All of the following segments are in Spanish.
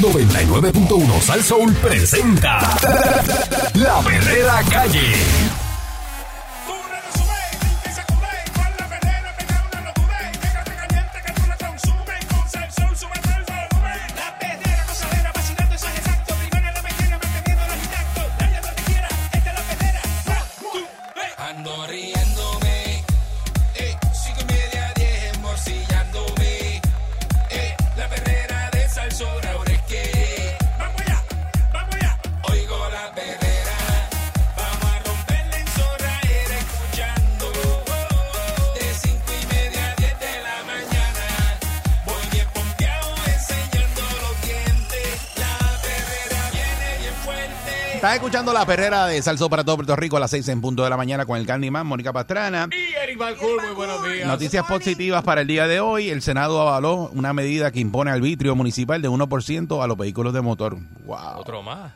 99.1 Sal Soul presenta La Verdadera Calle. Ando riéndome, eh, cinco y media, diez, morcillándome, eh, la perrera de Salsón, ahora es que, vamos ya, vamos ya, oigo la perrera, vamos a romperla en zorra, era escuchando, de cinco y media a diez de la mañana, voy bien pompeado enseñando los dientes, la perrera viene bien fuerte. Estás escuchando la perrera de Salso para todo Puerto Rico a las 6 en punto de la mañana con el Candyman, Mónica Pastrana. Y Eric Balcour, muy buenos días. Noticias positivas para el día de hoy. El Senado avaló una medida que impone arbitrio municipal de 1% a los vehículos de motor. ¡Wow! Otro más.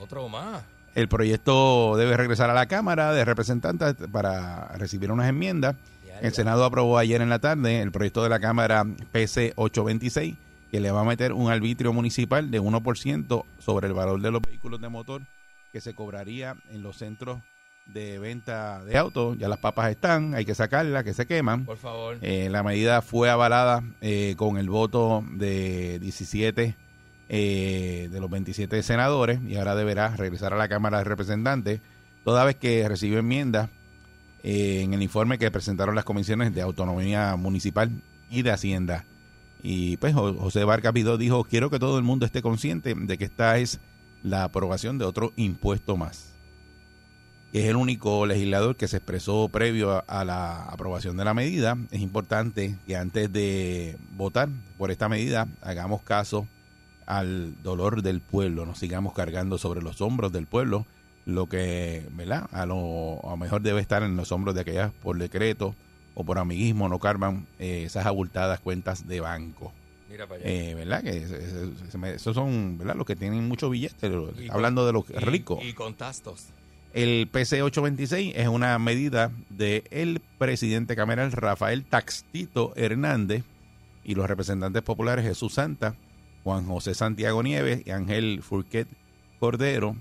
Otro más. El proyecto debe regresar a la Cámara de Representantes para recibir unas enmiendas. El Senado aprobó ayer en la tarde el proyecto de la Cámara PC 826 que le va a meter un arbitrio municipal de 1% sobre el valor de los vehículos de motor que se cobraría en los centros de venta de autos. Ya las papas están, hay que sacarlas, que se queman. Por favor. Eh, la medida fue avalada eh, con el voto de 17 eh, de los 27 senadores y ahora deberá regresar a la Cámara de Representantes toda vez que recibió enmiendas eh, en el informe que presentaron las comisiones de autonomía municipal y de Hacienda. Y pues Jo- José Vargas Vidó dijo, quiero que todo el mundo esté consciente de que esta es la aprobación de otro impuesto más que es el único legislador que se expresó previo a, a la aprobación de la medida. Es importante que antes de votar por esta medida hagamos caso al dolor del pueblo, no sigamos cargando sobre los hombros del pueblo lo que, ¿verdad? A lo, a lo mejor debe estar en los hombros de aquellas por decreto o por amiguismo no cargan eh, esas abultadas cuentas de banco. Mira para allá. Eh, ¿Verdad? Que se- se- se me- esos son, ¿verdad? Los que tienen mucho billete, los- Y con- hablando de los Y- ricos. Y, con tastos. El PC 826 es una medida del el presidente cameral Rafael Taxtito Hernández y los representantes populares Jesús Santa, Juan José Santiago Nieves y Ángel Furquet Cordero.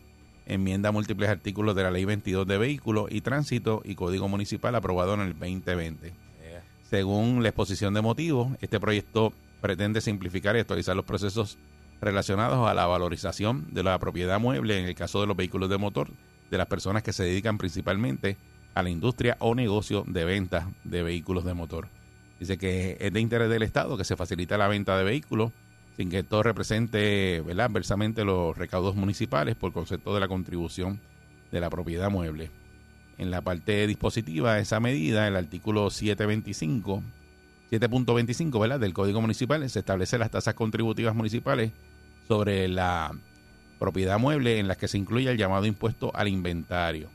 Enmienda múltiples artículos de la Ley 22 de Vehículos y Tránsito y Código Municipal aprobado en el 2020. Yeah. Según la exposición de motivos, este proyecto pretende simplificar y actualizar los procesos relacionados a la valorización de la propiedad mueble en el caso de los vehículos de motor de las personas que se dedican principalmente a la industria o negocio de venta de vehículos de motor. Dice que es de interés del Estado que se facilita la venta de vehículos sin que esto represente ¿verdad? adversamente los recaudos municipales por concepto de la contribución de la propiedad mueble. En la parte dispositiva de esa medida, el artículo 725, 7.25 ¿verdad? del Código Municipal, se establecen las tasas contributivas municipales sobre la propiedad mueble en las que se incluye el llamado impuesto al inventario.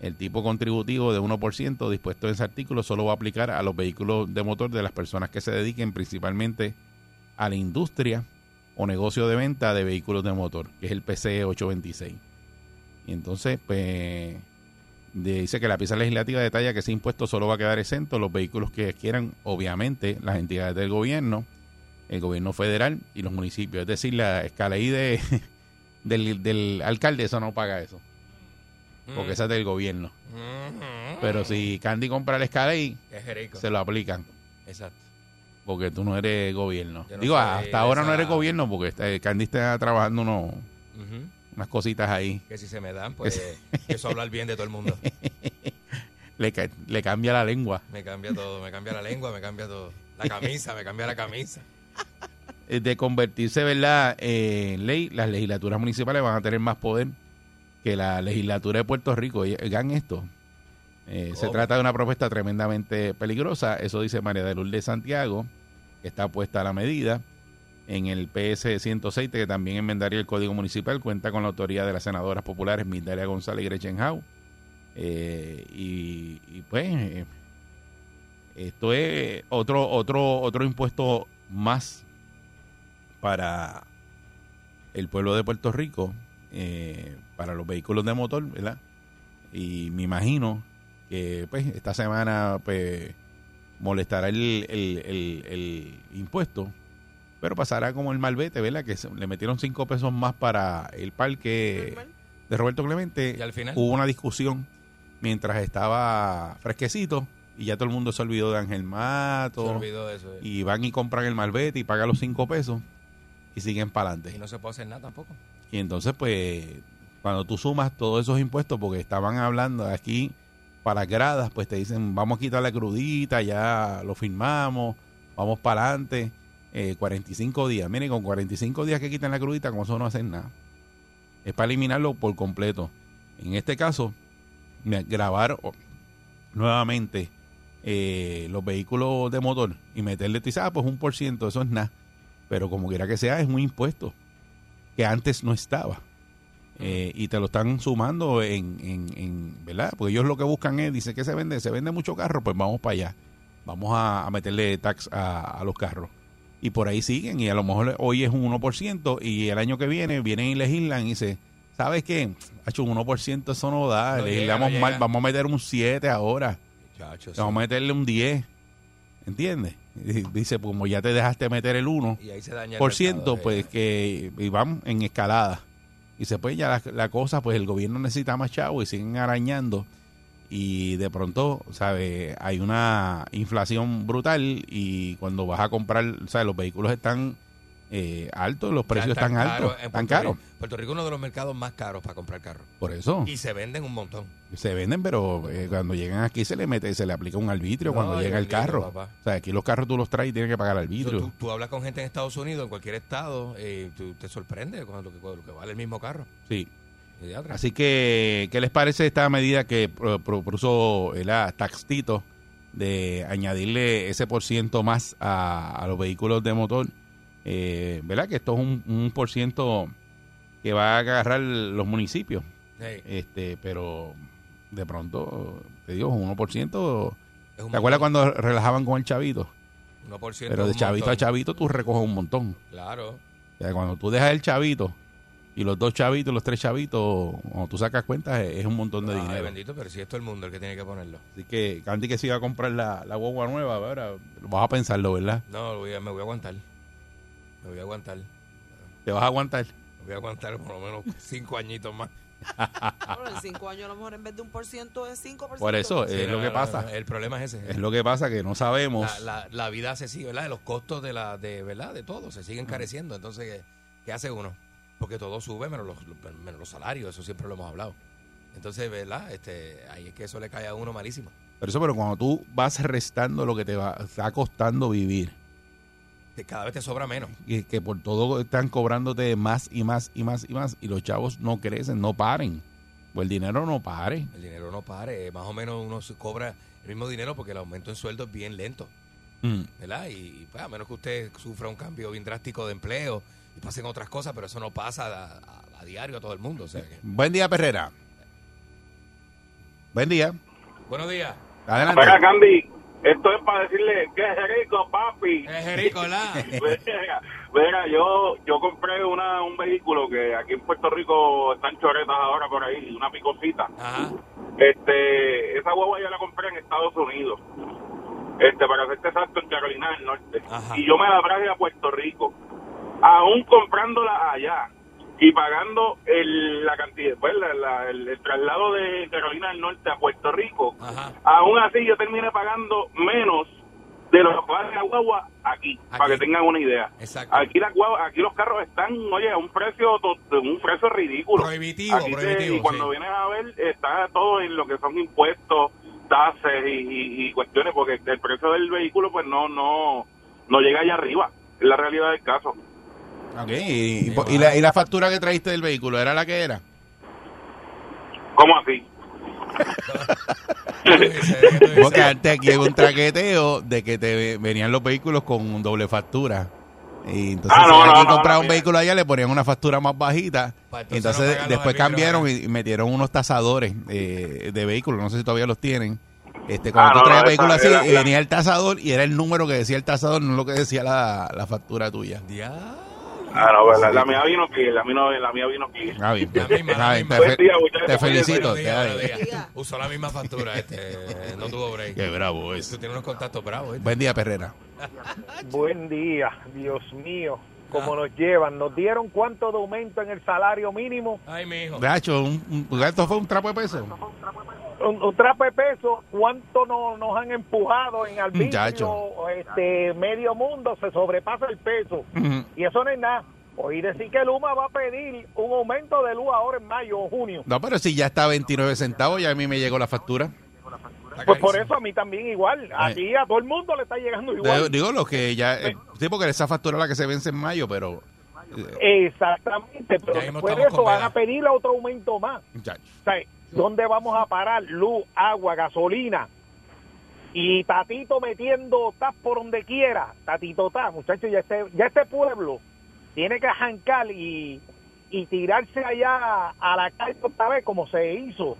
El tipo contributivo de 1% dispuesto en ese artículo solo va a aplicar a los vehículos de motor de las personas que se dediquen principalmente a la industria o negocio de venta de vehículos de motor, que es el PCE 826. Y entonces, pues, de- dice que la pieza legislativa detalla que ese impuesto solo va a quedar exento los vehículos que adquieran, obviamente, las entidades del gobierno, el gobierno federal y los municipios. Es decir, la escala ahí de, del, del alcalde, eso no paga eso, porque esa es del gobierno. Mm, Pero si Candy compra la escala ahí, Es rico. se lo aplican, Exacto. porque tú no eres gobierno. Yo no Digo, soy hasta ahora no esa- eres gobierno, porque está- eh, Candy está trabajando unos- Ujú. unas cositas ahí. Mm-hmm. Que si se me dan, pues empiezo a hablar bien de todo el mundo. Le, ca- le cambia la lengua. Me cambia todo. Me cambia la lengua, me cambia todo. La camisa, me cambia la camisa. eh, de convertirse ¿verdad? eh, en ley, las legislaturas municipales van a tener más poder que la legislatura de Puerto Rico. Oigan esto. Eh, se ¿Cómo? trata de una propuesta tremendamente peligrosa. Eso dice María de Lourdes Santiago, que está puesta a la medida. En el PS 106, que también enmendaría el Código Municipal, cuenta con la autoría de las senadoras populares Mildalia González y Gretchen Howe. Eh, y, y, pues eh, esto es otro otro otro impuesto más para el pueblo de Puerto Rico, eh, para los vehículos de motor, ¿verdad? Y me imagino que pues esta semana pues molestará el, el- el- el impuesto, Pero pasará como el Malvete, ¿verdad? Que se- le metieron cinco pesos más para el parque Normal. de Roberto Clemente. Y al final. Hubo una discusión mientras estaba fresquecito y ya todo el mundo se olvidó de Ángel Se Mato. olvidó de eso. eh. Y van y compran el Malvete y pagan los cinco pesos y siguen para adelante. Y no se puede hacer nada tampoco. Y entonces, pues, cuando tú sumas todos esos impuestos, porque estaban hablando aquí para las gradas, pues te dicen, vamos a quitar la crudita, ya lo firmamos, vamos para adelante, eh, 45 días. Miren, con 45 días que quitan la crudita, como eso no hacen nada. Es para eliminarlo por completo. En este caso, me- grabar o- nuevamente eh, los vehículos de motor y meterle, tú dices, ah, pues un por ciento, eso es nada. Pero como quiera que sea, es un impuesto que antes no estaba. Eh, y te lo están sumando en, en, en- ¿verdad? Porque ellos lo que buscan es, dice que se vende, se vende mucho carro, pues vamos para allá. Vamos a, a meterle tax a, a los carros. Y por ahí siguen, y a lo mejor hoy es un 1%, y el año que viene vienen y legislan y dicen, ¿sabes qué? Ha hecho un 1%, eso no da, No legislamos llega, no mal, llega. vamos a meter un 7 ahora. Muchachos. Le Vamos a meterle un 10. ¿Entiendes? Y Dice, pues, como ya te dejaste meter el 1 Y ahí se daña el por mercado, ciento, eh. pues que y van en escalada. Y se pues ya la, la cosa, pues el gobierno necesita más chavo y siguen arañando. Y de pronto, ¿sabe? Hay una inflación brutal y cuando vas a comprar, ¿sabes? Los vehículos están eh, altos, los Ya precios está están caro altos, en están Puerto caros. Rico. Puerto Rico es uno de los mercados más caros para comprar carros. Por eso Y se venden un montón. se venden, pero eh, cuando llegan aquí se le mete, se le aplica un arbitrio No, cuando y llega el arbitrio, carro. papá. O sea, aquí los carros tú los traes y tienes que pagar arbitrio. Tú, tú hablas con gente en Estados Unidos, en cualquier estado, eh, tú- te sorprende con lo que, con lo que vale el mismo carro. Sí. Y de atrás. Así que, ¿qué les parece esta medida que pro- propuso el Taxtito de añadirle ese por ciento más a, a los vehículos de motor? Eh, ¿Verdad? Que esto es un, un por ciento que va a agarrar los municipios. Hey, este Pero de pronto, te digo, un 1%. es un ¿Te acuerdas cuando relajaban con el chavito? montón, 1% Pero es de un chavito a montón. chavito tú recoges un montón. Claro. O sea, cuando tú dejas el chavito y los dos chavitos, los tres chavitos, cuando tú sacas cuentas, es, es un montón de Ay, dinero. bendito, pero si es todo el mundo el que tiene que ponerlo. Así que, Candy, que si va a comprar la, la guagua nueva, ahora vas a pensarlo, ¿verdad? No, lo voy a- me voy a aguantar. Me voy a aguantar. Me Te vas a aguantar. voy a aguantar por lo menos cinco añitos más. Bueno, en cinco años a lo mejor en vez de un por ciento es cinco por ciento. Por eso, Sí, es no, lo no, que no, pasa. no, El problema es ese. Es lo que pasa que no sabemos. la, la, la vida se sigue, ¿verdad? Los costos de la de verdad de todo se Mm. siguen careciendo. Entonces, ¿qué, qué hace uno? Porque todo sube menos los, los- menos los salarios, eso siempre lo hemos hablado. Entonces, ¿verdad? Este, ahí es que eso le cae a uno malísimo. Pero eso, pero cuando tú vas restando lo que te va, está costando vivir, Que Cada vez te sobra menos. que, que por todo están cobrándote más y más y más y más, y los chavos no crecen, no paren. Pues el dinero no pare. El dinero no pare, más o menos uno se cobra el mismo dinero porque el aumento en sueldo es bien lento, Mm. ¿verdad? Y, y, pues, a menos que usted sufra un cambio bien drástico de empleo y pasen otras cosas, pero eso no pasa a, a- a diario a todo el mundo. O sea que- Buen día, Perrera. Buen día. Buenos días. Adelante. Mira, Candy, esto es para decirle que es rico, papi. Eh, Jerico, ¿verdad? Mira, mira, yo, yo compré una, un vehículo que aquí en Puerto Rico están choretas ahora por ahí, una picocita. Ajá. Este, esa guagua yo la compré en Estados Unidos. Este, para ser exacto, en Carolina del Norte. Ajá. Y yo me la traje a Puerto Rico. Aún comprándola allá y pagando el, la cantidad, pues, la- la- el, el traslado de Carolina del Norte a Puerto Rico. Ajá. Aún así, yo terminé pagando menos de los que paga la guagua aquí, Aquí. para que tengan una idea. Exacto. Aquí las guagua, aquí los carros están, oye, a un precio to- un precio ridículo. Prohibitivo, Aquí te- prohibitivo, y cuando sí. vienes a ver, está todo en lo que son impuestos, tasas y, y- y cuestiones, porque el precio del vehículo, pues no, no, no llega allá arriba. Es la realidad del caso. Ok, y, y- y la, y la factura que traíste del vehículo, ¿era la que era? ¿Cómo así? Porque antes aquí hubo un traqueteo de que te ve- venían los vehículos con doble factura. Y entonces Ah, no, si no, alguien no, compraba no, un mira. vehículo allá, le ponían una factura más bajita. Pa' Pues entonces no entonces pagar los después arbitrios, cambiaron ¿verdad? y metieron unos tasadores eh, de vehículos. No sé si todavía los tienen. Este, cuando Ah, tú no, traías no, vehículos así, esa- era- eh, venía el tasador y era el número que decía el tasador, no lo que decía la, la factura tuya. Diablo. Ah, no, pues, la, la mía vino aquí, la mía, la mía vino aquí. Javi, La misma, la Javi, misma. te, fe- Buen día, muchachos. te felicito. Buenos te- días, buenos Javi. días. Usó la misma factura, este, no tuvo break. Qué bravo es. Tú tienes unos contactos bravos, este. Buen día, Perrera. Buen día, Dios mío, como nos llevan. Nos dieron cuánto de aumento en el salario mínimo. Ay, mi hijo. Nacho, un, un- ¿esto fue un trapo de peso? Un, un trapo de peso, cuánto no- nos han empujado en Muchacho. arbitrio. Este, medio mundo se sobrepasa el peso. Ujú. Y eso no es nada. Oí decir que Luma va a pedir un aumento de luz ahora en mayo o junio. No, pero si ya está a 29 centavos, ya a mí me llegó la factura. Pues por eso a mí también igual. Aquí a todo el mundo le está llegando De- igual. digo, lo que ya. eh, sí, porque esa factura es la que se vence en mayo, pero. eh, Exactamente, Ya pero mismo después de estamos eso con van veda. a pedir otro aumento más. muchacho. O sea, ¿Dónde vamos a parar? Luz, agua, gasolina. Y Tatito metiendo tas por donde quiera. Tatito tas, muchachos, ya este, ya este pueblo tiene que arrancar y, y tirarse allá a la calle otra vez como se hizo.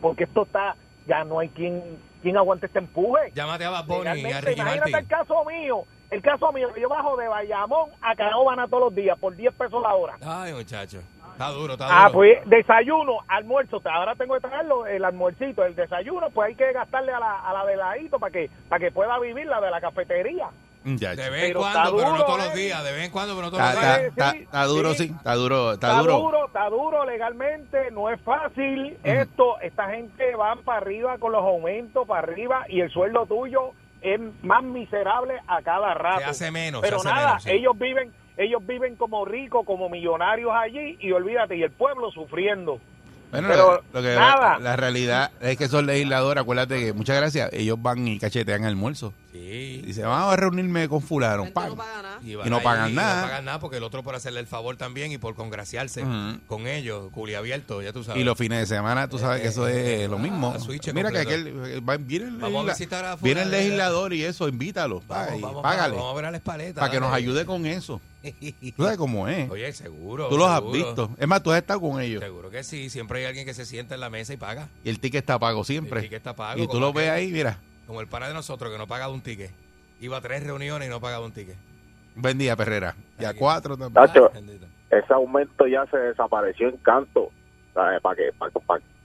Porque esto está, ya no hay quien, quien aguante este empuje. Llámate a Bad Bunny y a Legalmente, Ricky imagínate el Martin. caso mío. El caso mío, que yo bajo de Bayamón a Canóvana todos los días por 10 pesos la hora. Ay, muchacho. Está duro, está duro. Ah, pues desayuno, almuerzo. Ahora tengo que traerlo el almuercito, el desayuno, pues hay que gastarle a la, a la de ladito para que, para que pueda vivir la de la cafetería. Muchacho. De vez en Pero cuando, está pero no duro, todos los eh. días. De vez en cuando, pero no todos Está, los días. está- está- está duro, sí. Está duro, está, duro. duro. está duro legalmente, no es fácil. Esto, esta gente va para arriba con los aumentos, para arriba, y el sueldo tuyo es más miserable a cada rato. hace menos, se Pero hace nada, menos, sí. ellos viven, ellos viven como ricos, como millonarios allí, y olvídate, y el pueblo sufriendo. Bueno, Pero lo- lo que- nada. La realidad es que esos legisladores, acuérdate que, muchas gracias, ellos van y cachetean almuerzo. Sí. Dicen, vamos a reunirme con fulano. Gente Pan. no paga nada. Y no van pagan ahí, nada. No pagan nada porque el otro por hacerle el favor también y por congraciarse Ujú. con ellos, culiabierto, ya tú sabes. Y los fines de semana, tú sabes que eso es lo mismo. Ah, switch Mira que completo. aquel, eh, va- viene, el, Vamos a legisla- visitar a viene el fulano. legislador y eso, invítalo. Vamos, pa, y vamos, págale. Vamos a ver a la espaleta. para que nos dale. ayude con eso. Tú sabes cómo es. Oye, seguro. tú los has seguro. visto. Es más, tú has estado con ellos. Seguro que sí. Siempre hay alguien que se sienta en la mesa y paga. Y el ticket está pago siempre. El ticket está pago, Y tú como lo ves aquel. ahí, mira. Como el pana de nosotros que no pagaba un ticket. Iba a tres reuniones y no pagaba un ticket. Buen día, Perrera. Y a Aquí. cuatro también. Tacho. Ay, bendito. ese aumento ya se desapareció en canto. ¿Para qué,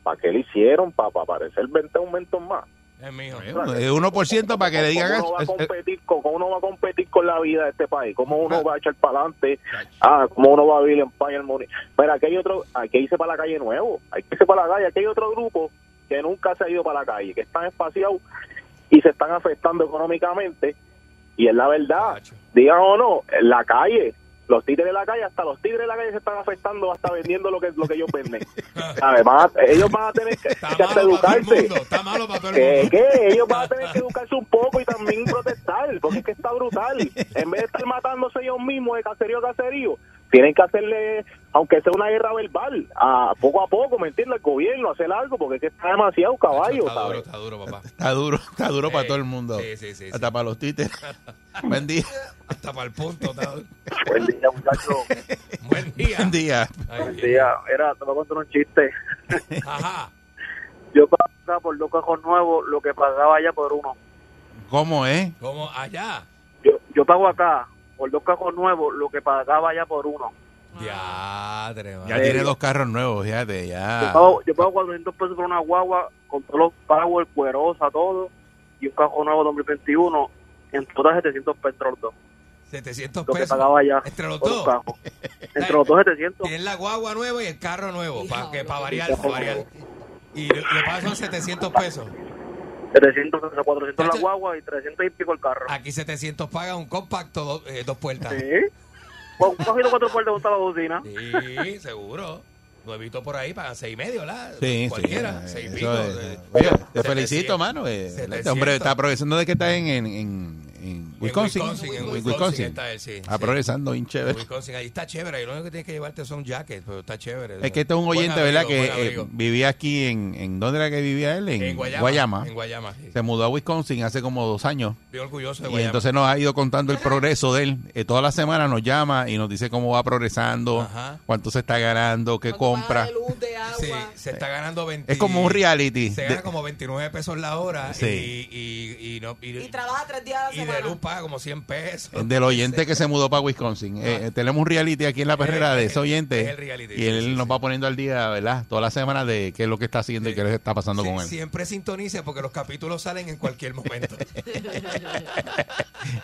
para, qué le hicieron? ¿Para aparecer 20 aumentos más? Es mío. Eh, un 1% para que le digan ¿Cómo uno, eso. va a Es- es- competir, con- cómo uno va a competir con la vida de este país? ¿Cómo Ah. uno va a echar para adelante? Tacho. Ah, ¿cómo uno va a vivir en Bayern Múnich? Mira, aquí hay otro, hay que irse para la calle nuevo. Hay que irse para la calle. Aquí hay otro grupo que nunca se ha ido para la calle, que están espaciados y se están afectando económicamente. Y es la verdad, Tacho. digan o no, en la calle, los tigres de la calle, hasta los tigres de la calle se están afectando, hasta vendiendo lo que, lo que ellos venden. ¿Sabes? Van a- ellos van a tener que, Está que hasta malo para todo el educarse. mundo. Está malo para todo el Que, mundo. que Eh, ellos van a tener que educarse un poco y también protestar, porque es que está brutal. En vez de estar matándose ellos mismos de caserío a caserío, tienen que hacerle, aunque sea una guerra verbal, a poco a poco, ¿me entiendes? El gobierno, hacer algo, porque es que está demasiado caballo, Está duro, ¿sabes? está duro, papá. Está duro, está duro para Eh, todo el mundo. sí, sí, sí, Hasta para los títeres. Buen día. Hasta para el punto. está duro. Buen día, muchachos. Buen día. Buen día. Ay, Era, te voy a contar un chiste. Ajá. Yo pagaba por dos cajos nuevos lo que pagaba allá por uno. ¿Cómo es? Como allá. Yo, yo pago acá por dos cajos nuevos lo que pagaba allá por uno. Diadre, Ya mano. Eh, tiene dos carros nuevos, fíjate, Yo, Ah. ya. pago, yo pago 400 pesos por una guagua con todos los power, cuerosa, todo. Y un cajo nuevo 2021. En total 700 pesos entre los dos. 700 Lo que pesos. pagaba allá. Entre los por un dos. cajo. Entre los dos 700. Tienen la guagua nueva y el carro nuevo. Para que para variar, Diablo. pa' variar. Y le, le pasan 700 pesos. 700 pesos, 400 la Tacho. guagua y 300 y pico el carro. Aquí 700 paga un compacto, do- eh, dos puertas. Sí. Con un cajito cuatro puertas con toda la bocina. Sí, seguro. Lo he visto por ahí, pagan seis y medio, ¿verdad? Sí, Cualquiera, sí. seis y eso pico. es. eh, Oye, te 700. felicito, mano. eh. Este 700. hombre está progresando de que está en, en, en, en Wisconsin. Ah, En Wisconsin, en Wisconsin, está él, sí. Está sí. progresando, bien En chévere. Wisconsin, ahí está chévere. Ahí lo único que tienes que llevarte son jackets, pero está chévere. Es que este es un Buen oyente, abrigo, ¿verdad? Que buen eh, abrigo. vivía aquí en, en... ¿Dónde era que vivía él? En, en Guayama. Guayama. En Guayama, sí. Se mudó a Wisconsin hace como dos años. Estoy orgulloso Y de Guayama. entonces nos ha ido contando el progreso de él. Eh, todas las semanas nos llama y nos dice cómo va progresando, Ajá. cuánto se está ganando, qué Cuando paga compra. de luz, de agua. Sí, se está ganando 20. Es como un reality. Se gana De- como 29 pesos la hora Sí. y, y, y no, y, Y trabaja tres días a la y de semana. luz paga como 100 pesos. Eh, Del oyente que se mudó para Wisconsin. Eh, eh, tenemos un reality aquí en la perrera de ese oyente. Ah. Es el reality, y él sí, sí, nos sí. va poniendo al día, ¿verdad? Toda la semana de qué es lo que está haciendo y qué le está pasando Sí, con él. Siempre sintonice porque los capítulos salen en cualquier momento.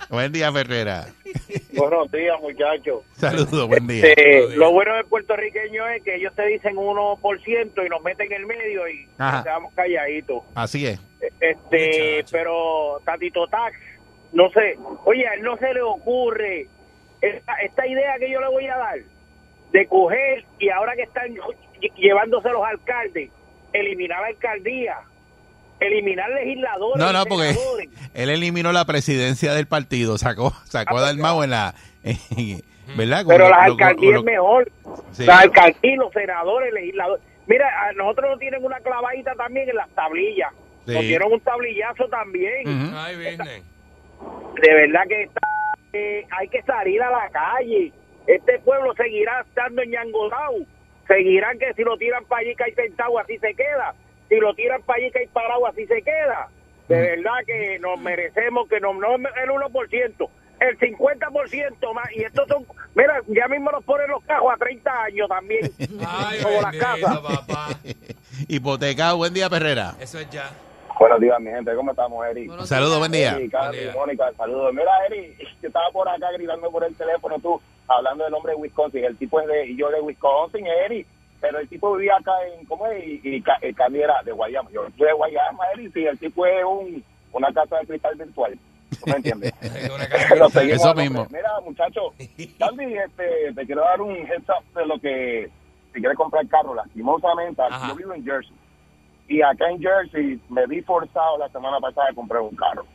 Buen día, Ferrera. Buenos días, muchachos. Saludos, buen día. Este, lo bueno del puertorriqueño es que ellos te dicen 1% y nos meten en el medio y Ajá. nos quedamos calladitos. Así es. Este, Muchacho. pero Tatito Tax, no sé. Oye, a él no se le ocurre esta, esta idea que yo le voy a dar de coger y ahora que están lle- llevándose los alcaldes, eliminar la alcaldía, eliminar legisladores. No, no, y porque senadores. él eliminó la presidencia del partido, sacó, sacó a Dalmau en la... en- ¿Verdad? Con Ah, pues, Pero lo- las lo- alcaldías lo- es mejor. Sí. Las alcaldías, los senadores, legisladores. Mira, a nosotros nos tienen una clavadita también en las tablillas. Sí. Nos dieron un tablillazo también. Ujú. Ay, vienen. De verdad que está- eh, hay que salir a la calle. Este pueblo seguirá estando en Yangodao. Seguirán que si lo tiran para allí cae sentado, así se queda. Si lo tiran para allí cae parado, así se queda. De verdad que nos merecemos que no, no el 1%, el 50% más. Y estos son, mira, ya mismo nos ponen los cajos a 30 años también. Ay, Como las casas. bendito, papá. Hipotecado, buen día, Ferrera. Eso es ya. Buenos días, mi gente. ¿Cómo estamos, Eri? Bueno, Saludos, buen día. Eri, Carlos Buen día. y Mónica, saludos. Mira, Eri, yo estaba por acá gritando por el teléfono tú, hablando del hombre de Wisconsin. El tipo es de, y yo de Wisconsin, Eri. Pero el tipo vivía acá en, ¿cómo es? Y, y ca- el cambio era de Guayama. Yo soy de Guayama, Eri, sí. El tipo es un, una casa de cristal virtual. ¿Tú me entiendes? Es una casa Pero que- seguimos Eso hablando. mismo. Mira, muchachos, Candy, este, te quiero dar un heads up de lo que si quieres comprar carro, lastimosamente, aquí Ajá. yo vivo en Jersey. Y acá en Jersey me vi forzado la semana pasada a comprar un carro.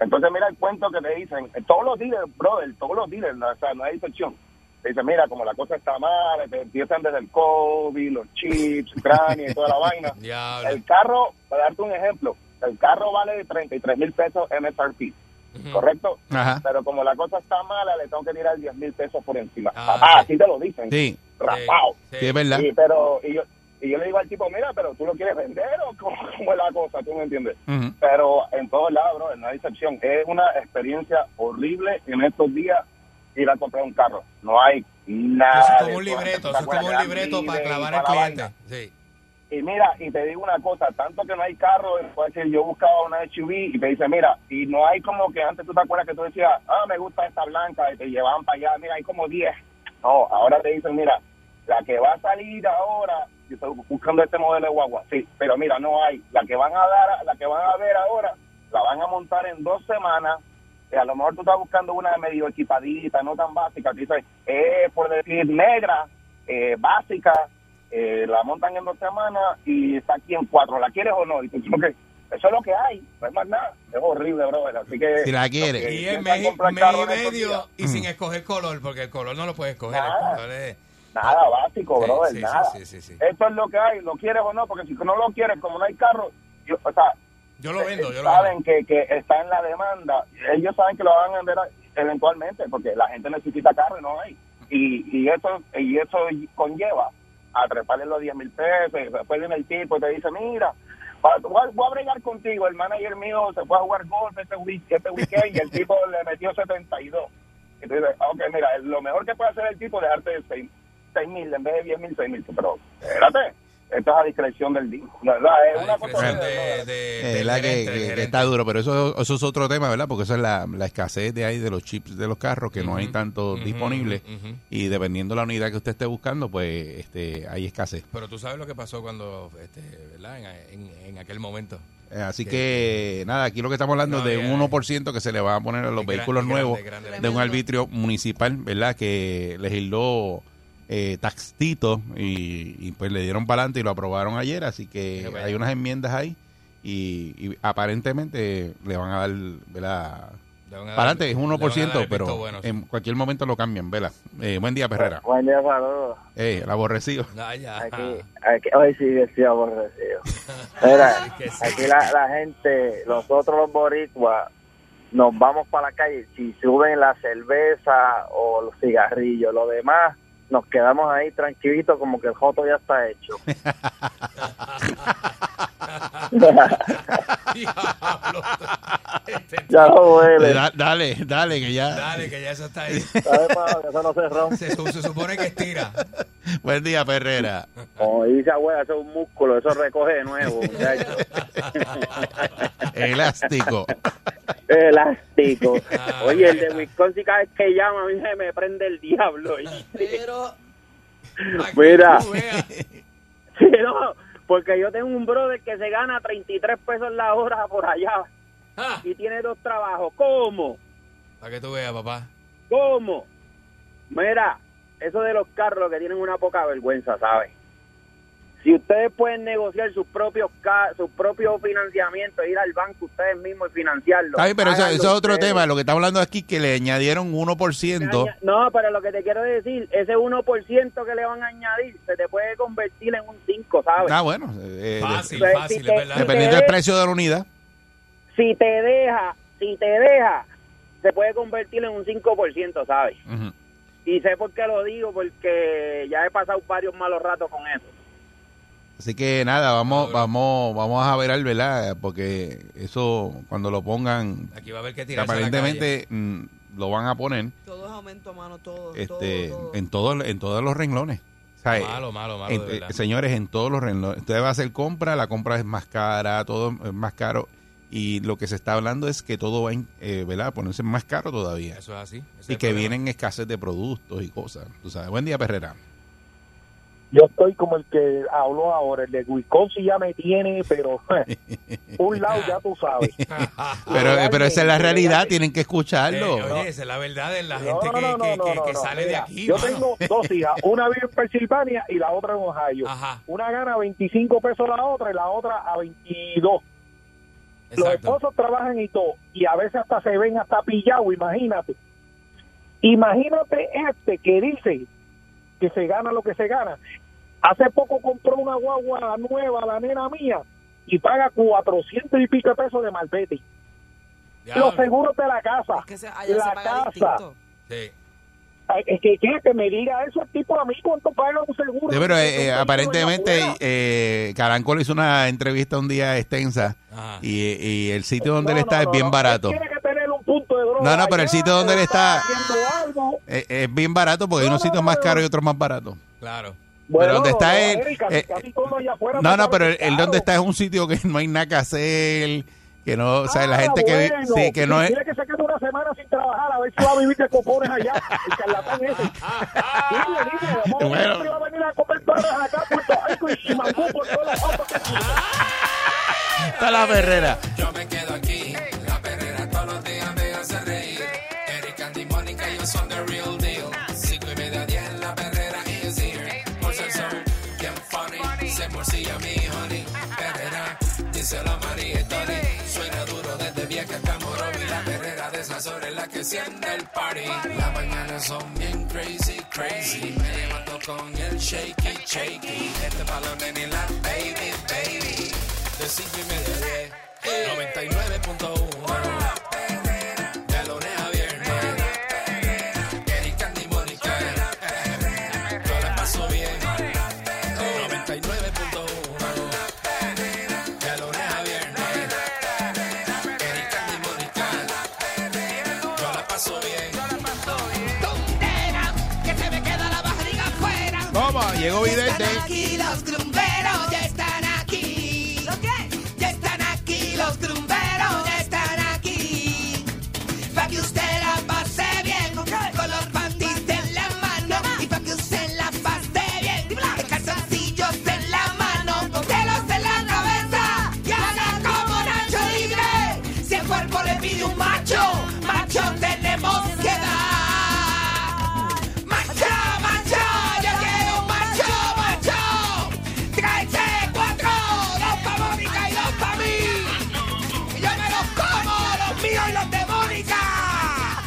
Entonces, mira el cuento que te dicen. eh, Todos los dealers, brother, todos los dealers, no, o sea, no hay excepción. Te dicen, mira, como la cosa está mal, te empiezan desde el COVID, los chips, Ucrania y toda la vaina. Diablo. El carro, para darte un ejemplo, el carro vale 33 mil pesos MSRP, ¿correcto? Ajá. Pero como la cosa está mala, le tengo que tirar 10 mil pesos por encima. Ah, Papá, sí. así te lo dicen. Sí, Rapao. Sí, sí, es verdad. Y, pero, y, yo, y yo le digo al tipo, mira, pero tú lo quieres vender o cómo, cómo es la cosa, tú me entiendes. Ujú. Pero en todos lados, bro, no hay excepción. Es una experiencia horrible en estos días ir a comprar un carro. No hay nada. Eso de es como un todo libreto, esta eso es como un cualidad, libreto para miren, clavar y al toda la cliente. vaina. Sí. Y mira, y te digo una cosa, tanto que no hay carro, puede decir, yo buscaba una SUV y te dice, mira, y no hay como que antes tú te acuerdas que tú decías, ah, me gusta esta blanca, y te llevaban para allá, mira, hay como 10. No, ahora te dicen, mira, la que va a salir ahora, yo estoy buscando este modelo de guagua, sí, pero mira, no hay. La que van a dar, la que van a ver ahora, la van a montar en dos semanas, y a lo mejor tú estás buscando una medio equipadita, no tan básica, que dice, eh, por decir negra, eh, básica, eh, la montan en dos semanas y está aquí en cuatro. ¿La quieres o no? Y tú, ok, eso es lo que hay, no es más nada. Es horrible, brother. Así que. Si la Mm. los quieres. que Y es piensan mes, comprar mes carro y en estos días, medio y sin escoger color, porque el color no lo puedes escoger. el Nada. color es- Ah, Nada básico, Sí, brother, sí, sí, nada. sí, sí, sí. Esto es lo que hay, lo quieres o no, porque si no lo quieres, como no hay carro, yo, o sea, Yo lo vendo, eh, yo lo vendo. saben que, que está en la demanda, ellos saben que lo van a vender a- eventualmente, porque la gente necesita carro y no hay. Y, y eso y eso conlleva a treparle los 10 mil pesos, y después viene el tipo y te dice, mira, va- voy a, voy a bregar contigo, el manager mío se fue a jugar golf este, week- este weekend y el tipo le metió 72. Y tú dices, ok, mira, lo mejor que puede hacer el tipo es dejarte 6 mil en vez de 10 mil, 6 mil, pero espérate. Esto es a discreción del día. La verdad, es La una cosa discreción horrible, de, brother. de, Es del Eh, verdad que, gerente, que- del que Eh, gerente. está duro, pero eso, eso es otro tema, ¿verdad? Porque eso es la, la escasez de ahí de los chips de los carros, que no hay tanto ujú, disponible. ujú. Y dependiendo la unidad que usted esté buscando, pues este, hay escasez. Pero tú sabes lo que pasó cuando, este, ¿verdad? En, en- en aquel momento. Eh, Así Sí. que, nada, aquí lo que estamos hablando No, de ya, un ya. 1% que se le va a poner a los Es gran- vehículos es grande, nuevos es grande, de un grande. arbitrio municipal, ¿verdad? Que legisló eh, Taxtito y, y, pues le dieron para adelante y lo aprobaron ayer, así que Qué bueno. hay unas enmiendas ahí y, y aparentemente le van a dar, ¿verdad? Le van a dar- Para adelante es le van a dar el 1%, visto pero bueno, sí. en cualquier momento lo cambian, ¿verdad? Eh, buen día, Perrera. Buen día, saludos. Eh, el aborrecido. Ay, ya. Aquí, aquí, hoy sí decía aborrecido. Mira, aquí la, la gente, nosotros los boricuas, nos vamos para la calle si suben la cerveza o los cigarrillos. Lo demás, nos quedamos ahí tranquilitos como que el joto ya está hecho. ya no duele. Da- dale, dale, que ya. Dale, que ya eso está ahí. ¿Sabes, mano? Que eso no se rompe. Se, su- se supone que estira. Buen día, Perrera. Como dice abuela, eso es un músculo, eso recoge de nuevo, muchacho. Elástico. Elástico. Ah, Oye, el de Wisconsin cada vez que llama a mí se me prende el diablo. Pero Mira. Tú veas. Sí, no, porque yo tengo un brother que se gana 33 pesos la hora por allá Ah, y tiene dos trabajos. ¿Cómo? para que tú veas, papá. ¿Cómo? Mira, eso de los carros que tienen una poca vergüenza, ¿sabes? Si ustedes pueden negociar sus propios ca- sus propios financiamientos, ir al banco ustedes mismos y financiarlo. Está bien, pero eso, háganlo eso es otro ustedes. tema. Lo que está hablando aquí que le añadieron 1%. No, pero lo que te quiero decir, ese 1% que le van a añadir se te puede convertir en un 5, ¿sabes? Ah, bueno. eh, de- Fácil, Pues, fácil, si es te- verdad. si te- dependiendo del precio de la unidad. si te deja, si te deja, se puede convertir en un 5%, ¿sabes? Ujú. Y sé por qué lo digo, porque ya he pasado varios malos ratos con eso. Así que nada, vamos, Seguro. vamos, vamos a ver al ¿verdad? Porque eso, cuando lo pongan, Aquí va a haber que que tirar. aparentemente mm, lo van a poner todo es aumento a mano, todo. este, todo, todo. en todos en todos los renglones. O sea, eh, Malo, malo, malo, en- de verdad. eh, señores, en todos los renglones. Usted va a hacer compra, la compra es más cara, todo es más caro. Y lo que se está hablando es que todo va a in- eh, ¿verdad? a ponerse más caro todavía. Eso es así. ese es y el que problema. vienen escasez de productos y cosas. Tú sabes. Buen día, Perrera. Yo estoy como el que habló ahora, el de Wisconsin ya me tiene, pero un lado ya tú sabes. Pero, eh, pero esa es la realidad, tienen que Ah, Eh, escucharlo. oye, esa es la verdad de la No, gente no, que, no, no, que- no, que- no, que no, sale de mira, aquí. Yo mano. tengo dos hijas, una vive en Pensilvania y la otra en Ohio. Ajá, Una gana 25 pesos la otra y la otra a 22. Los exacto. esposos trabajan y todo, y a veces hasta se ven hasta pillados, imagínate. Imagínate este que dice que se gana lo que se gana. Hace poco compró una guagua nueva, la nena mía, y paga 400 y pico de pesos de malvete. Diablo. Los seguros de la casa. Es que se- allá la se paga casa. distinto. Sí. Ay, Es que quiere que me diga eso el tipo a mí cuánto paga un seguro. Sí, pero eh, eh, Yo aparentemente eh, Caranco le hizo una entrevista un día extensa Ajá. y, y el sitio donde No, él no, está es no, bien no. barato. Él Tiene que tener un punto de droga. No, no, pero el allá, sitio donde él está- haciendo algo. Eh, es bien barato porque hay No, unos no, sitios no, más no. caros y otros más baratos. Claro. Pero donde está él, Eric, casi- eh, casi todo allá afuera No, me no, pero el, parece el caro. donde está es un sitio que no hay nada que hacer, que no, o sea, la Ah, gente que bueno, sí, que no es Tiene que se quede una semana sin trabajar a ver si va a vivir de cojones allá. El charlatán ese. Dile, dile, amor, Bueno. siempre va a venir a comer todas acá a Puerto Rico y Chimacú por todas las partes. está la perrera. Yo me quedo aquí, la perrera todos los días me hace reír. Eric, Andy, Mónica, ellos son the real deal. Cinco y media, diez, la perrera is here. Por ser son bien funny, se morcilla mi honey. Perrera, díselo a María y Tony. Suena duro desde vieja hasta morón. Y la perrera de esas horas es la que enciende el party. Las mañanas son bien crazy, crazy. Me levanto con el shaky, shaky. Este palo nene, la baby, baby. De cinco y media, a diez. 99.1 La perrera De lunes a viernes Eric, Candy, Mónica Yo la paso bien 99.1 De lunes a viernes Eric, Candy, Mónica Yo la paso bien tontera, que se me queda la barriga afuera. Toma, llegó Vidente. Están aquí los grumberos, ya están aquí. Ya están aquí los grumberos, ya están aquí. Pa' que usted la pase bien, con los bandis en la mano. Y pa' que usted la pase bien, los calzoncillos en la mano, con pelos en la cabeza. Y haga como Nacho Libre, si el cuerpo le pide un macho, macho tenemos que dar. ¡Macho, macho! ¡Yo quiero un macho, macho! ¡Tráete cuatro! ¡Dos pa' Mónica y dos pa' mí! ¡Y yo me los como, los míos y los de Mónica!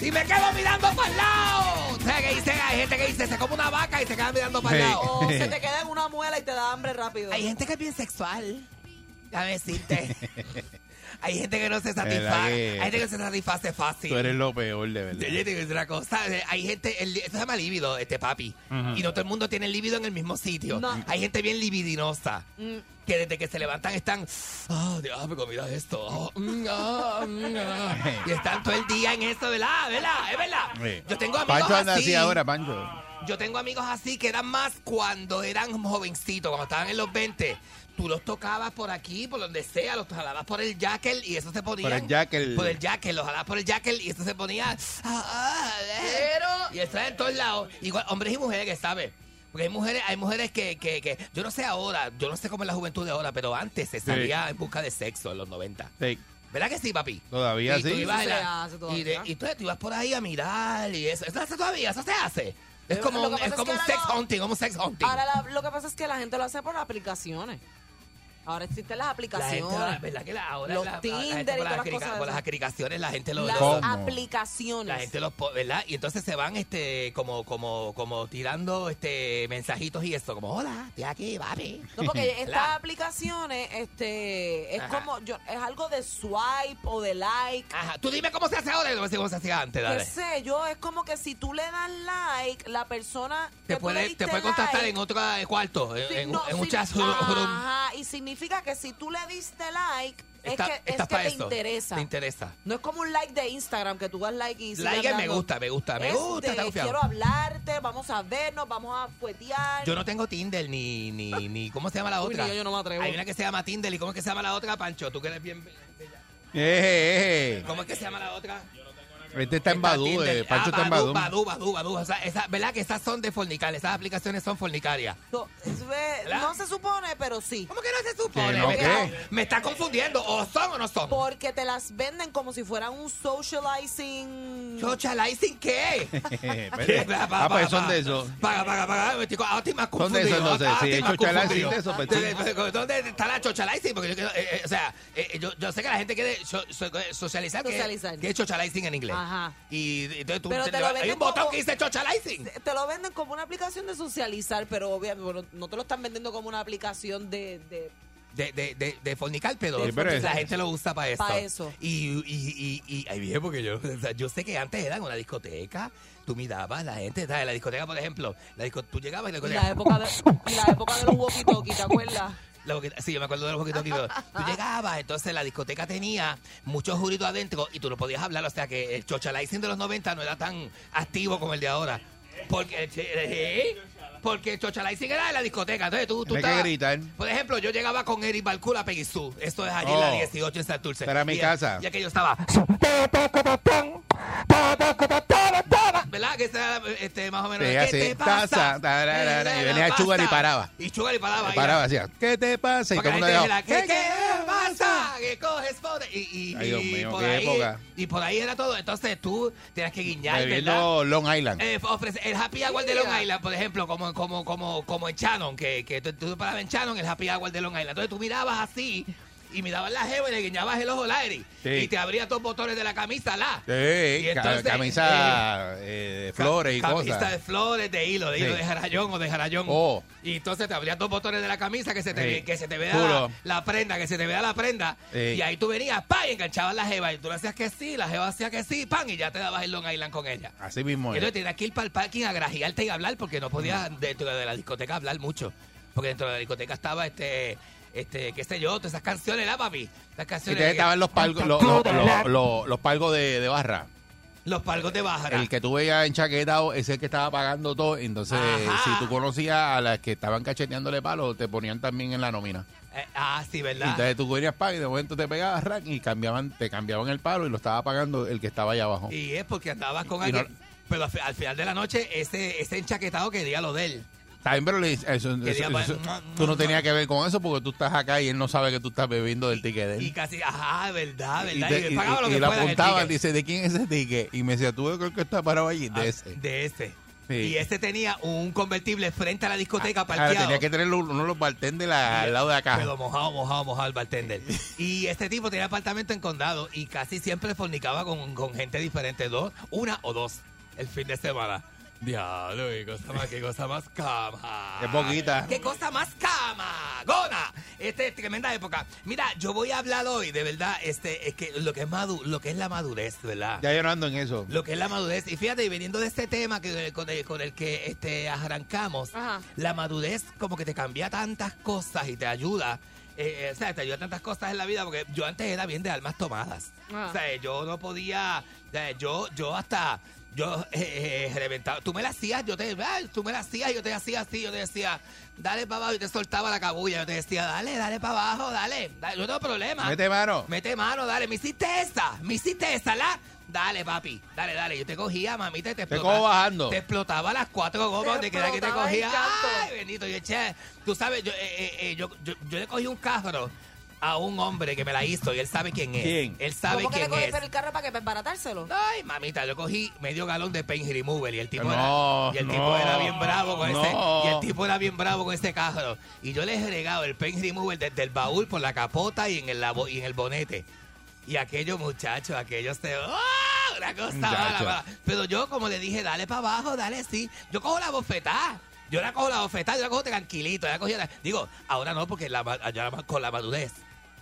Y me quedo mirando para el lado. ¿Sabes qué dice? Hay gente que dice, Oh, se come una vaca y se queda mirando para el Sí. lado. O se te queda en una muela y te da hambre rápido. Hay gente que es bien sexual. Déjame decirte. Hay gente que no se ¿Verdad satisface. que- Hay gente que se satisface fácil. Tú eres lo peor, de verdad. Yo te digo otra cosa, eh, hay gente, el, esto se llama líbido, este papi, Ujú. y no todo el mundo tiene el líbido en el mismo sitio. No. Hay gente bien libidinosa, Mm. que desde que se levantan están, ah, Dios, me comí esto, ah, mm, ah, mm, ah", y están todo el día en eso, ¿verdad? ¿Verdad? Es verdad. Sí. Yo tengo amigos Pancho anda así así. Ah. ahora, Pancho. Yo tengo amigos así que eran más cuando eran jovencitos, cuando estaban en los 20. Tú los tocabas por aquí, por donde sea, los jalabas por el jacket y eso se ponía. Por el jacket. Por el jacket, los jalabas por el jacket y eso se ponía. "Ah, Y eso es en todos lados. Igual, hombres y mujeres, ¿sabes? Porque hay mujeres, hay mujeres que, que, que- yo no sé ahora, yo no sé cómo es la juventud de ahora, pero antes se salía en busca de sexo en los 90. Sí, ¿Verdad que sí, papi? todavía y tú sí. ibas en la- se Ah, hace todavía. y de- y tú, tú ibas por ahí a mirar y eso. Eso se hace todavía, eso se hace. Es Eh, como lo un, que pasa es es como que un ahora sex lo- hunting, como un sex hunting. Ahora la- lo que pasa es que la gente lo hace por aplicaciones. Ahora existen las La gente, aplicaciones. la verdad que la- ahora los la- la- la gente Tinder y por todas las las aplica- cosas. por las esas. aplicaciones la gente lo, Las lo- aplicaciones. la gente los po- ¿verdad? Y entonces se van este como como como tirando este mensajitos y esto como hola, estoy aquí, papi. No, porque estas ¿Verdad? aplicaciones, este, es Ajá. como, yo, es algo de swipe o de like. Ajá, tú dime cómo se hace ahora y no sé cómo se hacía antes, Qué dale. sé yo, es como que si tú le das like, la persona que Te tú le puede, diste te puede contactar like, en otro eh, cuarto, en, si- en, no, Ah, en si- un chat room- room. Ajá, y significa que si tú le diste like, Está- es que, es estás que pa' te eso. interesa. Te interesa. No es como un like de Instagram que tú das like y sigues Like y me hablando. gusta, me gusta, me Es gusta, de está confiado. quiero hablarte, vamos a vernos, vamos a fuetear. Yo no tengo Tinder ni, ni, ni ¿cómo se llama la Uy, otra? ni yo, yo no me atrevo. Hay una que se llama Tinder y ¿cómo es que se llama la otra, Pancho? Tú que eres bien... Eh, eh, ¿Cómo es que se llama la otra? eh. Este está en Badú, Tinder. eh. Pancho Ah, está en Badoo, Badú. Badoo, Badoo, Badoo. O sea, esa- ¿Verdad que esas son de fornicar? Esas aplicaciones son fornicarias. No, es ve- ¿Verdad? no se supone, pero sí. ¿Cómo que no se supone? no, me, ¿qué? está, me está confundiendo. ¿O son o no son? Porque te las venden como si fueran un socializing. ¿Socializing qué? Espérate. ah, pues son de esos. Paga, paga, paga. Me estoy- ah, estoy más Son de confundido. esos, no sé, Ah, sí, estoy más chochalacín confundido. de esos, pues, Entonces, pues, ¿Dónde está la chochalacín? Porque yo, quiero- eh, eh, o sea, eh, eh, yo, yo sé que la gente quiere so- so- eh, socializar, que- Socializar. Que, es chochalacing en inglés. Ajá. Y entonces tú, Pero te te le lo vas- hay venden un botón como- que dice chochalacing. Te lo venden como una aplicación de socializar, pero obviamente bueno, no te lo están vendiendo como una aplicación de. de- De, de, de, de fornicar, pero, Sí, pero la es- gente lo usa para eso. Pa' eso. Y, y, y, y ay, bien, porque yo, o sea, yo sé que antes era en una discoteca, tú mirabas la gente, ¿sabes? La discoteca, por ejemplo, la disco, tú llegabas y la discoteca... la época de, la época de los walkie-talkie, ¿te acuerdas? La boquita- sí, yo me acuerdo de los boquitos. Tú llegabas, entonces la discoteca tenía muchos juritos adentro y tú no podías hablar. O sea que el chochalicing de los 90 no era tan activo como el de ahora. Porque, ¿eh? porque el chochalicing era de la discoteca. Entonces tú, tú Hay que estabas- gritar. Por ejemplo, yo llegaba con Eric Balcula a Peguizú. Esto es allí en la Oh. 18 en Santurce. Era mi Y- casa. Y aquello estaba. ¿Verdad? Que estaba este, más o menos. Sí, ¿Qué así, te pasa? taza, tarara, y venía Basta. Sugar y paraba. Y Chugar y paraba. y Paraba, hacía, ¿qué te pasa? Y todo porque el mundo la gente decía, dijera, ¿qué, ¿qué, qué pasa? ¿Qué coges pobre? Y, y, Ay, Dios y mío, por qué ahí, época. Y por ahí era todo. Entonces tú tenías que guiñar, ¿verdad? Bebiendo Long Island. Eh, ofrece- el happy hour de Long Island, por ejemplo, como, como, como, como en Shannon, que, que tú, tú parabas en Shannon, el happy hour de Long Island. Entonces tú mirabas así y mirabas la jeva y le guiñabas el ojo a la Eri. Sí. Y te abrías dos botones de la camisa, la. Sí, Y entonces, ca- camisa eh, de flores y Ca- camisa cosas. de flores, de hilo, de hilo Sí. de jarayón o de jarayón. Oh. Y entonces te abrías dos botones de la camisa que se te, Sí. ve- que se te vea Duro. la, la prenda, que se te vea la prenda. Sí. Y ahí tú venías, pa, y enganchabas la jeva. Y tú le hacías que sí, la jeva hacía que sí, pan, y ya te dabas el Long Island con ella. Así mismo Y entonces es. Mm. tenías que ir para el parking a grajearte y hablar porque no podías dentro de la discoteca hablar mucho. Porque dentro de la discoteca estaba este, este qué sé yo, todas esas canciones, la papi. Las Y canciones. te estaban los palgos, los, los, los- los- los palgos de, de barra. los palgos de Bajara. El que tú veías enchaquetado es el que estaba pagando todo. Entonces, Ajá. si tú conocías a las que estaban cacheteándole palos, te ponían también en la nómina. Eh, ah, sí, ¿verdad? Entonces tú venías pago y de momento te pegabas rack y cambiaban, te cambiaban el palo y lo estaba pagando el que estaba allá abajo. Y es porque andabas con Y no- alguien. Pero al, fi- al final de la noche, ese, ese enchaquetado quería lo de él. También, pero le- eso- eso- Quería pa- eso- tú no tenías que ver con eso porque tú estás acá y él no sabe que tú estás bebiendo del ticket de él. Y casi, ajá, verdad, Y, verdad. te- Y, y- le pagaba lo y que le fuera en el apuntaban, ticket. dice, ¿de quién es ese ticket? Y me decía, tú yo creo que está parado allí, de Ah, ese. De ese. Sí. Y ese tenía un convertible frente a la discoteca Ahora, parqueado. tenía que tener uno de los bartenders la- al lado de acá. Pero mojado, mojado, mojado el bartender. Y este tipo tenía apartamento en condado y casi siempre fornicaba con, con gente diferente, dos, una o dos, el fin de semana. Diablo, qué cosa más, qué cosa más cama. Es poquita. Qué cosa más cama. Gona. Este es tremenda época. Mira, yo voy a hablar hoy, de verdad, este, es que lo que es madu lo que es la madurez, ¿verdad? Ya yo no ando en eso. Lo que es la madurez. Y fíjate, y viniendo de este tema que, con, el, con el que este, arrancamos, la madurez como que te cambia tantas cosas y te ayuda. eh, eh, o sea, te ayuda a tantas cosas en la vida porque yo antes era bien de almas tomadas. Ah. O sea, yo no podía. o sea, yo, yo hasta. Yo eh, eh, reventaba. Tú me la hacías, yo te. ah, Tú me la hacías, yo te hacía así, yo te decía, dale para abajo, y te soltaba la cabulla. Yo te decía, dale, dale para abajo, dale, dale. No tengo problema. Mete mano. Mete mano, dale. Me hiciste esa, me hiciste esa, la. Dale, papi, dale, dale. Yo te cogía, mamita, y te Te explotaba. cojo bajando. Te explotaba las cuatro gomas Te de que era que te explotaba el cogía. canto. Ay, bendito, yo eché. Tú sabes, yo, eh, eh, eh, yo, yo, yo le cogí un carro a un hombre que me la hizo y él sabe quién es. ¿Quién? Él sabe ¿Cómo que le quién coges es. pero el carro para que para embaratárselo? Ay, mamita, yo cogí medio galón de paint remover y el tipo, No, era, y el no, tipo era bien bravo con ese no. y el tipo era bien bravo con ese carro y yo le he regado el paint remover desde el baúl por la capota y en el labo- y en el bonete y aquello muchacho aquello se ¡Ah! una cosa mala, Muchacho. mala. pero yo como le dije dale para abajo dale sí yo cojo la bofetada yo la cojo la bofetada yo la cojo tranquilito yo la cogí la- digo ahora no porque la, ma- yo la ma- con la madurez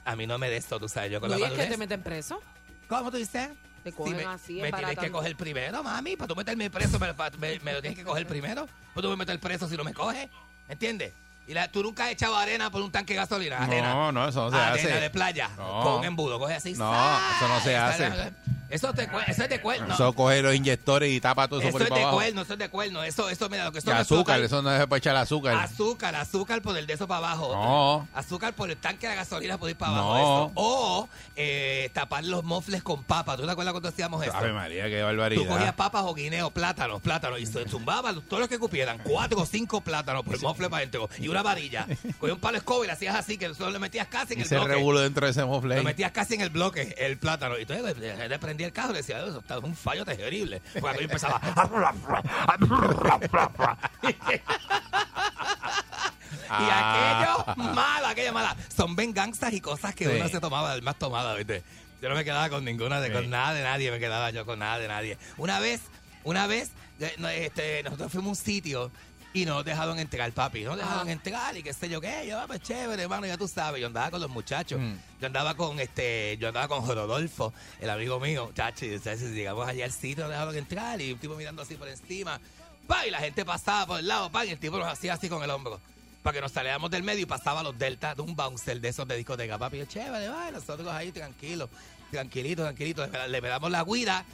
a mí no me de esto tú sabes yo con la Luis, es que madurez te meten preso? ¿Cómo tú dices? Te Sí, cogen me, así, me tienes que embaratando. coger primero, mami, para tú meterme preso, me, pa- me- me lo tienes que coger primero. Pues tú me metes preso si no me coges, ¿me entiendes? Y la, tú nunca has echado arena por un tanque de gasolina, arena. No, no, eso no se arena hace. de playa, No. con un embudo, coge así. No, ¡zas! eso no se hace. Eso, te, cue- eso es de cuerno. Eso coge los inyectores y tapa todo eso, Eso por ahí es para de abajo. cuerno, eso es de cuerno. Eso, eso, mira, lo que Y son azúcar, eso no es para echar azúcar. Azúcar, azúcar por el de eso para abajo. No. Azúcar por el tanque de la gasolina por ir para abajo. No. eso. O eh, tapar los mofles con papa. ¿Tú te acuerdas cuando hacíamos eso? Ave María, qué Tú cogías barbaridad. papas o guineos, plátanos, plátanos, y se zumbaba todos los que cupieran, cuatro o cinco plátanos por el mofle para adentro, y una varilla. Cogía un palo de escoba y le hacías así, que solo le metías casi en Y el se bloque. revuelo dentro de ese Lo mofle. metías casi en el bloque, el plátano. Y entonces le, le- le prendía el carro y decía, eso está un fallo terrible. Porque yo empezaba. y Ah. aquello mala, aquello mala. Son venganzas y cosas que Sí. uno se tomaba, el más tomada, ¿viste? Yo no me quedaba con ninguna, de, con nada de nadie, me quedaba yo con nada de nadie. Una vez, una vez, eh, no, este, nosotros fuimos a un sitio y nos dejaron entrar, papi. Nos dejaron Ah. entrar y qué sé yo qué. Yo, ah, pues chévere, hermano, ya tú sabes. Yo andaba con los muchachos. Mm. Yo andaba con este, yo andaba con Rodolfo, el amigo mío, chacho, y, o sea, si llegamos allá al sitio, nos dejaron entrar y un tipo mirando así por encima, pa, y la gente pasaba por el lado, pa, y el tipo nos hacía así con el hombro. Para que nos saliéramos del medio y pasaba los deltas de un bouncer de esos de discoteca, papi. Yo, chévere, va, y nosotros ahí tranquilos, tranquilitos, tranquilitos, le, le damos la guida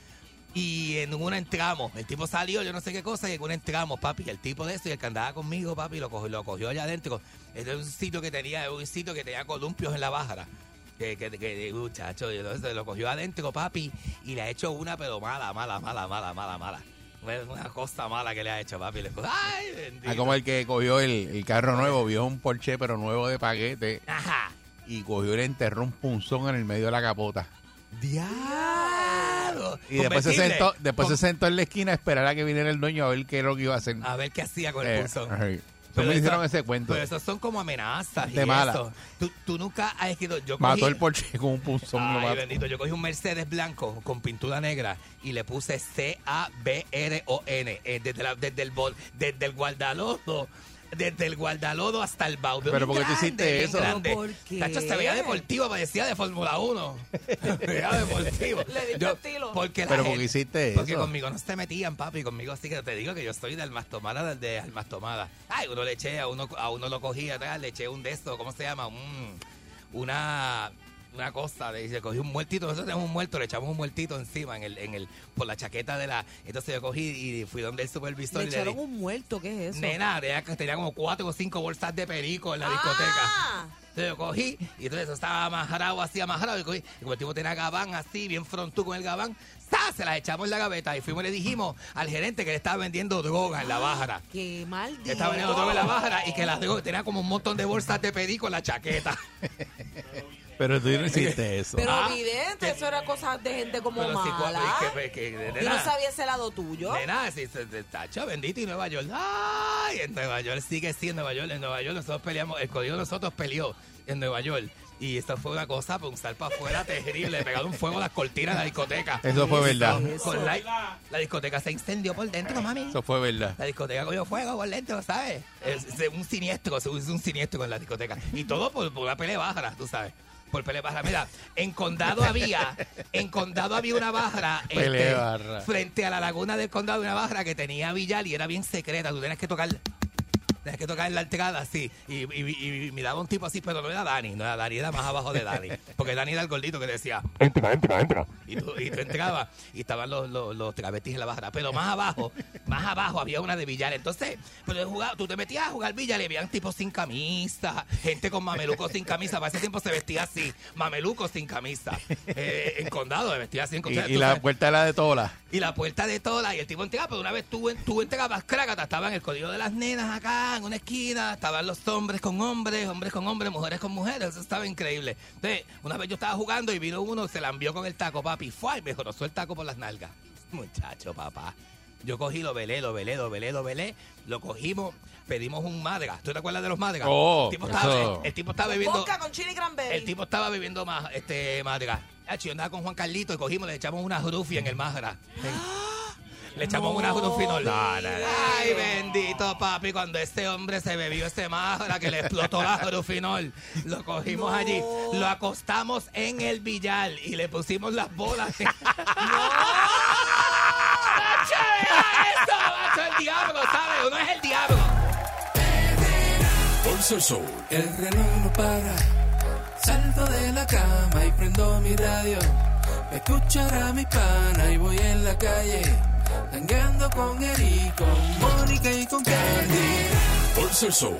y en una entramos. El tipo salió, yo no sé qué cosa, y en una entramos, papi. El tipo de eso y el que andaba conmigo, papi, lo cogió, lo cogió allá adentro. Era un sitio que tenía, un sitio que tenía columpios en la bajara. Que, que, que- muchacho, y entonces lo cogió adentro, papi, y le ha hecho una, pero mala, mala, mala, mala, mala, mala. Una- Una cosa mala que le ha hecho, papi. Le- ¡Ay, bendito! Ah, como el que cogió el, el carro nuevo, vio un Porsche pero nuevo de paquete Ajá. y cogió y le enterró un punzón en el medio de la capota. ¡Diablo! Y después se Convertible. sentó, después Con- se sentó en la esquina a esperar a que viniera el dueño a ver qué era lo que iba a hacer. A ver qué hacía con el Eh, punzón. ajá. Entonces Pero me esa- hicieron ese cuento. Pero esos son como amenazas. De y mala. eso. Tú, tú nunca has escrito. Yo cogí- Mató el Porsche con un punzón. lo Ay, mató. bendito. Yo cogí un Mercedes blanco con pintura negra y le puse C-A-B-R-O-N. eh, desde, la- desde, el bol- desde el guardalodo. Desde el guardalodo hasta el baúl. Pero ¿por qué tú hiciste bien eso? grande. ¿Pero por qué? Tacho, se veía deportivo, parecía de Fórmula 1. se veía deportivo. Yo- este porque la Pero gente- porque hiciste porque eso. conmigo no se metían, papi. Conmigo sí que te digo que yo soy de almas tomadas, de almas tomadas. Ay, uno le eché, a uno, a uno lo cogía, tal, le eché un de estos, ¿cómo se llama? Un- una, una cosa, le dice, cogí un muertito. Nosotros tenemos un muerto, le echamos un muertito encima en el, en el, por la chaqueta de la. Entonces yo cogí y fui donde el supervisor Le y le echaron dije. un muerto, ¿qué es eso? Ah. Nena, tenía, tenía como cuatro o cinco bolsas de perico en la discoteca. Entonces yo cogí y entonces eso estaba amarrado, así amarrado. Y, cogí, y como el tipo tenía gabán así, bien frontú con el gabán, ¡zas! se las echamos en la gaveta y fuimos y le dijimos al gerente que le estaba vendiendo droga en la bajara. Qué maldito. Que estaba vendiendo droga en la bajara y que la droga tenía como un montón de bolsas de perico en la chaqueta. Pero tú no hiciste eso. Pero Ah, evidente, eso era cosa de gente como Pero sí, mala. que- que- que- Yo no nena, sabía ese lado tuyo. Nena, sí, sí, sí, tacho, bendito y Nueva York. ¡ah! ¡Ay, ¡Ay! En Nueva York sigue sí, en Nueva York. En Nueva York nosotros peleamos, el código de nosotros peleó en Nueva York. Y esto fue una cosa, punzar para afuera terrible, pegaron fuego a las cortinas de la discoteca. Eso fue verdad. Con la, la discoteca se incendió por dentro, mami. Eso fue verdad. La discoteca cogió fuego por dentro, ¿sabes? Es, es un siniestro, es un siniestro en la discoteca. Y todo por, por una pelea baja, tú sabes. Por pelea baja. Mira, en Condado había, en Condado había una barra este, Pelea barra. frente a la laguna del Condado, una barra que tenía Villal y era bien secreta. Tú tenías que tocar, tenías que tocar la entrada así. Y, y- y- y miraba un tipo así, pero no era Dani, no era Dani, era más abajo de Dani. Porque Dani era el gordito que decía, Entra, entra, entra. y tú, y tú entrabas y estaban los, los, los travestis en la barra. Pero más abajo, más abajo había una de billar. Entonces, pero yo jugaba- tú te metías a jugar billar y habían tipos sin camisa, gente con mamelucos sin camisa. Para ese tiempo se vestía así, mamelucos sin camisa. Eh, en condado se vestía así. En Y, condado, y tú la sabes. puerta era de Tola. Y la puerta de tola y el tipo entraba, pero una vez tú, en- tú entrabas, crácata, estaba en el código de las nenas acá, en una esquina, estaban los hombres con hombres, hombres con hombres, mujeres con mujeres, eso estaba increíble. Entonces, una vez yo estaba jugando y vino uno, se la envió con el taco, papi, fue, y me rozó el taco por las nalgas. Muchacho, papá. Yo cogí, lo velé, lo velé, lo velé, lo velé, lo cogimos, pedimos un madra. ¿Tú te acuerdas de los madras? Oh, el, tipo estaba, eso. el tipo estaba bebiendo... Vodka con chili cranberry. El tipo estaba bebiendo más, este, madra. Hacho, Yo andaba con Juan Carlito y cogimos, le echamos una rufi en el madra. Le echamos una rufinol. Ay, bendito papi, cuando este hombre se bebió ese madra que le explotó la rufinol. Lo cogimos allí, lo acostamos en el billar y le pusimos las bolas. ¡No! ¡Macho, deja eso! ¡Macho, el diablo, ¿sabes? Uno es el diablo. Pulso el sol. El reloj no para. Salto de la cama y prendo mi radio. Me escuchará mi pana y voy en la calle. Tangando con Eri, con Mónica y con Candy. Pulso el sol.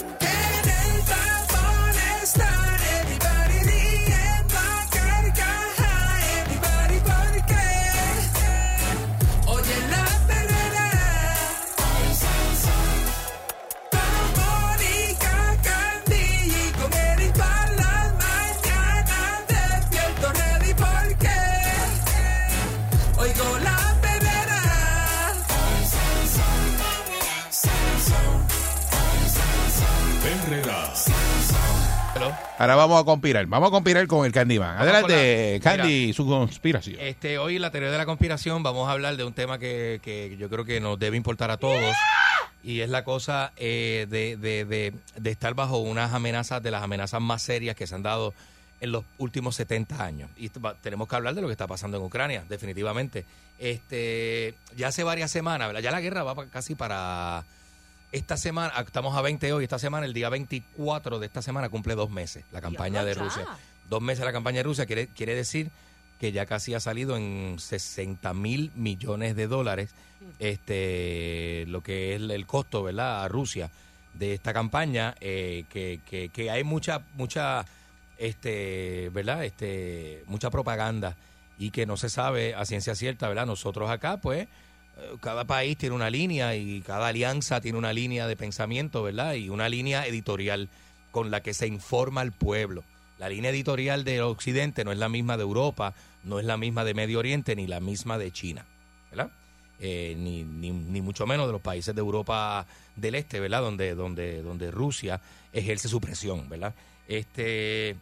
Oye la perrera Con Mónica, Candy y con Eric por las mañanas Despierto ready porque Oigo la perrera Perrera. Ahora vamos a conspirar. Vamos a conspirar con el Candyman. Adelante, con la- Candy, su conspiración. Este, hoy en la teoría de la conspiración vamos a hablar de un tema que, que yo creo que nos debe importar a todos. Y es la cosa eh, de, de- de- de estar bajo unas amenazas, de las amenazas más serias que se han dado en los últimos 70 años. Y esto va- tenemos que hablar de lo que está pasando en Ucrania, definitivamente. Este, ya hace varias semanas, ¿verdad? ya la guerra va pa- casi para esta semana, ah, estamos a 20 hoy, esta semana, el día 24 de esta semana cumple dos meses la campaña de ya. Rusia. Dos meses la campaña de Rusia quiere, quiere decir que ya casi ha salido en 60 mil millones de dólares, este, lo que es el- el costo, ¿verdad?, a Rusia de esta campaña, eh, que, que- que hay mucha, mucha, este, ¿verdad?, este, mucha propaganda y que no se sabe a ciencia cierta, ¿verdad? Nosotros acá, pues, eh, cada país tiene una línea y cada alianza tiene una línea de pensamiento, ¿verdad? Y una línea editorial con la que se informa al pueblo. La línea editorial de Occidente no es la misma de Europa, no es la misma de Medio Oriente, ni la misma de China, ¿verdad? Eh, ni, ni- ni mucho menos de los países de Europa del Este, ¿verdad? Donde, donde, donde Rusia ejerce su presión, ¿verdad? Este,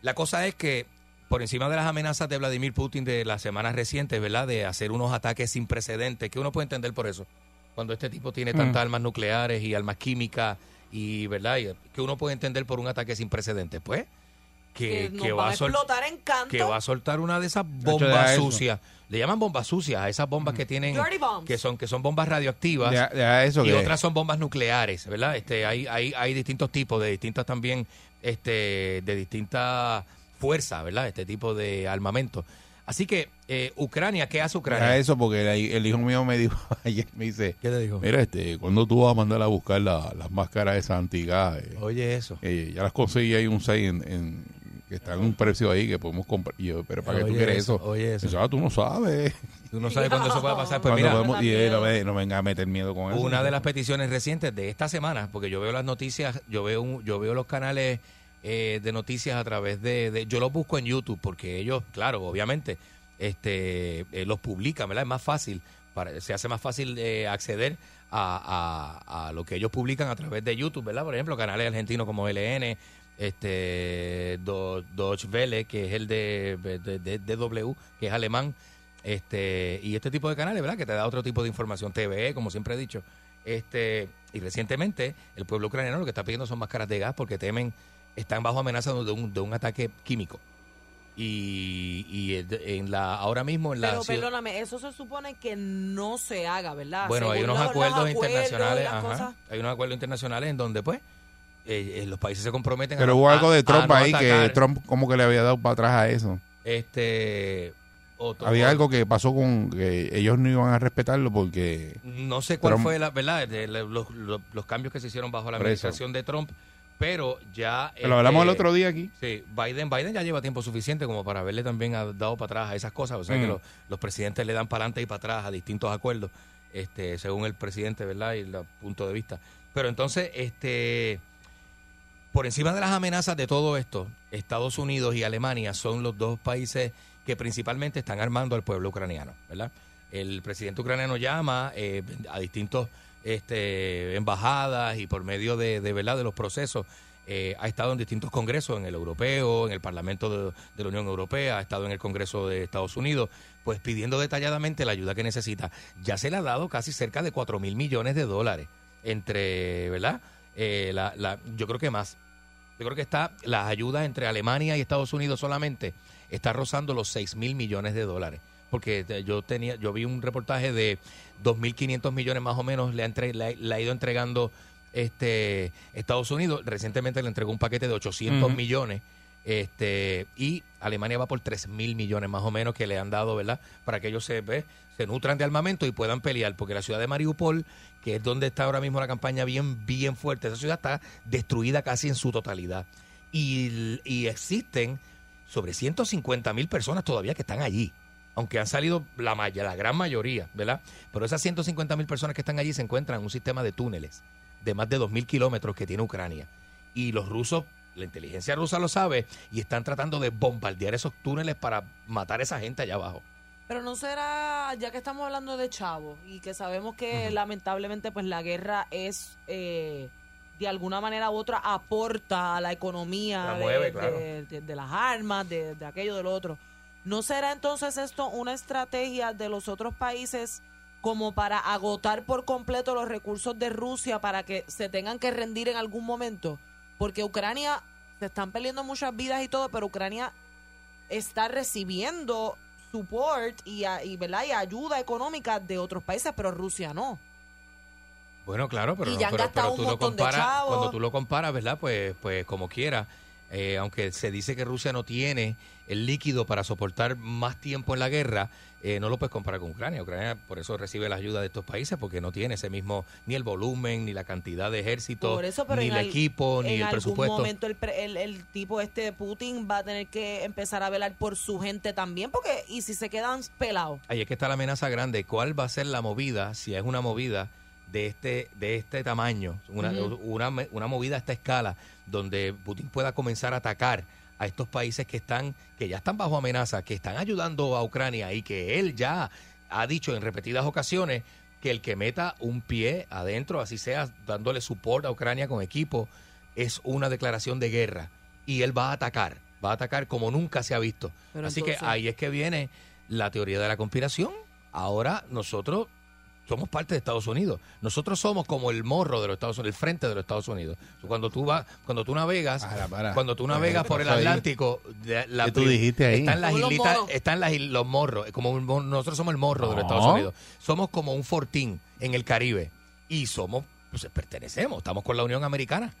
la cosa es que por encima de las amenazas de Vladimir Putin de las semanas recientes, ¿verdad? De hacer unos ataques sin precedentes, que uno puede entender por eso. Cuando este tipo tiene tantas Mm. armas nucleares y armas químicas y, ¿verdad? Y que uno puede entender por un ataque sin precedentes, pues. Que, que, nos que van va a a sol- explotar en canto. que va a soltar una de esas deja bombas eso. sucias. Le llaman bombas sucias a esas bombas que tienen Dirty bombs. que son que son bombas radioactivas Deja- deja eso y que- otras son bombas nucleares, ¿verdad? Este hay hay hay distintos tipos de distintas también este de distintas fuerzas, ¿verdad? Este tipo de armamento. Así que eh, Ucrania, ¿qué hace Ucrania? Era eso porque el, el hijo mío me dijo ayer, me dice, ¿Qué te dijo? Mira, este, ¿cuándo tú vas a mandar a buscar la- las máscaras de Santigá? Oye, eso. Eh, ya las conseguí ahí un 6 en, en- que está en un precio ahí que podemos comprar. Y yo, pero ¿para qué tú Oye quieres eso, eso? oye eso. Me dice, "Ah, tú no sabes. Tú no sabes cuándo eso puede pasar, pues Cuando mira. podemos- y él, no, me, no venga a meter miedo con eso. Una de las peticiones recientes de esta semana, porque yo veo las noticias, yo veo un- yo veo los canales eh, de noticias a través de, de- yo los busco en YouTube porque ellos, claro, obviamente, este, eh, los publican, ¿verdad? Es más fácil para- se hace más fácil eh, acceder a, a- a lo que ellos publican a través de YouTube, ¿verdad? Por ejemplo, canales argentinos como LN, este Do- Deutsche Welle, que es el de, de- de- de DW, que es alemán, este y este tipo de canales, ¿verdad? Que te da otro tipo de información, TVE, como siempre he dicho. Este, y recientemente el pueblo ucraniano lo que está pidiendo son máscaras de gas porque temen, están bajo amenaza de un, de un ataque químico. Y, y el- en la ahora mismo en la Pero ciudad- perdóname, eso se supone que no se haga, ¿verdad? Bueno, hay Ah, Según unos los- los acuerdos y internacionales, las ajá, cosas. hay unos acuerdos internacionales en donde pues eh, eh, los países se comprometen a Pero no- hubo algo a- de a Trump no ahí que atacar, Trump como que le había dado para atrás a eso. este otro- Había algo que pasó con que ellos no iban a respetarlo porque no sé cuál Trump- fue la verdad de la- los, los- los cambios que se hicieron bajo la Por eso. administración de Trump pero ya este, Lo hablamos el otro día aquí. sí Biden Biden ya lleva tiempo suficiente como para haberle también ha- dado para atrás a esas cosas o sea Mm. que los, los presidentes le dan para adelante y para atrás a distintos acuerdos este según el presidente verdad y el punto de vista pero entonces este por encima de las amenazas de todo esto, Estados Unidos y Alemania son los dos países que principalmente están armando al pueblo ucraniano, ¿verdad? El presidente ucraniano llama eh, a distintos este, embajadas y por medio de, de, ¿verdad? de los procesos eh, ha estado en distintos congresos, en el europeo, en el Parlamento de, de la Unión Europea, ha estado en el Congreso de Estados Unidos, pues pidiendo detalladamente la ayuda que necesita. Ya se le ha dado casi cerca de 4 mil millones de dólares entre, ¿verdad? Eh, la- la- yo creo que más. Yo creo que está las ayudas entre Alemania y Estados Unidos solamente está rozando los 6 mil millones de dólares. Porque eh, yo tenía, yo vi un reportaje de 2.500 millones más o menos le ha, entre- le ha- le ha ido entregando este Estados Unidos. Recientemente le entregó un paquete de 800 Ujú. millones. Este, y Alemania va por 3 mil millones más o menos que le han dado, ¿verdad? Para que ellos se, ve, se nutran de armamento y puedan pelear. Porque la ciudad de Mariupol, que es donde está ahora mismo la campaña bien, bien fuerte, esa ciudad está destruida casi en su totalidad. Y, y existen sobre 150 mil personas todavía que están allí. Aunque han salido la, may- la gran mayoría, ¿verdad? Pero esas 150 mil personas que están allí se encuentran en un sistema de túneles de más de 2.000 kilómetros que tiene Ucrania. Y los rusos, la inteligencia rusa lo sabe, y están tratando de bombardear esos túneles para matar a esa gente allá abajo. Pero no será, ya que estamos hablando de chavos y que sabemos que Ujú. lamentablemente pues la guerra es eh, de alguna manera u otra aporta a la economía La de, mueve, de- claro. de- de las armas, de, de aquello, del otro. ¿No será entonces esto una estrategia de los otros países como para agotar por completo los recursos de Rusia para que se tengan que rendir en algún momento? Porque Ucrania, se están perdiendo muchas vidas y todo, pero Ucrania está recibiendo support y, a- y, ¿verdad? y ayuda económica de otros países, pero Rusia no. Bueno, claro, pero, Y no- ya han pero, gastado pero un tú lo montón de comparas, chavos. cuando tú lo comparas, ¿verdad? Pues, pues como quiera, eh, aunque se dice que Rusia no tiene el líquido para soportar más tiempo en la guerra, eh, no lo puedes comparar con Ucrania. Ucrania por eso recibe la ayuda de estos países porque no tiene ese mismo, ni el volumen, ni la cantidad de ejército, Por eso, pero ni en el al- equipo, ni en el algún presupuesto. momento el, pre- el- el tipo este de Putin va a tener que empezar a velar por su gente también, porque y si se quedan pelados. Ahí es que está la amenaza grande. ¿Cuál va a ser la movida, si es una movida de este, de este tamaño, una, Ujú. una, me- una movida a esta escala, donde Putin pueda comenzar a atacar a estos países que están, que ya están bajo amenaza, que están ayudando a Ucrania y que él ya ha dicho en repetidas ocasiones que el que meta un pie adentro, así sea, dándole support a Ucrania con equipo, es una declaración de guerra y él va a atacar, va a atacar como nunca se ha visto. Pero Así que entonces- ahí es que viene la teoría de la conspiración. Ahora nosotros somos parte de Estados Unidos. Nosotros somos como el morro de los Estados Unidos, el frente de los Estados Unidos. Cuando tú vas, cuando tú navegas, cuando tú navegas por el Ahí. Atlántico, de- la ¿Qué tú pri- dijiste ahí? están las Como los islitas, moros. están las is- los morros, eh, como un mor- nosotros somos el morro de los No. Estados Unidos. Somos como un fortín en el Caribe y somos pues, pertenecemos, estamos con la Unión Americana.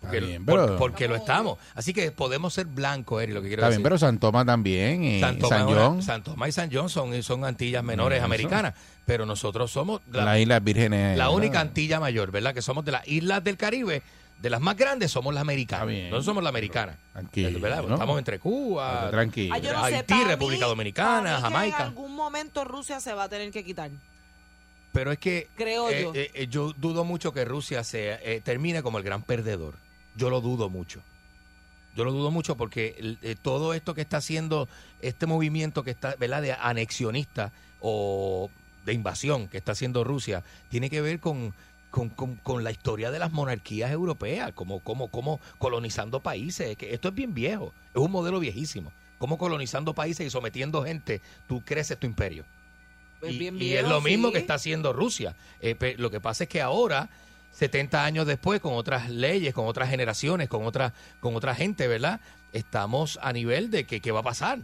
Porque, bien, por- pero- porque lo estamos. Así que podemos ser blancos, Eri, lo que quiero Está decir. bien, pero San Tomás también, eh, San Tomás, San ahora- John, San Tomás y San John son, son antillas menores Eso. americanas, pero nosotros somos la, las Islas Vírgenes. la ¿verdad? única antilla mayor, ¿verdad? Que somos de las islas del Caribe, de las más grandes somos las americanas, no somos las americanas. Tranquilo, ¿verdad? ¿no? Estamos entre Cuba, Tranquilo. Ay, Ah, yo no sé, Haití, para mí- República Dominicana, Así que En Jamaica. algún momento Rusia se va a tener que quitar. Pero es que Creo eh, yo. eh, eh, yo dudo mucho que Rusia sea, eh, termine como el gran perdedor. Yo lo dudo mucho. Yo lo dudo mucho porque el- eh, todo esto que está haciendo, este movimiento que está, ¿verdad?, de anexionista o de invasión que está haciendo Rusia tiene que ver con, con, con- con la historia de las monarquías europeas, como, como, como colonizando países. Es que esto es bien viejo, es un modelo viejísimo. Como colonizando países y sometiendo gente, tú creces tu imperio. Pues Y- bien y, viejo, es lo mismo sí. que está haciendo Rusia. Eh, pe- lo que pasa es que ahora, 70 años después, con otras leyes, con otras generaciones, con otra, con otra gente, ¿verdad? Estamos a nivel de que qué va a pasar.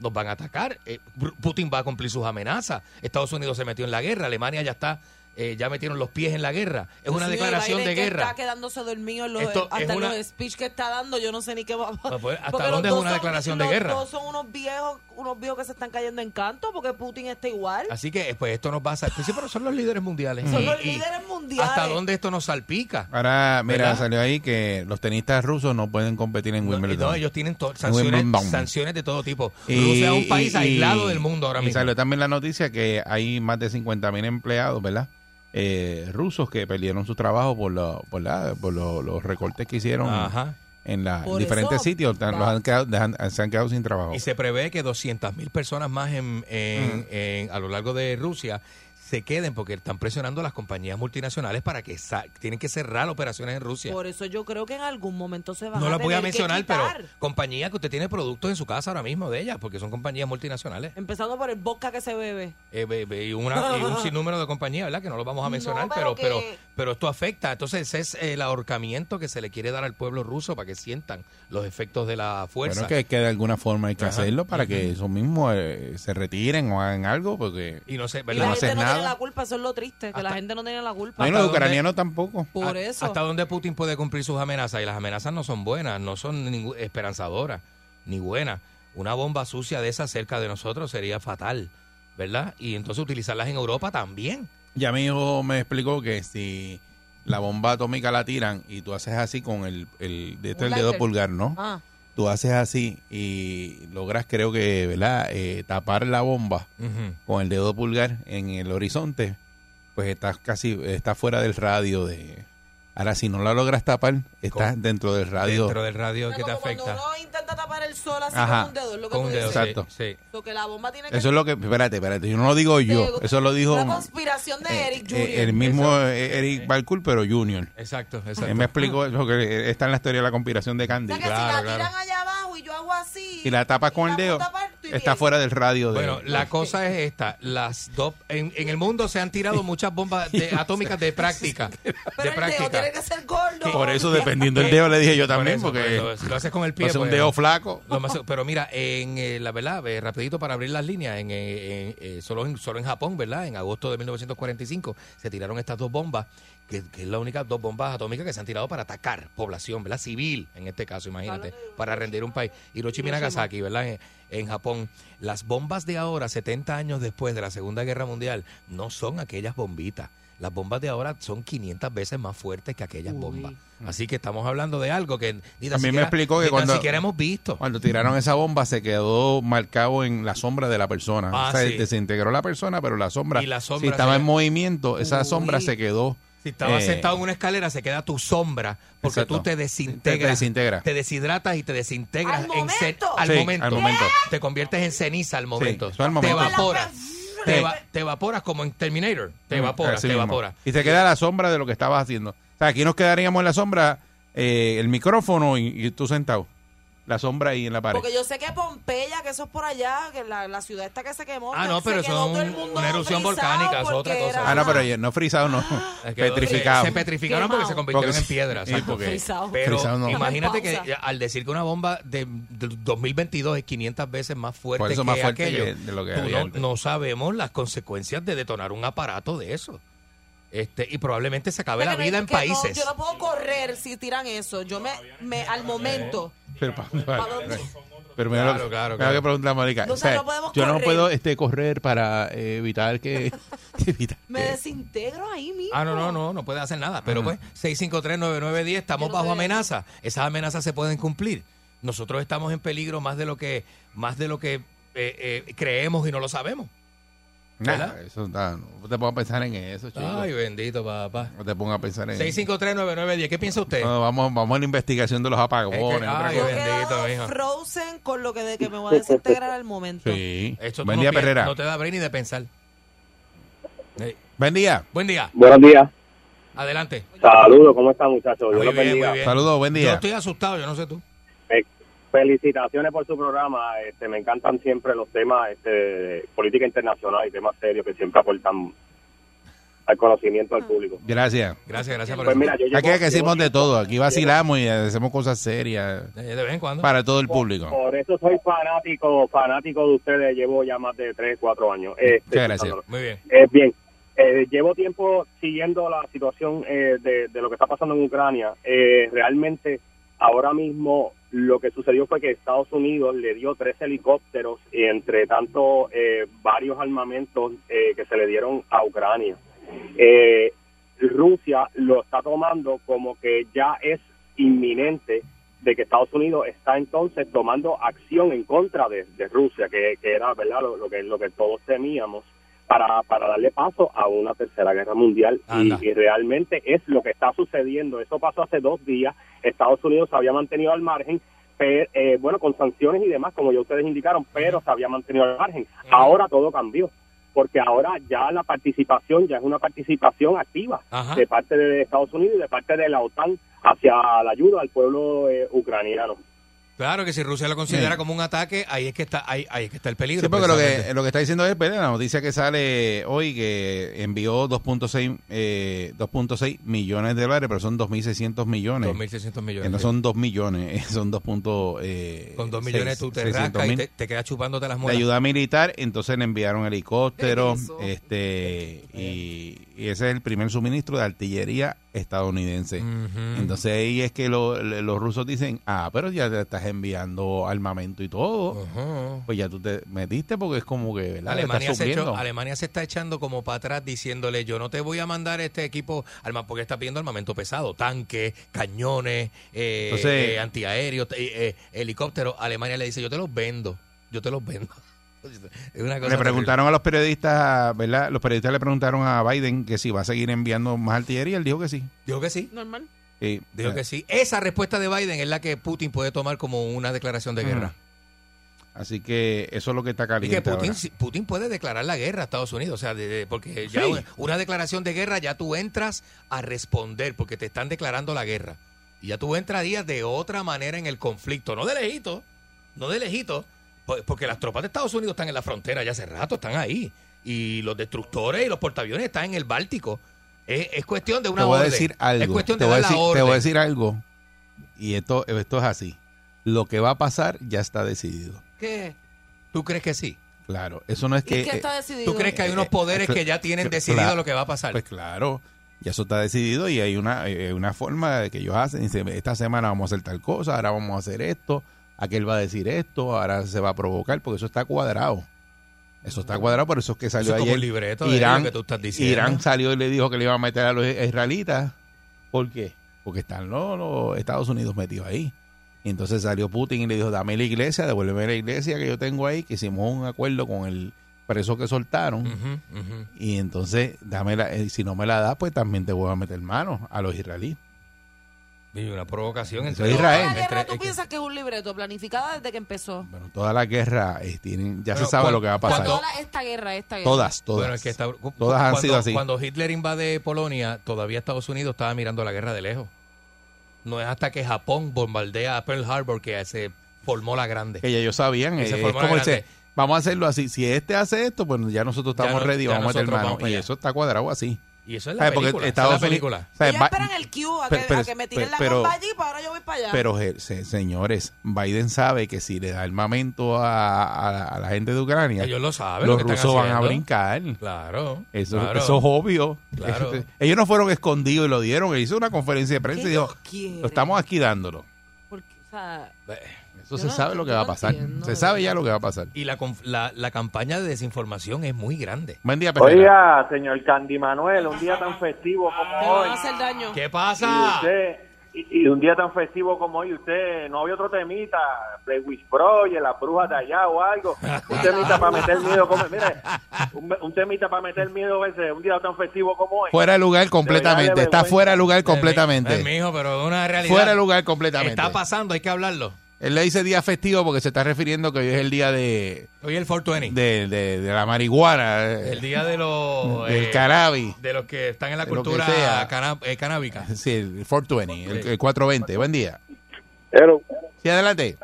Nos van a atacar. Eh, Ru- Putin va a cumplir sus amenazas. Estados Unidos se metió en la guerra. Alemania ya está, eh, ya metieron los pies en la guerra. Es una Dios mío, declaración Biden de que guerra. Está quedándose dormido en los, Esto es hasta en una- los speech que está dando. Yo no sé ni qué va a Bueno, pues, ¿hasta porque los dónde es dos una son- declaración de los guerra? dos son unos viejos, unos viejos que se están cayendo en canto porque Putin está igual. Así que, pues, esto nos pasa. Pues, sí, pero son los líderes mundiales. Son Y- los y líderes mundiales. ¿Hasta dónde esto nos salpica? Ahora, mira, ¿Verdad? salió ahí que los tenistas rusos no pueden competir en Wimbledon. No, ellos tienen to- Wimbledon. sanciones, sanciones de todo tipo. Rusia es un país y- aislado del mundo ahora y mismo. salió también la noticia que hay más de 50.000 empleados, ¿verdad? Eh, rusos que perdieron su trabajo por, la- por, la- por lo- los recortes que hicieron Ajá. en la, Por diferentes eso, sitios. Tan- va. los han quedado- dejan- se han quedado sin trabajo. Y se prevé que 200.000 personas más en, Mm. en- en- a lo largo de Rusia se queden porque están presionando a las compañías multinacionales para que sa- tienen que cerrar operaciones en Rusia. Por eso yo creo que en algún momento se van No a las voy a tener que mencionar, pero quitar. compañías que usted tiene productos en su casa ahora mismo de ellas, porque son compañías multinacionales. Empezando por el vodka que se bebe. Eh, be- be- y, una, y un sinnúmero de compañías, ¿verdad? Que no los vamos a mencionar, pero pero, pero, que- pero esto afecta. Entonces, ese es el ahorcamiento que se le quiere dar al pueblo ruso para que sientan los efectos de la fuerza. Bueno, que, que de alguna forma hay que Ajá. hacerlo para que Ujú. esos mismos eh, se retiren o hagan algo, porque Y no sé, Y la no gente hacen no nada. tiene la culpa, eso es lo triste, que la gente no tiene la culpa. Bueno, los ucranianos tampoco. Por A- eso. ¿Hasta dónde Putin puede cumplir sus amenazas? Y las amenazas no son buenas, no son ningú- esperanzadoras, ni buenas. Una bomba sucia de esas cerca de nosotros sería fatal, ¿verdad? Y entonces utilizarlas en Europa también. Ya mi hijo me explicó que si la bomba atómica la tiran y tú haces así con el, el, de este, Un el dedo lighter. pulgar, ¿no? Ah. Tú haces así y logras, creo que, ¿verdad? Eh, tapar la bomba Ujú. con el dedo pulgar en el horizonte, pues estás casi, estás fuera del radio de... Ahora, si no la logras tapar, estás dentro del radio. Dentro del radio que te Cuando afecta. uno intenta tapar el sol así Ajá. con un dedo, es lo que Con tú un dedo, dices. exacto. Sí. Lo que la bomba tiene que Eso es lo que, espérate, espérate, yo no lo digo yo, Digo, eso lo dijo Una conspiración de Eric Jr. eh, el mismo eh, Eric Balcour, pero Junior. Exacto, Él me explicó eso, que está en la teoría de la conspiración de Candy. O sea, que si la tiran allá abajo y yo hago así. Y la tapas con el dedo, está fuera del radio. De, Bueno, la cosa es esta. Las dos, en, en el mundo se han tirado muchas bombas de- atómicas de práctica. de práctica. Eh, Tiene que ser gordo. por eso, dependiendo del dedo, le dije yo Por también, eso, porque por eso. Si lo haces con el pie. no sé, un pues, dedo flaco. lo más- pero mira, en eh, la verdad, eh, rapidito para abrir las líneas, en, eh, en, eh, solo, en, solo en Japón, ¿verdad? En agosto de 1945 se tiraron estas dos bombas, que, que es la única dos bombas atómicas que se han tirado para atacar población, ¿verdad? Civil, en este caso, imagínate, para rendir un país. Hiroshima y Nagasaki, ¿verdad? En, en Japón, las bombas de ahora, 70 años después de la Segunda Guerra Mundial, no son aquellas bombitas. Las bombas de ahora son 500 veces más fuertes que aquellas bombas. Así que estamos hablando de algo que ni A mí tan me siquiera- explicó que ni tan cuando, siquiera hemos visto. cuando tiraron esa bomba se quedó marcado en la sombra de la persona. Ah, o sea, sí. desintegró la persona, pero la sombra, Y la sombra si estaba se- en movimiento, esa Uy. sombra se quedó. Si estabas eh, sentado en una escalera, se queda tu sombra, porque Exacto. tú te desintegras. Te desintegra. te deshidratas y te ¡Al desintegras en ce- momento! al Sí, momento. al momento. Te conviertes en ceniza al momento. eso al Te momento. evaporas. Te, Sí. eva- te evaporas como en Terminator. Te Mm, evaporas, así te mismo. evaporas. Y se queda la sombra de lo que estabas haciendo. O sea, aquí nos quedaríamos en la sombra, eh, el micrófono y, y tú sentado. La sombra ahí en la pared. Porque yo sé que Pompeya, que eso es por allá, que la, la ciudad esta que se quemó. Ah, que no, pero se quedó eso es todo el un- mundo una erupción frisado volcánica, eso es otra porque cosa. era- Ah, no, pero ya, no frisado, no. Es que Petrificado. Se petrificaron porque se convirtieron Porque- en piedras. sí, porque- Frisado. Pero Frisado no. imagínate Pausa. que al decir que una bomba de, de 2022 es 500 veces más fuerte, Por eso que, más fuerte aquello, que- de lo que tú había no, antes. no sabemos las consecuencias de detonar un aparato de eso. Este, y probablemente se acabe que la no- vida en que no, países. yo no puedo correr si tiran eso. Yo me, me al momento. Pero, pa- ¿Para dónde? pero mira, Claro, lo, claro, mira lo claro. que pregunta Mónica. No, O sea, o sea, no podemos yo no correr. puedo este, correr para eh, evitar que. evitar Me que- desintegro ahí mismo. Ah, no, no, no, no puede hacer nada. Pero Ajá. pues, 653-9910, Yo estamos no bajo sé. amenaza. Esas amenazas se pueden cumplir. Nosotros estamos en peligro más de lo que, más de lo que eh, eh, creemos y no lo sabemos. Nah, ¿Verdad? Ah. eso está- no te pongo a pensar en eso, chico. Ay, bendito papá. No te pongo a pensar en eso. 653-9910, ¿qué piensa usted? No, vamos, vamos a la investigación de los apagones. Es que- otra ay, Yo cosa. he quedado bendito, mijo. frozen con lo que de que me voy a desintegrar al momento. sí. Esto tú Buen no día, piensas- Perrera. No te da brain ni de pensar. Buen día. Buen día. Buenos días. Adelante. Saludos, ¿cómo están muchachos? Yo Muy los bien, bendiga. muy bien. Yo estoy asustado, yo no sé tú. Eh, felicitaciones por su programa. Este, me encantan siempre los temas este, de política internacional y temas serios que siempre aportan al conocimiento del público. Ah. Gracias. Gracias, gracias por Pues eso. mira, yo Aquí llevo- es que decimos llevo- de todo. Aquí vacilamos y hacemos cosas serias Eh, De vez en cuando. para todo el público. Por eso soy fanático, fanático de ustedes. Llevo ya más de 3, 4 años. Este, Muchas gracias. escuchándolo. Muy bien. Eh, bien, eh, llevo tiempo siguiendo la situación eh, de, de lo que está pasando en Ucrania. Eh, realmente, ahora mismo lo que sucedió fue que Estados Unidos le dio tres helicópteros y entre tanto eh, varios armamentos eh, que se le dieron a Ucrania. Eh, Rusia lo está tomando como que ya es inminente de que Estados Unidos está entonces tomando acción en contra de, de Rusia, que, que era verdad lo, lo que lo que todos temíamos para, para darle paso a una tercera guerra mundial y, Anda. y realmente es lo que está sucediendo. Eso pasó hace dos días. Estados Unidos se había mantenido al margen, pero, eh, bueno, con sanciones y demás, como ya ustedes indicaron, pero se había mantenido al margen. Ahora todo cambió porque ahora ya la participación ya es una participación activa Ajá. de parte de Estados Unidos y de parte de la OTAN hacia la ayuda al pueblo eh, ucraniano. Claro que si Rusia lo considera como un ataque, ahí es que está, ahí, ahí es que está el peligro. Sí, porque lo que, precisamente. lo que está diciendo es, pero la noticia que sale hoy que envió 2.6 eh, 2.6 millones de dólares, pero son 2.600 millones. 2.600 millones, Que no sí. son 2 millones, eh, son 2. punto, eh, Con dos millones tú te 600 rascas y mil. te, te quedas chupándote las de muelas. ayuda militar, entonces le enviaron helicópteros, este, y, y ese es el primer suministro de artillería estadounidense. Ujú. Entonces ahí es que lo- le- los rusos dicen, ah, pero ya te estás enviando armamento y todo, Ujú. pues ya tú te metiste porque es como que, ¿verdad? Le Alemania estás se, echó- supliendo. Alemania se está echando como para atrás diciéndole yo no te voy a mandar este equipo arma porque está pidiendo armamento pesado, tanques, cañones, eh, Entonces- eh, antiaéreos, eh, eh, helicópteros. Alemania le dice yo te los vendo, yo te los vendo. Es una cosa Le preguntaron a los periodistas, ¿verdad? Los periodistas le preguntaron a Biden que si va a seguir enviando más artillería, él dijo que sí. Eh, terrible. Dijo que sí. Normal. Sí. Dijo que sí. Esa respuesta de Biden es la que Putin puede tomar como una declaración de guerra. Mm. Así que eso es lo que está Y caliente que Putin, ahora. sí- Putin puede declarar la guerra a Estados Unidos, o sea, de- de- porque ya Sí. una, una declaración de guerra ya tú entras a responder porque te están declarando la guerra. Y ya tú entrarías de otra manera en el conflicto, no de lejito, no de lejito, po- porque las tropas de Estados Unidos están en la frontera ya hace rato, están ahí. Y los destructores y los portaaviones están en el Báltico. Es, es cuestión de una te voy orden. a decir Es algo. Te cuestión de voy, a dar la decir, te orden. voy a decir algo. Y esto, esto es así. Lo que va a pasar ya está decidido. ¿Qué? ¿Tú crees que sí? Claro. Eso no es que. qué está eh, decidido? ¿Tú crees que hay unos poderes que ya tienen cl- decidido cla- lo que va a pasar? Pues claro. Ya eso está decidido y hay una, eh, una forma de que ellos hacen. Dicen, esta semana vamos a hacer tal cosa, ahora vamos a hacer esto, aquel va a decir esto, ahora se va a provocar, porque eso está cuadrado. Eso está cuadrado, por eso es que salió Eso es como ayer. un libreto de Irán, lo que tú estás diciendo. Irán salió y le dijo que le iba a meter a los israelitas. ¿Por qué? Porque están los, los Estados Unidos metidos ahí. Y entonces salió Putin y le dijo, dame la iglesia, devuélveme la iglesia que yo tengo ahí, que hicimos un acuerdo con el preso que soltaron. Ujú, ujú. Y entonces, dame la, eh, si no me la das, pues también te voy a meter mano a los israelíes. Y una provocación Eso entre es Israel. La guerra, Entre- ¿Tú piensas que es un libreto planificada desde que empezó? Todas las guerras eh, tienen, ya Bueno, se sabe ¿cuán- lo que va a pasar. Toda la- esta guerra, esta guerra. Todas, todas. Bueno, es que está- cu- todas han cuando- sido así. Cuando Hitler invade Polonia, todavía Estados Unidos estaba mirando la guerra de lejos. No es hasta que Japón bombardea a Pearl Harbor que se formó la grande. que ya ellos sabían. Que eh, se es formó la como grande. dice, vamos a hacerlo así. Si este hace esto, pues ya nosotros Ya estamos no- ready, ya vamos a meter nosotros mano. vamos para Y allá. eso está cuadrado así. Y eso es la ¿Sabes? Porque película, Estados esa es la Unidos- película. ¿sabes? Ellas Va- esperan el cue a que, Pero- pero- a que me tiren la pero- bomba allí, para ahora yo voy para allá. Pero, je- se- señores, Biden sabe que si le da armamento a, a- a la gente de Ucrania, Ellos lo saben, los lo que están rusos van a haciendo. brincar. Claro. Eso, claro. eso es obvio. Claro. Ellos no fueron escondidos y lo dieron. Él hizo una conferencia de prensa y dijo, quieren? lo estamos aquí dándolo. Porque, o sea, Eso yo se no- sabe lo que yo va a no pasar. entiendo, se de sabe verdad. ya lo que va a pasar. Y la, conf- la, la campaña de desinformación es muy grande. Buen día, Pereira. Oiga, señor Candy Manuel, un día tan festivo Ah, como hoy. ¿Qué Y, pasa? usted, y, y un día tan festivo como hoy, usted no había otro temita, Play with Project, las brujas de allá o algo. Un temita para meter miedo, como, mire, un, un temita para meter miedo ese, un día tan festivo como hoy. Fuera de lugar completamente. Está fuera de lugar completamente. Es mi hijo, pero es una realidad. Fuera de lugar completamente. Está pasando, hay que hablarlo. Él le dice día festivo porque se está refiriendo que hoy es el día de. Hoy es el 420. De, de, de la marihuana. eh, El día de los. Del eh, cannabis. De los que están en la De lo que cultura sea. cana- eh, canábica. Sí, el 420, el, el 420. Buen día. Pero, Sí, adelante.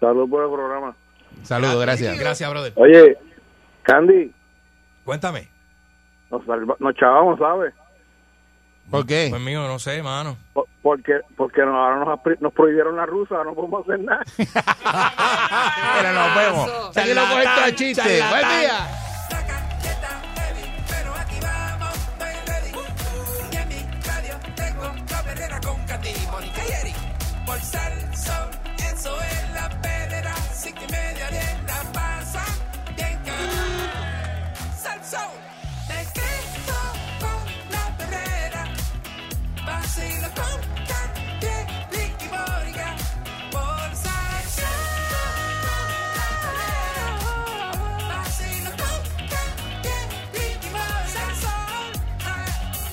saludos por el programa. Saludos, gracias. Gracias, brother. Oye, Candy, Cuéntame. nos, salva- nos chavamos, ¿sabes? ¿Por qué? Pues mío, no sé, mano. Po- Porque, porque nos, ahora nos, apri- nos prohibieron la rusa, no podemos hacer nada. Pero nos vemos. Aquí lo coge esto a chiste. Buen día. Y en mi radio tengo la perrera con Katy, Mónica y Eric. Por Salsón, eso es la perrera. Cinco y media diez la pasan bien carajo. Salsón, me escrito con la perrera. Vacilo con Katy, Eric y Mónica. Por Salsón, la perrera. Vacilo con Katy, Eric y Mónica. Salsón.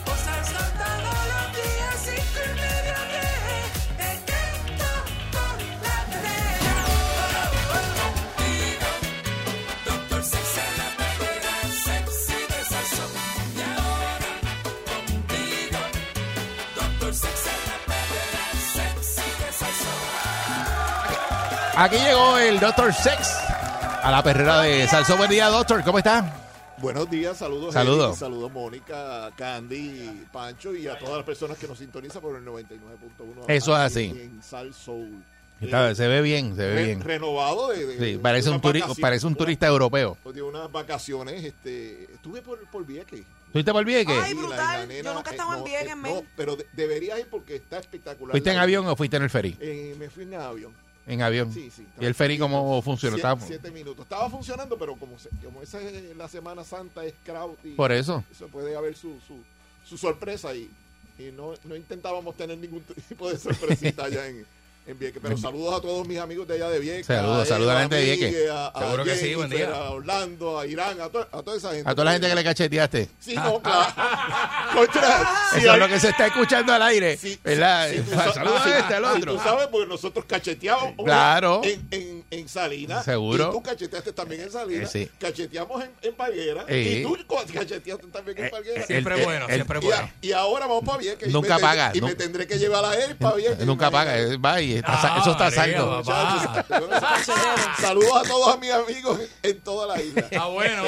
Cosas contando los días, cinco y media de Te canto con la perrera. Contigo, doctor sexy en la perrera, sexy de salsón. Y ahora, contigo, doctor sexy en la perrera, sexy de salsón. Aquí llegó el Dr. Sex a la perrera de Salsó. Buen día, Doctor. ¿Cómo está? Buenos días, saludos. Saludos. Eric, saludos Mónica, Candy, Pancho y a todas las personas que nos sintonizan por el 99.1. Eso es así. aquí En Sal Soul. Está- se ve bien, se ve Re- bien. Renovado de, de- Sí, de parece un, unas turi- vacaciones- Pues parece un turista europeo. De unas vacaciones, este, estuve por, por Vieques. ¿Fuiste por Vieques? Sí, la- la nena, Yo nunca he eh, estado en no, Vieques, eh, men. No, pero de- deberías ir porque está espectacular. ¿Fuiste en la- avión o fuiste en el ferry? Eh, me fui en avión. En avión. Sí, sí. ¿Y el ferry cómo funciona? Siete, Estaba- siete minutos. Estaba funcionando, pero como, se- como esa es la Semana Santa es crowd. y Por eso. puede haber su, su, su sorpresa y, y no, no intentábamos tener ningún tipo de sorpresita allá en, en Vieques. Pero saludos a todos mis amigos de allá de Vieques. Saludos, saludos a la gente de Miguel, Vieques. A, a Seguro que sí, buen Jennifer, día. A Orlando, a Irán, a, to- a toda esa gente. A toda la gente que le cacheteaste. Sí, no, claro. Contra, si Eso es hay- lo que se está escuchando al aire. ¿Verdad? si tú sa- Saludos si- Eh, a este, al si otro. tú sabes, porque nosotros cacheteamos una Claro. en, en, en Salinas. Seguro. Y tú cacheteaste también en Salinas. Eh, sí. Cacheteamos en, en Palguera. Eh. Y tú co- cacheteaste también en Palguera. siempre el- bueno, el- siempre y bueno. Y ahora vamos para Vieques. Y me Nunca tendré- paga, Y me nu- tendré que llevar a él para Vieques. Nunca paga. eh, Va y está sa- eso está saldo. Saludos a todos mis amigos en toda la isla. Ah, bueno.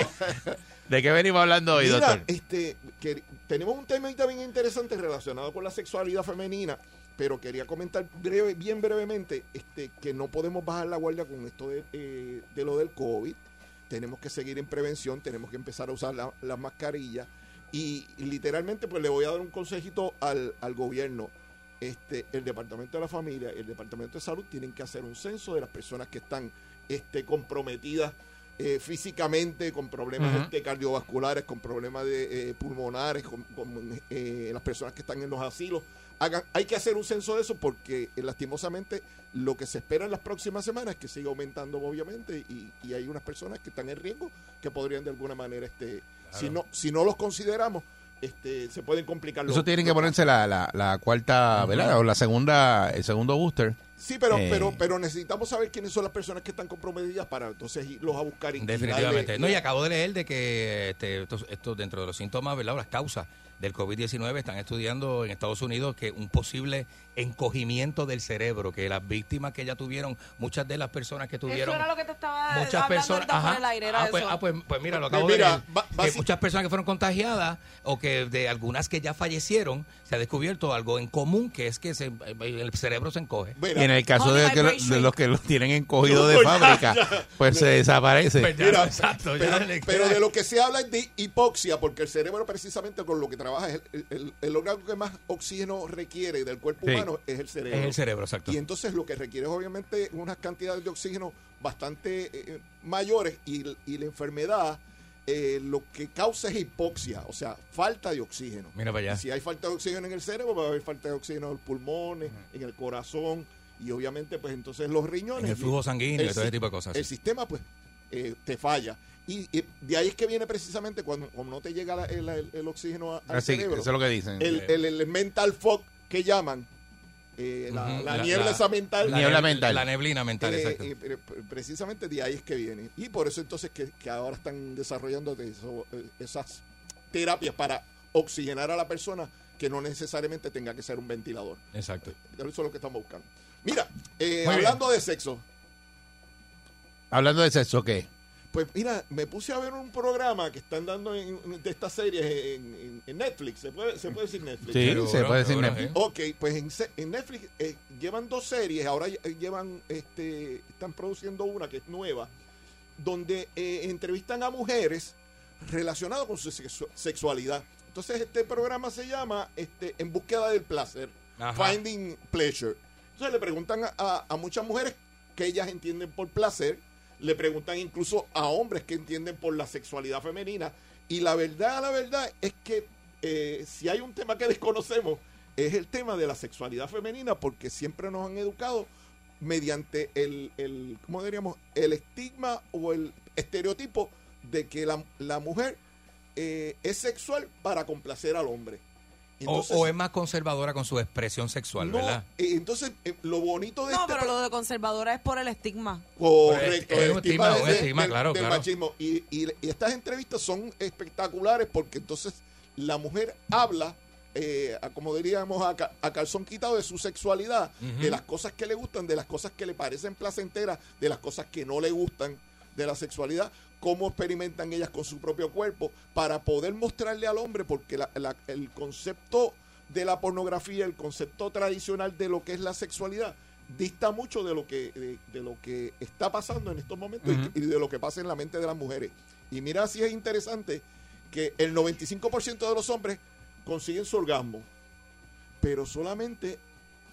¿De qué venimos hablando hoy, Mira, doctor? este, que- tenemos un tema bien interesante relacionado con la sexualidad femenina, pero quería comentar breve, bien brevemente este, que no podemos bajar la guardia con esto de, eh, de lo del COVID. Tenemos que seguir en prevención, tenemos que empezar a usar la- las mascarillas. Y literalmente, pues le voy a dar un consejito al, al gobierno. Este, el Departamento de la Familia, el Departamento de Salud tienen que hacer un censo de las personas que están este, comprometidas eh, físicamente, con problemas Ujú. este, cardiovasculares, con problemas de, eh, pulmonares, con, con, eh, las personas que están en los asilos. Hagan- hay que hacer un censo de eso porque eh, lastimosamente lo que se espera en las próximas semanas es que siga aumentando obviamente y, y hay unas personas que están en riesgo que podrían de alguna manera, este, si, no, si no los consideramos, este, se pueden complicar los Eso tienen que ponerse la, la, la cuarta, ¿verdad? O la segunda, el segundo booster. Sí, pero, Eh, pero, pero necesitamos saber quiénes son las personas que están comprometidas para entonces irlos a buscar. y- y Definitivamente. darle- No, y acabo de leer de que este, estos, estos dentro de los síntomas, ¿verdad? O Las causas del COVID-19 están estudiando en Estados Unidos que un posible encogimiento del cerebro, que las víctimas que ya tuvieron, muchas de las personas que Eso tuvieron era lo que te estaba muchas personas ahorita por ajá. el aire, era ah, pues, eso. ah, pues- pues mira lo acabo Mira, de leer. Que muchas personas que fueron contagiadas o que de algunas que ya fallecieron se ha descubierto algo en común que es que se- el cerebro se encoge Y en el caso de, que lo- de los que los tienen encogido de fábrica, pues se desaparece. Mira, exacto, pero, ya le queda- pero de lo que se habla es de hipoxia, porque el cerebro precisamente con lo que trabaja es el, el- el órgano que más oxígeno requiere del cuerpo Sí. humano es el cerebro. Es el cerebro, exacto. Y entonces lo que requiere es obviamente unas cantidades de oxígeno bastante eh, mayores y, y la enfermedad eh, lo que causa es hipoxia, o sea, falta de oxígeno. Mira para allá. Y Si hay falta de oxígeno en el cerebro, va a haber falta de oxígeno en los pulmones, en el corazón y obviamente pues entonces los riñones. En el flujo sanguíneo y todo si- ese tipo de cosas, El sí. sistema pues eh, te falla. Y, y de ahí es que viene precisamente cuando, cuando no te llega la- el, el- el oxígeno a- al Ah, sí, cerebro. eso es lo que dicen. El, el- el mental fog que llaman, eh, la, Ujú, la la- niebla la- esa mental. Eh, la Niebla neb- mental. la neblina mental, exacto. y pre- pre- precisamente de ahí es que viene. Y por eso entonces que, que ahora están desarrollando de eso- eh, esas terapias para oxigenar a la persona que no necesariamente tenga que ser un ventilador. Exacto. Eso es lo que estamos buscando. Mira, eh, Muy bien. hablando de sexo, Hablando de sexo, ¿qué? pues mira, me puse a ver un programa que están dando en, de estas series en, en- en Netflix. ¿Se puede, se puede decir Netflix? Sí, Seguro, se puede decir seguro, Netflix. sí. Ok, pues en, se- en Netflix eh, llevan dos series. Ahora eh, llevan, este, están produciendo una que es nueva, donde eh, entrevistan a mujeres relacionadas con su sexu- sexualidad. Entonces este programa se llama este, En búsqueda del placer, Ajá. Finding Pleasure. Entonces le preguntan a, a- a muchas mujeres que ellas entienden por placer, le preguntan incluso a hombres que entienden por la sexualidad femenina. Y la verdad, la verdad es que eh, si hay un tema que desconocemos, es el tema de la sexualidad femenina, porque siempre nos han educado mediante el, el ¿cómo diríamos? El estigma o el estereotipo de que la, la mujer eh, es sexual para complacer al hombre. O- o, es más conservadora con su expresión sexual, No, ¿verdad? eh, entonces, eh, lo bonito de No, este pero lo de conservadora es por el estigma. Correcto, Pues, Es el un estigma estigma, un de- estigma, del- claro, del claro. machismo. Y, y- y estas entrevistas son espectaculares porque entonces la mujer habla, eh, a- como diríamos, a, ca- a calzón quitado de su sexualidad, Ujú. de las cosas que le gustan, de las cosas que le parecen placenteras, de las cosas que no le gustan de la sexualidad, cómo experimentan ellas con su propio cuerpo para poder mostrarle al hombre, porque la- la- el concepto de la pornografía, el concepto tradicional de lo que es la sexualidad, dista mucho de lo que, de, de lo que está pasando en estos momentos y- y, de lo que pasa en la mente de las mujeres. Y mira si es interesante que el 95% de los hombres consiguen su orgasmo, pero solamente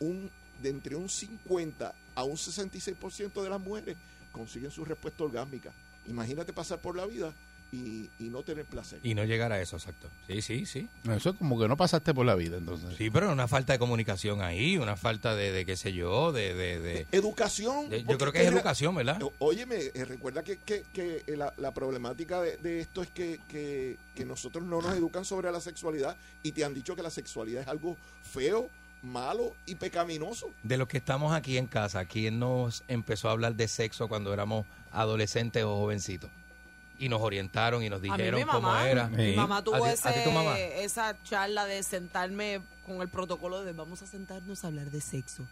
un, de entre un 50 a un 66% de las mujeres consiguen su respuesta orgásmica. Imagínate pasar por la vida y, y no tener placer. Y no llegar a eso, exacto. Sí, sí, sí. Eso es como que no pasaste por la vida, entonces. Sí, pero una falta de comunicación ahí, una falta de, de qué sé yo, de... de, de- Educación. de- yo porque creo que es era- educación, ¿verdad? O- Óyeme, eh, recuerda que, que- que, eh, la, la problemática de, de esto es que, que- que nosotros no nos educan sobre la sexualidad y te han dicho que la sexualidad es algo feo, malo y pecaminoso. De los que estamos aquí en casa, ¿quién nos empezó a hablar de sexo cuando éramos adolescentes o jovencitos? Y nos orientaron y nos A mí dijeron mi mamá, cómo era. mi mamá tuvo ¿A ti- a ti ese- tu mamá? esa charla de sentarme con el protocolo de vamos a sentarnos a hablar de sexo.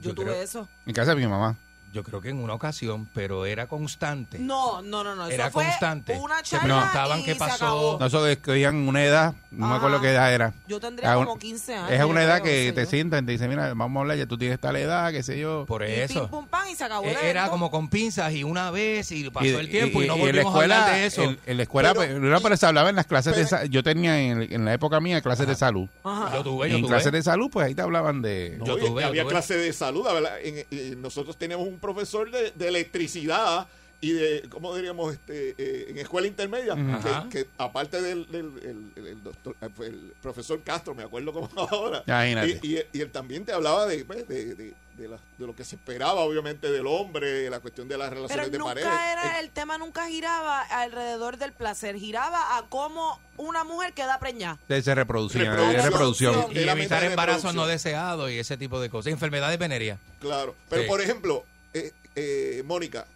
Yo, tuve creo- eso. En casa de mi mamá. Yo creo que en una ocasión, pero era constante. No, no, no, no. Eso Era fue constante. Una Se charla preguntaban y qué se pasó. acabó. Ah, No, eso de que digan una edad, no me acuerdo qué edad era. Yo tendría Ah, un- como 15 años. Es una yo edad creo, que qué te sé yo. sientan, te dicen, mira, vamos a hablar, ya tú tienes tal edad, qué sé yo. Por Y pim, pum, pam, y se acabó. el E- Era evento. como con pinzas y una vez y pasó Y- el tiempo y, no volvimos en la escuela, a hablar de eso. En, en la escuela, pues, Pero- no, pero se hablaba en las clases de sa- Yo tenía en, en la época mía clases de salud. Ajá. Yo tuve, Y yo en tuve. clases de salud, pues ahí te hablaban de. No, oye, que había clase de salud, ¿verdad? En- en- nosotros teníamos un profesor de, de electricidad y de, ¿cómo diríamos? Este, eh, en escuela intermedia, Ajá. que, que aparte del, del- el, el- el doctor, eh, el profesor Castro, me acuerdo como ahora, Imagínate. y, y- y él también te hablaba de, pues, de, de- de la- de lo que se esperaba, obviamente, del hombre, de la cuestión de las Pero relaciones de nunca pareja. era, el tema nunca giraba alrededor del placer, giraba a cómo una mujer queda preñada. Se, se reproducían, Reproducción. era reproducción. Y Era evitar meta de embarazos reproducción. no deseados y ese tipo de cosas. Enfermedades venerías. Claro. Pero, Sí. por ejemplo, eh, eh, Mónica,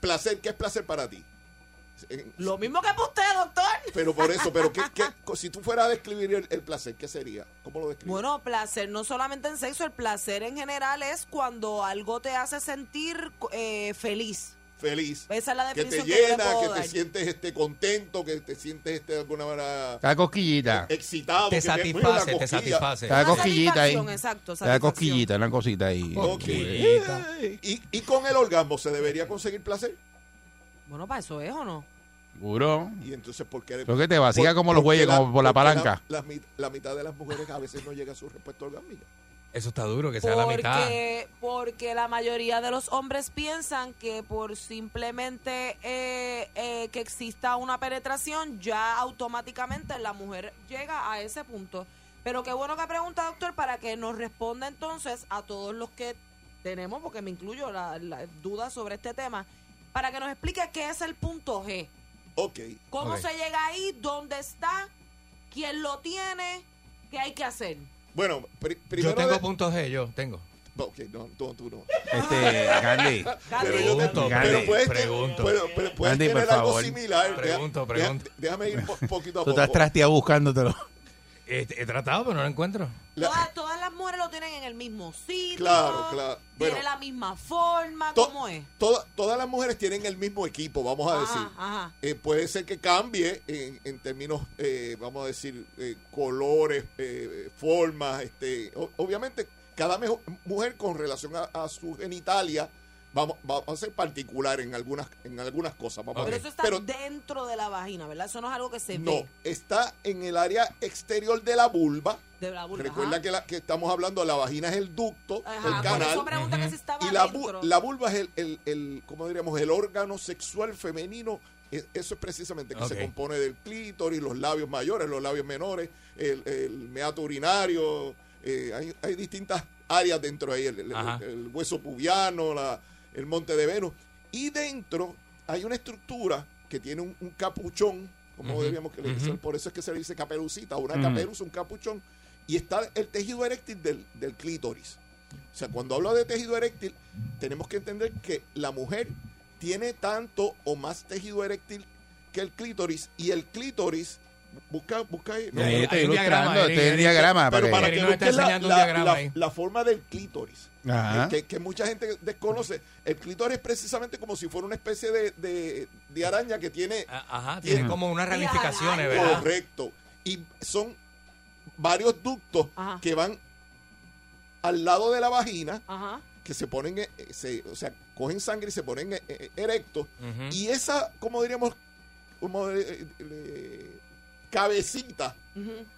placer, ¿qué es placer para ti? En- Lo mismo que para usted, doctor. Pero por eso, pero ¿qué, qué- si tú fueras a describir el, el placer, ¿qué sería? ¿Cómo lo describes? Bueno, placer no solamente en sexo, el placer en general es cuando algo te hace sentir eh, feliz. Feliz. Esa es la Que te definición que, yo le llena, puedo que dar. te sientes este contento, que te sientes este de alguna manera Cada cosquillita. excitado. que Te te- mira la satisface, te cosquilla. satisface. Cada cosquillita ahí. satisfacción, exacto, Cada satisfacción. cosquillita, una cosita ahí. Ok. Cosquillita. ¿Y, y con el orgasmo se debería conseguir placer. Bueno, para eso es o no. Seguro. Y entonces, ¿por qué? Creo que te vacía como los porque bueyes, la- como por la porque palanca. La, mit- la mitad de las mujeres a veces no llega a su respuesta orgánica. Eso está duro, que sea la mitad. Porque, porque la mayoría de los hombres piensan que por simplemente eh, eh, que exista una penetración, ya automáticamente la mujer llega a ese punto. Pero qué bueno que pregunta, doctor, para que nos responda entonces a todos los que tenemos, porque me incluyo la, la duda sobre este tema, para que nos explique qué es el punto G. Ok. ¿Cómo Ok. se llega ahí? ¿Dónde está? ¿Quién lo tiene? ¿Qué hay que hacer? Bueno, pri- Yo primero. tengo de- puntos G, yo tengo. Ok, no, tú, tú no. Ah, Este, Gandhi. Pero yo te- Pregunto, pero puedes- pregunto. pero- pero puedes Gandhi, por tener algo favor. similar. Pregunto, Deja- deja- pregunto. Déjame ir po- poquito a Tú estás poco. trasteado buscándotelo. He, he tratado, pero no lo encuentro. Todas, todas las mujeres lo tienen en el mismo sitio. Claro, claro. Bueno. Tiene la misma forma. To- Ah, ¿Cómo es? Ah, toda- todas las mujeres tienen el mismo equipo, vamos a decir. Ajá. Eh, puede ser que cambie en, en términos, eh, vamos a decir, eh, colores, eh, formas. Este, o- obviamente, cada mejo- mujer con relación a, a su genitalia vamos, va va a ser particular en algunas, en algunas cosas. Vamos a Pero ver. eso está dentro de la vagina, ¿verdad? Eso no es algo que se no, ve. está en el área exterior de la vulva. De la vulva, Recuerda ajá. que, la, que estamos hablando, la vagina es el ducto, Ajá, el por canal. eso pregunta que si estaba Y la, bu- dentro. la vulva es el, el, el- ¿cómo diríamos? El órgano sexual femenino. E- Eso es precisamente que Ok. se compone del clítoris, los labios mayores, los labios menores, el, el meato urinario. eh, hay, hay distintas áreas dentro ahí. El, el- Ajá. el hueso pubiano, la- el monte de Venus. Y dentro hay una estructura que tiene un, un capuchón, como Ujú, diríamos que le dicen, ujú. por eso es que se le dice caperucita, una Mm. caperuza, un capuchón, y está el tejido eréctil del, del clítoris. O sea, cuando hablo de tejido eréctil, tenemos que entender que la mujer tiene tanto o más tejido eréctil que el clítoris, y el clítoris, busca, busca ahí. Ahí pero- estoy Hay un ilustrando, diagrama, estoy en Eric, diagrama, Pero para para que- que Eric nos está busques la, enseñando un la- diagrama la- ahí. la forma del clítoris. eh, Ajá. Que, que mucha gente desconoce. El clítoris es precisamente como si fuera una especie de, de- de araña que tiene... Ah, Ajá, tiene como unas ramificaciones, ¿verdad? Correcto. Y son varios ductos que van al lado de la vagina, Ajá. que se ponen, eh, se- o sea, cogen sangre y se ponen eh, eh, erectos. Y esa, como diríamos, como eh, eh, cabecita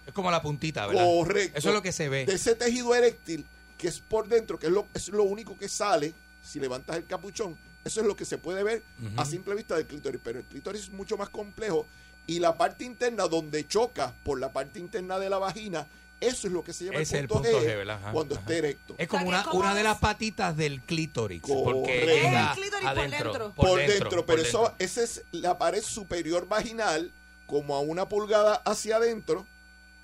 Es como la puntita, ¿verdad? Correcto. Eso es lo que se ve. de ese tejido eréctil que es por dentro, que es lo, es lo único que sale si levantas el capuchón. Eso es lo que se puede ver Ujú. a simple vista del clítoris, pero el clítoris es mucho más complejo y la parte interna donde choca por la parte interna de la vagina, eso es lo que se llama Ese es el punto G, ¿verdad? Ajá, cuando ajá. esté erecto. Es como una, una de las patitas del clítoris. Porque Correcto. llega El clítoris por adentro. dentro. Por, Por dentro, pero por eso, dentro. esa es la pared superior vaginal, como a una pulgada hacia adentro.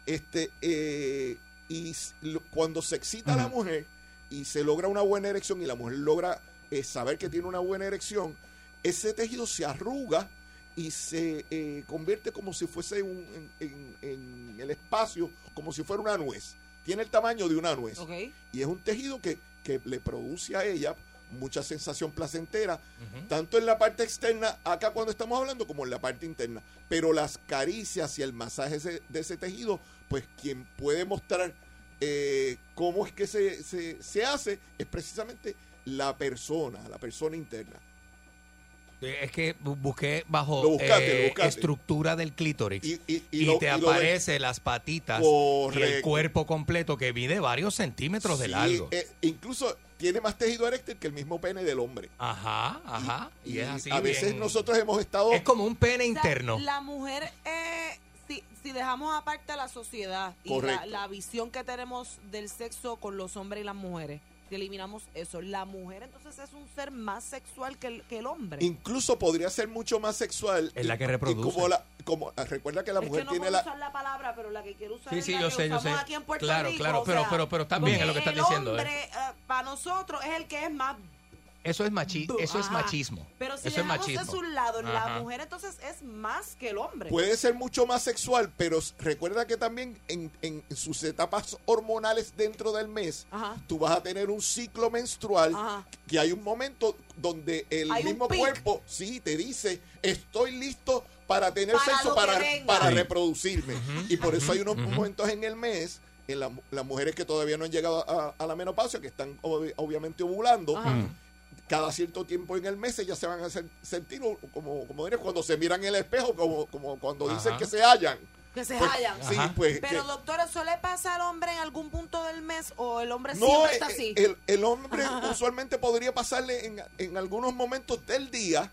Este, eh, y s- lo- cuando se excita la mujer y se logra una buena erección y la mujer logra eh, saber que tiene una buena erección, ese tejido se arruga y se eh, convierte como si fuese un- en, en- en el espacio, como si fuera una nuez. Tiene el tamaño de una nuez. Y es un tejido que, que le produce a ella mucha sensación placentera, tanto en la parte externa, acá cuando estamos hablando, como en la parte interna. Pero las caricias y el masaje ese- de ese tejido, pues quien puede mostrar eh, cómo es que se, se- se hace es precisamente la persona, la persona interna. Eh, Es que bu- busqué bajo Lo buscaste, eh, lo buscaste. estructura del clítoris. Y, Y lo- te y lo ves. aparece las patitas y el Correcto. cuerpo completo que mide varios centímetros de Sí, largo. eh, incluso tiene más tejido eréctil que el mismo pene del hombre. Ajá, ajá. Ah, Y, es así. a veces bien- nosotros hemos estado... Es como un pene O sea, interno. La mujer, eh, si, si dejamos aparte a la sociedad y la, Correcto. la visión que tenemos del sexo con los hombres y las mujeres, si eliminamos eso, la mujer entonces es un ser más sexual que el, que el hombre. Incluso podría ser mucho más sexual. Es la que Y- y reproduce. como la- como, ah, recuerda que la es mujer que no tiene puedo la, usar la palabra, pero la que quiero usar Sí, es sí, la yo que sé, yo usamos sé. aquí en Puerto Claro, Rico, claro, o pero- sea, pero- pero también es lo que porque estás diciendo, ¿eh? El hombre, eh, para nosotros, es el que es más Eso es, machi eso es Ajá. machismo. Pero si eso es dejamos machismo. de su lado, Ajá. la mujer entonces es más que el hombre. Puede ser mucho más sexual, pero s- recuerda que también en, en sus etapas hormonales dentro del mes, Ajá. tú vas a tener un ciclo menstrual Ajá. que hay un momento donde el Hay un mismo pic. cuerpo sí te dice estoy listo para tener Para sexo lo que para, venga. para Sí. reproducirme. y por eso hay unos ujú. momentos en el mes en la- las mujeres que todavía no han llegado a, a la menopausia, que están ob- obviamente ovulando, Ajá. Mm. cada cierto tiempo en el mes ellas se van a sen- sentir o- como, como diría, cuando se miran en el espejo, como, como cuando dicen Ajá. que se hallan. Que se Pues, hallan. sí, pues, Pero, que- doctor, ¿eso le pasa al hombre en algún punto del mes o el hombre no, siempre está eh, así? el, el hombre usualmente podría pasarle en, en algunos momentos del día,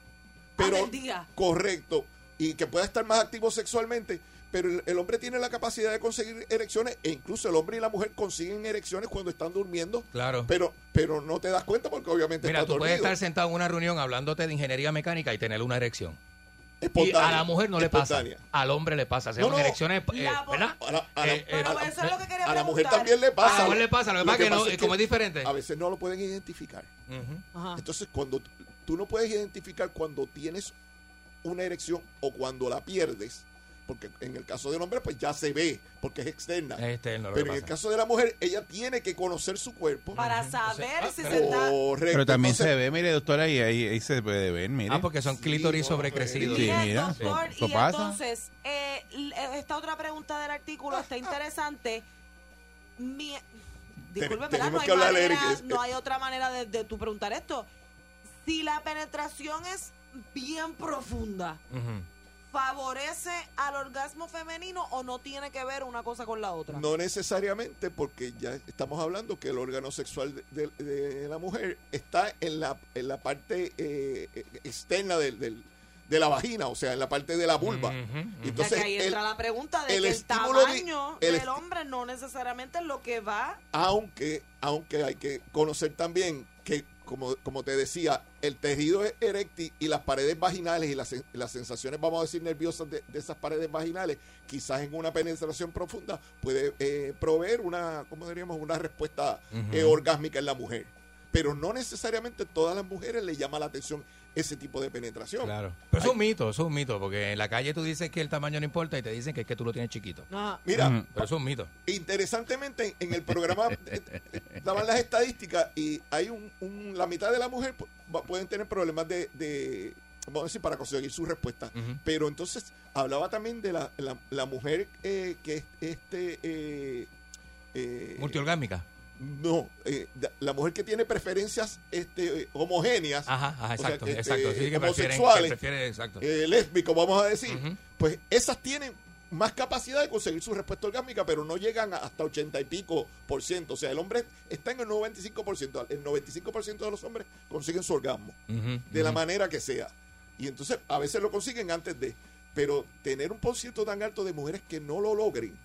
pero Ah, del día. correcto, y que pueda estar más activo sexualmente, pero el, el hombre tiene la capacidad de conseguir erecciones, e incluso el hombre y la mujer consiguen erecciones cuando están durmiendo, Claro. pero, pero no te das cuenta porque obviamente Mira, estás tú puedes dormido. estar sentado en una reunión hablándote de ingeniería mecánica y tener una erección. Y Espontánea, a la mujer no le pasa, al hombre le pasa. Se No, llaman no. erecciones, eh, ¿verdad? A la, a la- Eh, eh, a la- eso es lo que quería a la mujer preguntar. también le A pasa. la mujer le pasa, lo que pasa es que no- como es diferente. A veces no lo pueden identificar. Entonces, cuando t- tú no puedes identificar cuando tienes una erección o cuando la pierdes, porque en el caso del hombre, pues ya se ve, porque es externa. Es externo Eh, lo que Pero en pasa. el caso de la mujer, ella tiene que conocer su cuerpo. Para ah, saber si se está... Correcto. Pero también Entonces, se ve, mire, doctora, ahí, ahí, ahí se puede ver, mire. Ah, porque son clítoris sobrecrecidos. Sí, Y mira, entonces- eso- eso y pasa. entonces, eh, l- eh, esta otra pregunta del artículo está interesante. Mi, disculpe, ¿verdad? tenemos no, hay que hablar, manera- Eric, es- no hay otra manera de, de tú preguntar esto. Si la penetración es bien profunda, ¿favorece al orgasmo femenino o no tiene que ver una cosa con la otra? No necesariamente, porque ya estamos hablando que el órgano sexual de, de- de la mujer está en la, en la parte eh, eh, externa del- del- de la vagina, o sea, en la parte de la vulva. Y O sea, Entonces, que ahí el- entra la pregunta de el que el estímulo di- tamaño el del esti- hombre no necesariamente es lo que va aunque, aunque hay que conocer también que, como, como te decía, el tejido es eréctil y las paredes vaginales y las, sen- las sensaciones, vamos a decir, nerviosas de, de esas paredes vaginales, quizás en una penetración profunda puede eh, proveer una, ¿cómo diríamos?, una respuesta Ujú. eh, orgásmica en la mujer. Pero no necesariamente todas las mujeres le llama la atención ese tipo de penetración. Claro. Pero es un mito, eso es un mito, porque en la calle tú dices que el tamaño no importa y te dicen que es que tú lo tienes chiquito. Ajá. Mira. Ujú. pero eso es un mito. Interesantemente, en el programa eh, daban las estadísticas y hay un, un- la mitad de la mujer pu- va- pueden tener problemas de, de- vamos a decir, para conseguir su respuesta. Pero entonces hablaba también de la, la- la mujer eh, que es este... eh, eh, Multiorgásmica. no, eh, da- la mujer que tiene preferencias este, eh, homogéneas, Ajá, ajá, o sea, exacto, que, exacto. este, Sí, que prefieren, que homosexuales, prefieren, exacto. eh, lésbicos, vamos a decir, pues esas tienen más capacidad de conseguir su respuesta orgánica, pero no llegan a- hasta 80 y pico por ciento. O sea, el hombre está en el 95 por ciento. El 95 por ciento de los hombres consiguen su orgasmo, de la manera que sea. Y entonces a veces lo consiguen antes de. Pero tener un por ciento tan alto de mujeres que no lo logren,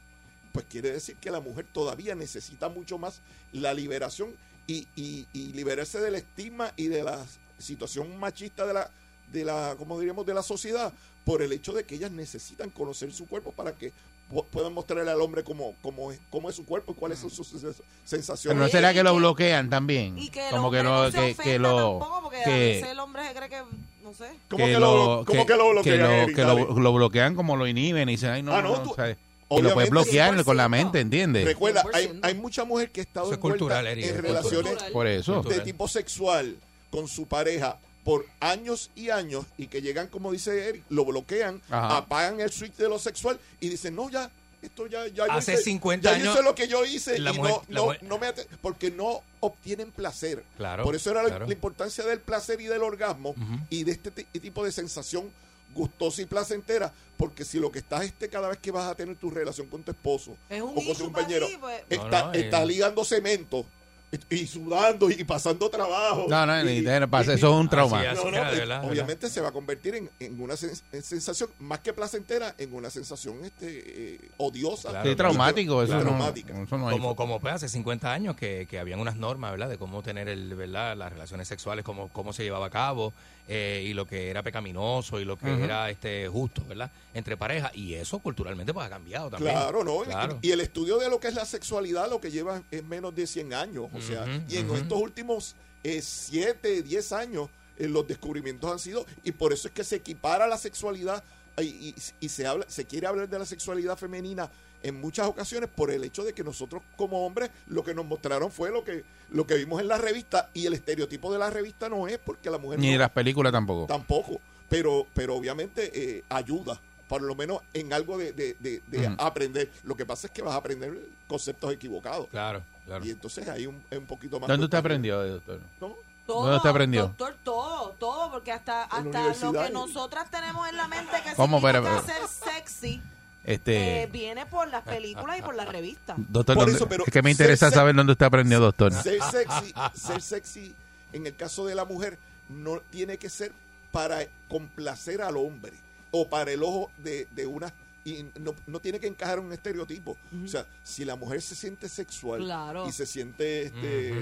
pues quiere decir que la mujer todavía necesita mucho más la liberación y, y- y liberarse del estigma y de la situación machista de la, de la, como diríamos, de la sociedad, por el hecho de que ellas necesitan conocer su cuerpo para que pu- puedan mostrarle al hombre cómo, cómo, es, cómo es su cuerpo y cuáles son sus sens- Pero sensaciones. no será que lo bloquean también. y que el Como hombre que no lo. se Que, que ofenda lo. tampoco, porque a Que, veces el hombre se cree que, no sé. ¿Cómo que lo- cómo que lo bloquean, lo- Eric? que lo- Dale. lo bloquean como lo inhiben y dicen, ay, no, Ah, no, no, no, tú- o sea, y lo puedes obviamente, bloquear con la mente, ¿entiendes? Recuerda, hay, hay mucha mujer que ha estado Eso es cultural, envuelta Eric, en es relaciones cultural. Por eso. de tipo sexual con su pareja por años y años y que llegan, como dice Eric, lo bloquean, Ajá. apagan el switch de lo sexual y dicen, no, ya, esto ya, ya yo Hace hice- 50 ya yo años, hice lo que yo hice la y mujer- no, la no- mujer- no me ate- porque no obtienen placer. Claro, por eso era la- claro. la importancia del placer y del orgasmo y de este ti- tipo de sensación gustosa y placentera, porque si lo que estás este cada vez que vas a tener tu relación con tu esposo Es un o con tu issue para compañero, ti, pues. está- No, no, estás eh. ligando cemento y y sudando y pasando trabajo. No, no, Y- ni- y- no pasa, y- eso es un No, trauma. no, Así era, pues, de verdad, de obviamente se va a convertir en, en una sens- en sensación más que placentera, en una sensación este, eh, odiosa. Sí, traumático, eso no- Traumática. eso no hay. como, como pues, hace 50 años que, que habían unas normas, ¿verdad? De cómo tener el, ¿verdad? las relaciones sexuales, cómo, cómo se llevaba a cabo eh, y lo que era pecaminoso y lo que Ujú. era este justo, ¿verdad? Entre parejas. Y eso culturalmente pues ha cambiado también. Claro, ¿no? Y- Claro. Y, el estudio de lo que es la sexualidad lo que lleva es menos de 100 años. O sea, Ujú, y en ujú. estos últimos 7, 10 años, eh, los descubrimientos han sido, y por eso es que se equipara la sexualidad eh, y, y- y se, habla, se quiere hablar de la sexualidad femenina en muchas ocasiones por el hecho de que nosotros como hombres lo que nos mostraron fue lo que, lo que vimos en la revista y el estereotipo de la revista no es porque la mujer Ni no- de las películas tampoco. Tampoco. Pero, pero obviamente eh, ayuda, por lo menos en algo de, de- de- de Ujú. aprender. Lo que pasa es que vas a aprender conceptos equivocados. Claro, claro. Y entonces hay un, un poquito más. ¿Dónde usted de- aprendió, doctor? ¿No? ¿Dónde usted aprendió? Doctor, todo, todo, porque hasta, hasta lo universidad, que y- nosotras tenemos en la mente que ¿Cómo? significa Pero- pero- ser sexy Este- ah, eh, viene por las películas y por las revistas. Doctor, Por ¿dónde- eso, pero es que me interesa ser sex- saber dónde usted aprendió, doctor. Ser sexy, ser sexy, en el caso de la mujer, no tiene que ser para complacer al hombre o para el ojo de, de unas y no, no tiene que encajar en un estereotipo. O sea, si la mujer se siente sexual Claro. y se siente, este,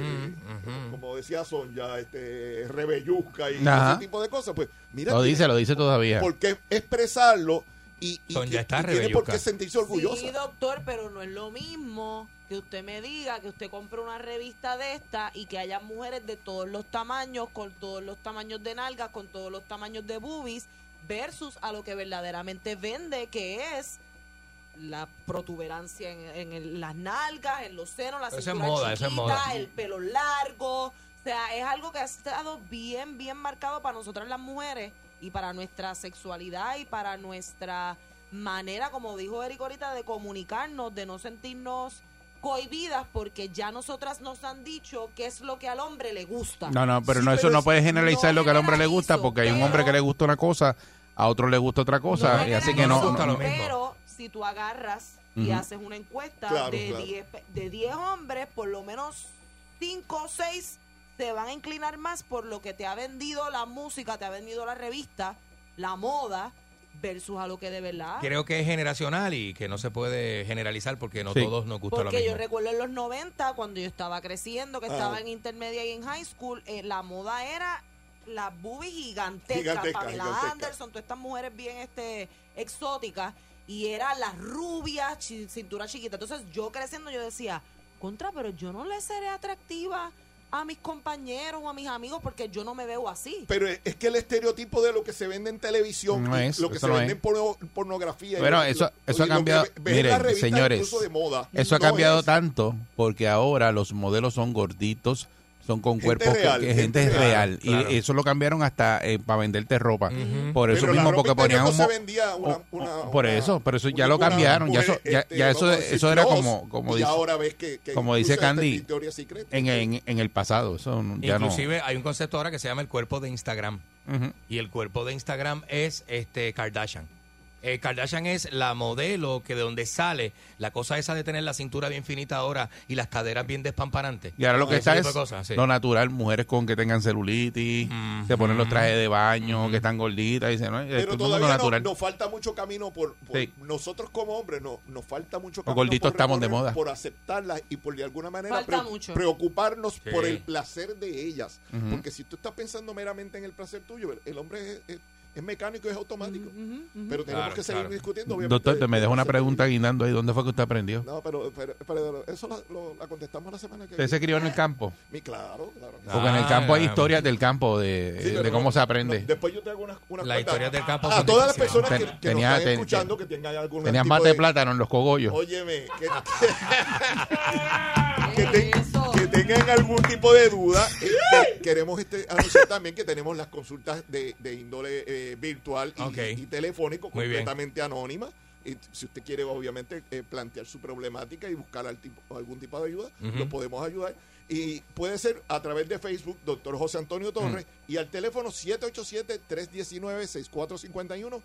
como decía Sonja, este, rebellusca y Ajá. ese tipo de cosas, pues mira. Lo tiene dice, lo dice todavía. ¿Por qué expresarlo? Y, y Sonja que- está y tiene por rebellusca. qué sentirse orgullosa. Sí, doctor, pero no es lo mismo que usted me diga que usted compre una revista de esta y que haya mujeres de todos los tamaños, con todos los tamaños de nalgas, con todos los tamaños de boobies, versus a lo que verdaderamente vende, que es la protuberancia en, en el- las nalgas, en los senos, la Eso es cintura moda, eso es chiquita, moda. el pelo largo. O sea, es algo que ha estado bien, bien marcado para nosotras las mujeres y para nuestra sexualidad y para nuestra manera, como dijo Eric ahorita, de comunicarnos, de no sentirnos cohibidas porque ya nosotras nos han dicho qué es lo que al hombre le gusta. No, no, pero no, Sí, eso no puede generalizar no lo que al hombre le gusta, porque hay un hombre que le gusta una cosa, a otro le gusta otra cosa, No y así que no. generalizo, no- no- Pero si tú agarras y Ujú. haces una encuesta Claro, de claro. 10 pe- de 10 hombres, por lo menos 5 o 6 se van a inclinar más por lo que te ha vendido la música, te ha vendido la revista, la moda, versus a lo que de verdad. Creo que es generacional y que no se puede generalizar porque no Sí. todos nos gusta Porque lo yo mismo. recuerdo en los 90, cuando yo estaba creciendo, que Ah. estaba en intermedia y en high school, eh, la moda era las boobies gigantescas, Gigantesca, Pamela gigantesca. Anderson, todas estas mujeres bien este exóticas, y eran las rubias, chi- cintura chiquita. Entonces yo creciendo yo decía, contra, pero yo no le seré atractiva a mis compañeros o a mis amigos porque yo no me veo así. Pero es es que el estereotipo de lo que se vende en televisión, No y es, lo que eso se no vende es. en porno- pornografía. y Bueno, lo- eso, lo- eso ha y lo que cambiado. ve- ve en la Miren, revista señores, incluso de moda, eso ha no cambiado es. tanto porque ahora los modelos son gorditos, son con cuerpos que- real, que, gente gente es real. real, claro. Y eso lo cambiaron hasta para venderte ropa. Por eso Pero la mismo, ropa porque interior ponían no un. se mo- vendía una- una- por eso, pero eso ya lo cambiaron. Ya eso, ya, este, ya eso, vamos a decir, eso era dos, como, como y dice, ahora ves que- que como dice incluso hasta en Candy. Victoria's Secret. En, en, en el pasado, eso no- ya no. Inclusive hay un concepto ahora que se llama el cuerpo de Instagram. Ujú. Y el cuerpo de Instagram es este Kardashian. Eh, Kardashian es la modelo que de donde sale la cosa esa de tener la cintura bien finita ahora y las caderas bien despamparantes. Y ahora lo que Ese está tipo es de cosas, sí. lo natural, mujeres con que tengan celulitis, se ponen los trajes de baño, que están gorditas, dicen, no, es Pero todo el mundo todavía no- natural. nos falta mucho camino por, por- Sí. nosotros como hombres no, nos falta mucho Los camino gorditos por, estamos de recorrer, moda. por aceptarlas y por de alguna manera Falta preo- mucho. preocuparnos Sí. por el placer de ellas. Ujú. Porque si tú estás pensando meramente en el placer tuyo, el- el hombre es, es- es mecánico, es automático. Pero tenemos Claro, que seguir claro. discutiendo. obviamente, Doctor, te de- me de dejó una placer. pregunta guindando ahí. ¿Dónde fue que usted aprendió? No, pero, pero- pero eso la, lo- la contestamos la semana que ¿Usted se crió en el campo? Mi, claro, claro. que sí. Porque en Ah, el campo hay historias del campo, de, Sí, pero de cómo no- se aprende. no, después yo te hago unas, unas Las cuantas. historias del campo A son todas las difíciles. personas que, que Tenía- nos están ten- escuchando que tengan algún tenías tipo mate de plátano en los cogollos. Óyeme, que, que, te- que tengan algún tipo de duda. este, queremos este, anunciar también que tenemos las consultas de, de índole eh, virtual y, Ok. y telefónico Muy bien. completamente anónima. Y si usted quiere, obviamente, eh, plantear su problemática y buscar al tipo- algún tipo de ayuda, Ujú. lo podemos ayudar. Y puede ser a través de Facebook, doctor José Antonio Torres, y al teléfono 787-319-6451.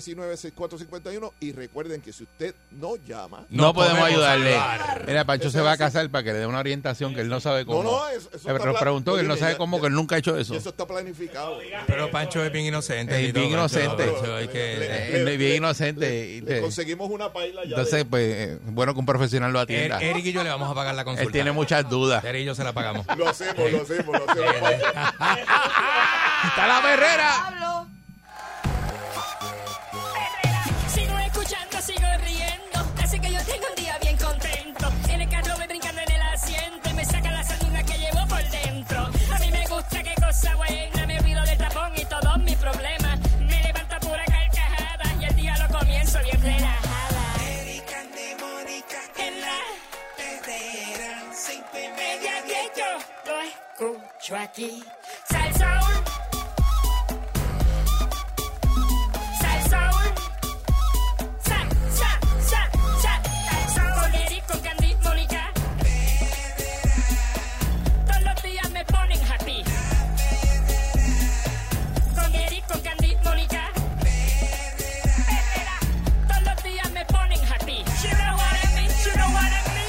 787-319-6451. Y recuerden que si usted no llama, No, podemos ayudarle. ayudar. Mira, Pancho Eso se va a es así. casar para que le dé una orientación que él no sabe cómo. Eh, no, eso- eso Pero está nos pla- preguntó que él no Oye, sabe ya- cómo, que él nunca ha hecho eso. Y eso está planificado. Pero Pancho es bien inocente. Es y todo, bien Pancho, inocente. Pancho, hay que- Eh, eh, bien inocente. y Le te- conseguimos una paila ya. Entonces, pues, eh, bueno que un profesional lo Er- atienda. Eric y yo le vamos a pagar la consulta. Él tiene muchas dudas. Eric y yo se la pagamos. de- Lo hacemos, lo hacemos, lo hacemos. ¡Está la berrera! Sigo escuchando, sigo riendo. Así que yo tengo un día bien contento. En el carro voy brincando en el asiento. y Me saca la sanduna que llevo por dentro. A mí me gusta qué cosa buena. Me olvido del tapón y todos mis problemas. Me levanta pura carcajada. Y el día lo comienzo bien relajada. Erika de Mónica en la perrera, cinco y media, diez, Yo lo escucho aquí. Salsaul. Salsaul. Sal, sal, sal, sal. Salsaul. Con Eric, con Candy, Mónica. Todos los días me ponen happy. Con Eric, con Candy, Mónica. Perrera. Todos los días me ponen happy. You know what I mean, you know what I mean.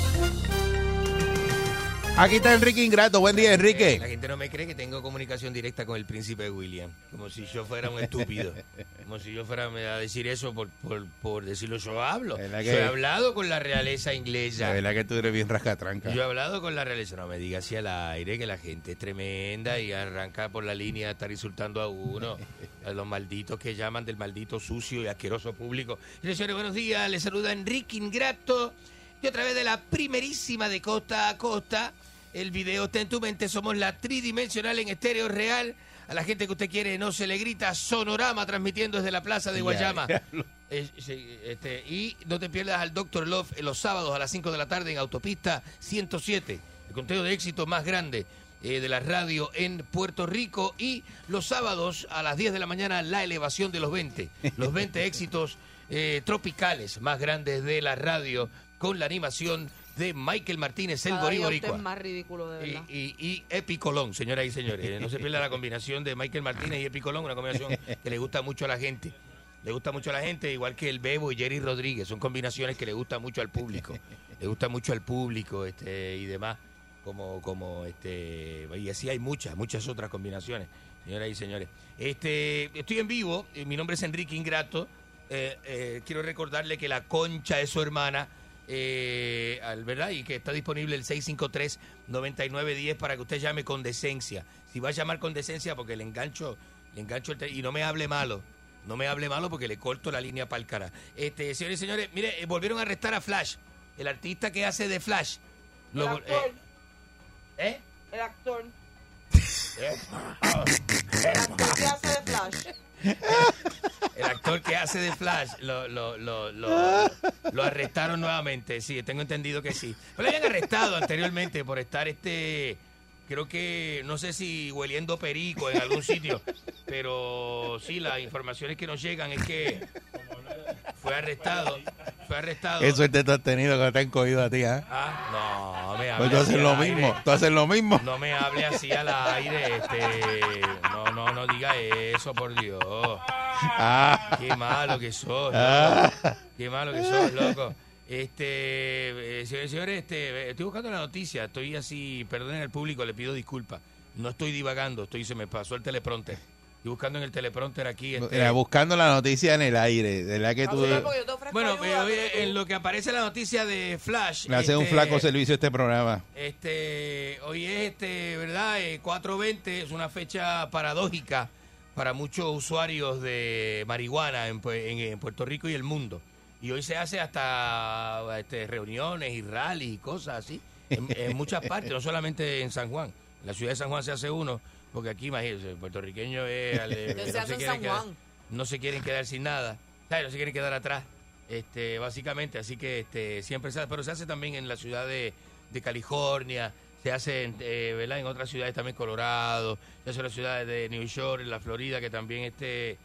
Aquí está Enrique Ingrato. Buen día, Eh, La Enrique. gente no me cree que tengo comunicación directa con el príncipe William. Como si yo fuera un estúpido. Como si yo fuera a decir eso por, por, por decirlo. Yo hablo. Yo que- he hablado con la realeza inglesa. La verdad que tú eres bien rascatranca. Yo he hablado con la realeza, no me diga así al aire que la gente es tremenda y arranca por la línea a estar insultando a uno, a los malditos que llaman del maldito sucio y asqueroso público. Señores, señores, buenos días, les saluda Enrique Ingrato y otra vez de la primerísima de costa a costa. El video está en tu mente, somos la tridimensional en estéreo real. A la gente que usted quiere no se le grita sonorama transmitiendo desde la plaza de Ya, Guayama. diablo. Eh, sí, este, y no te pierdas al Dr. Love eh, los sábados a las 5 de la tarde en Autopista 107, el conteo de éxito más grande eh, de la radio en Puerto Rico. Y los sábados a las 10 de la mañana, la elevación de los 20, los 20 éxitos eh, tropicales más grandes de la radio con la animación de Michael Martínez, el Cada día usted Boricua. es más ridículo, de Y, verdad. y, y Epicolón, señoras y señores. eh, No se pierda la combinación de Michael Martínez y Epicolón, una combinación que le gusta mucho a la gente. Le gusta mucho a la gente, igual que el Bebo y Jerry Rodríguez. Son combinaciones que le gusta mucho al público. Le gusta mucho al público este y demás. Como, como este y así hay muchas, muchas otras combinaciones, señoras y señores. Este, estoy en vivo, eh, mi nombre es Enrique Ingrato. Eh, eh, quiero recordarle que la concha es su hermana, eh, al- ¿verdad? Y que está disponible el 653-9910 para que usted llame con decencia. Si va a llamar con decencia, porque le engancho, le engancho el tel- y no me hable malo. No me hable malo porque le corto la línea para el cara. Este, señores y señores, mire, eh, volvieron a arrestar a Flash, el artista que hace de Flash. Lo vol- eh, ¿Eh? El actor. eh, ¿Qué hace de Flash? El actor que hace de Flash lo, lo, lo, lo- lo arrestaron nuevamente. Sí, tengo entendido que sí. Pero lo habían arrestado anteriormente por estar este. Creo que, no sé si hueliendo perico en algún sitio, pero sí, las informaciones que nos llegan es que fue arrestado. Fue arrestado. Qué suerte tú has tenido que te han cogido a ti, ¿eh? Ah, no, me hable Pues tú haces así lo al aire. mismo. Tú haces lo mismo. No me hable así al aire. Este. No, no, no diga eso, por Dios. Ah. Qué malo que sos. Ah. loco. Qué malo que sos, loco. Este, eh, señores, señores, este, eh, estoy buscando la noticia. Estoy así, perdonen al público, le pido disculpas. No estoy divagando, estoy se me pasó el teleprompter. Estoy buscando en el teleprompter aquí. este, Mira, buscando Eh, la noticia en el aire. De la que tú bueno, pero, eh, en lo que aparece la noticia de Flash. le haces un este, flaco servicio a este programa. este, hoy es este, ¿verdad? Eh, 420 es una fecha paradójica para muchos usuarios de marihuana en, Pue- en- en Puerto Rico y el mundo. Y hoy se hace hasta este, reuniones y rally y cosas así en, en muchas partes, no solamente en San Juan. En la ciudad de San Juan se hace uno, porque aquí, imagínense, el puertorriqueño es... al- eh, Que se hace en quieren San quedar- Juan. no se quieren quedar sin nada, ¿sabes? no se quieren quedar atrás, este, básicamente, así que este, siempre se hace, pero se hace también en la ciudad de, de California, se hace en, eh, ¿verdad? en otras ciudades también, Colorado, se hace en las ciudades de New York, en la Florida, que también este,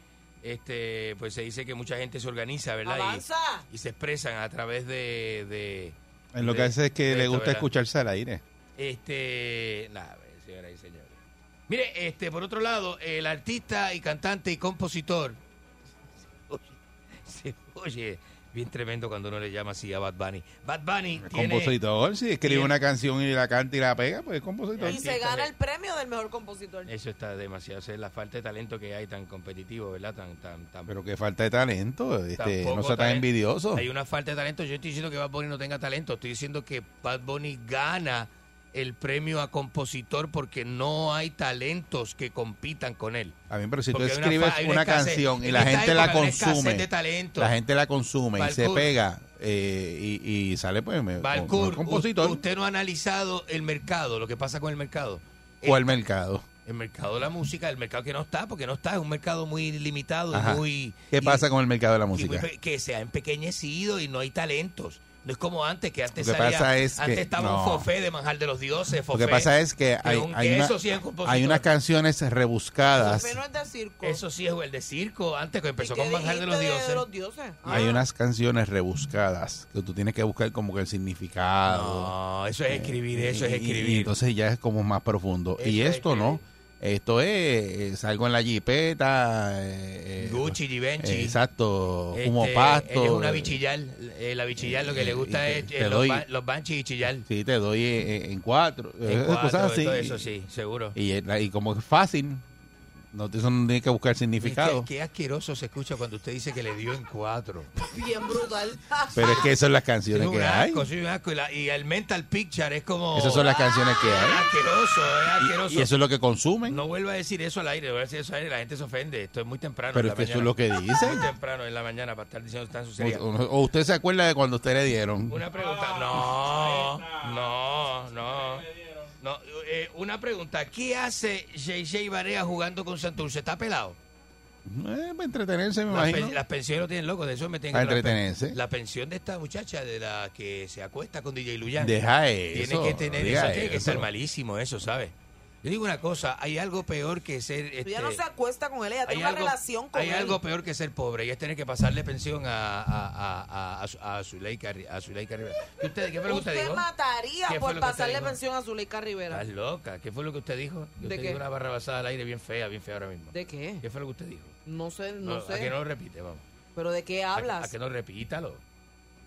este, pues se dice que mucha gente se organiza, ¿verdad? Y- ¡Avanza! Y, se expresan a través de, de- En lo que de- hace es que de le esto, gusta ¿verdad? escucharse al aire. Este, nada, señoras y señores. Mire, este, por otro lado, el artista y cantante y compositor se oye bien tremendo cuando uno le llama así a Bad Bunny. Bad Bunny tiene Compositor, si escribe tiene- una canción y la canta y la pega, pues es compositor. Y se gana el premio del mejor compositor. eso está demasiado, esa es la falta de talento que hay tan competitivo, ¿verdad? Tan tan tan Pero que falta de talento, este, Tampoco no sea tan talen- envidioso. Hay una falta de talento. Yo estoy diciendo que Bad Bunny no tenga talento. Estoy diciendo que Bad Bunny gana el premio a compositor porque no hay talentos que compitan con él. A mí, pero si tú Porque hay una escribes fa- hay una, una escasez. canción y En la esta gente la época hay una escasez consume, de talento. la gente la consume y se Balcour. pega eh, y, y sale pues me- Balcour, un compositor u- usted no ha analizado el mercado, lo que pasa con el mercado. o al mercado. El mercado de la música, el mercado que no está, porque no está, es un mercado muy limitado, y Ajá. muy ¿Qué pasa con el mercado de la y muy música? pe- que se ha empequeñecido y no hay talentos. No es como antes, que antes Lo que salía- pasa es antes que- estaba no. un fofé de manjar de los dioses, Lo fofé. que pasa es que Pero hay, un hay, una- queso sí es compositor. hay unas canciones rebuscadas, Eso sí es el de circo, antes que empezó con manjar de los dijiste de dioses. los dioses? Ah. Ah. hay unas canciones rebuscadas que tú tienes que buscar como que el significado. Eh, No, eso es escribir, eso es Y- y escribir. entonces ya es como más profundo. y esto no. Esto es, eh, salgo en la jipeta. eh, eh, Gucci, Givenchy. eh, exacto, fumo Este, pasto. ella es una eh, bichillar. eh, la bichillar lo que le gusta te- es te eh, los, doy. ba- los banchis y chillar. Sí, te doy eh, eh, en cuatro. En eh, cuatro, cosas así. todo eso sí, seguro. Y, eh, la- y como es fácil, no, te- eso no tiene que buscar significado. Qué, qué asqueroso se escucha cuando usted dice que le dio en cuatro. Bien brutal. Pero es que esas son las canciones Es un que hay. asco, sí, un asco. Y, la- y el mental picture es como... ¡Ah! Esas son las canciones que Es hay. asqueroso, es asqueroso. eh, Y eso es lo que consumen. No vuelva a decir eso al aire, vuelva a decir eso al aire, la gente se ofende. Esto es muy temprano. Pero en la es que eso mañana. es lo que dicen. Muy temprano en la mañana para estar diciendo tan sucediendo. O, oh. o usted se acuerda de cuando usted le dieron. Una pregunta. No, no, no. No, eh, una pregunta. ¿Qué hace JJ Barea jugando con Santurce? ¿Está pelado? Eh, para entretenerse, me Las, imagino. pe- las pensiones lo tienen loco, de eso me tienen Para que hablar. entretenerse. La pensión de esta muchacha de la que se acuesta con DJ Luyan. Deja eso, Tiene que tener diga eso, tiene que eso. ser malísimo eso, ¿sabes? Yo digo una cosa, hay algo peor que ser este, Ella no se acuesta con él, ella tiene una relación con hay él. algo peor que ser pobre y es tener que pasarle pensión a, a, a, a, a Zuleika, Ri- a Zuleika Rivera. ¿Qué, usted, ¿Qué fue lo que usted, Usted dijo? mataría ¿Qué fue por lo que usted pasarle dijo? pensión a Zuleika Rivera. Estás loca. ¿Qué fue lo que usted dijo? Yo ¿De te qué? digo una barra basada al aire bien fea, bien fea ahora mismo. ¿De qué? ¿Qué fue lo que usted dijo? No sé, no, ¿A sé. que no lo repite? Vamos. ¿Pero de qué ¿A- hablas? A, que no repítalo.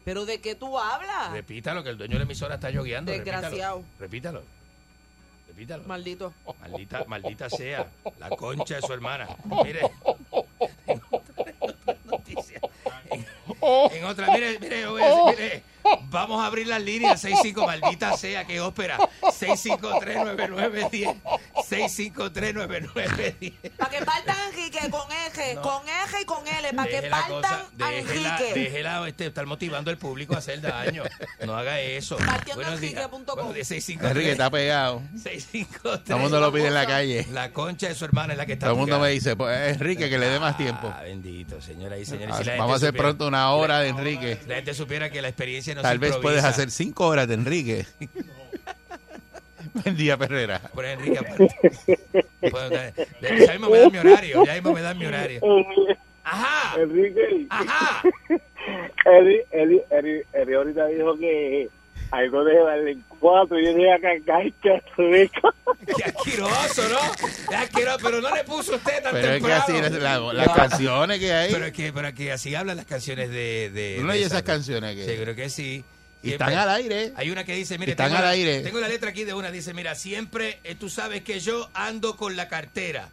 ¿Pero de qué tú hablas? Repítalo, que el dueño de la emisora está yogueando. Desgraciado. Repítalo. Repítalo. Repítalo. Maldito. Maldita, maldita sea la concha de su hermana. Mire. En otra, mire, mire, yo voy a decir, mire. Vamos a abrir las líneas 65, maldita sea, que ópera. 6539910. 6539910. Para que partan Enrique con eje, No. con eje y con L, para que Deje la partan cosa, déjela, Enrique. déjela este, estar motivando al público a hacer daño. No haga eso. Buenos días. Buenos días, 653. Enrique está pegado. 653. Todo el mundo lo pide en la calle. La concha de su hermana es la que está Todo el mundo picada. me dice, pues, Enrique, que le dé más tiempo. Ah, bendito, señora y señores. Ah, Si la gente Vamos a hacer supiera- pronto una hora de Enrique. La gente supiera que la experiencia no se Tal vez puedes improvisa. hacer cinco horas de Enrique. Buen día, Perrera. Por Enrique, aparte. Bueno, ya- ya mismo me dan mi horario, ya mismo me dan mi horario. Ajá. Enrique. Ajá. Eri, Eri, Eri, Eri ahorita dijo que algo de darle en cuatro y yo dije acá, ay, qué rico. Asqueroso, ¿no? Es asqueroso, pero no le puso usted tan Pero es que temprano. así las- las- las canciones que hay. Pero es que, pero es que así hablan las canciones de. de ¿Tú no de oyes esas canciones que- Seguro que sí. Y están al aire. Hay una que dice, mire, Están tengo al la- aire. Tengo la letra aquí de una, dice, mira, siempre eh, tú sabes que yo ando con la cartera.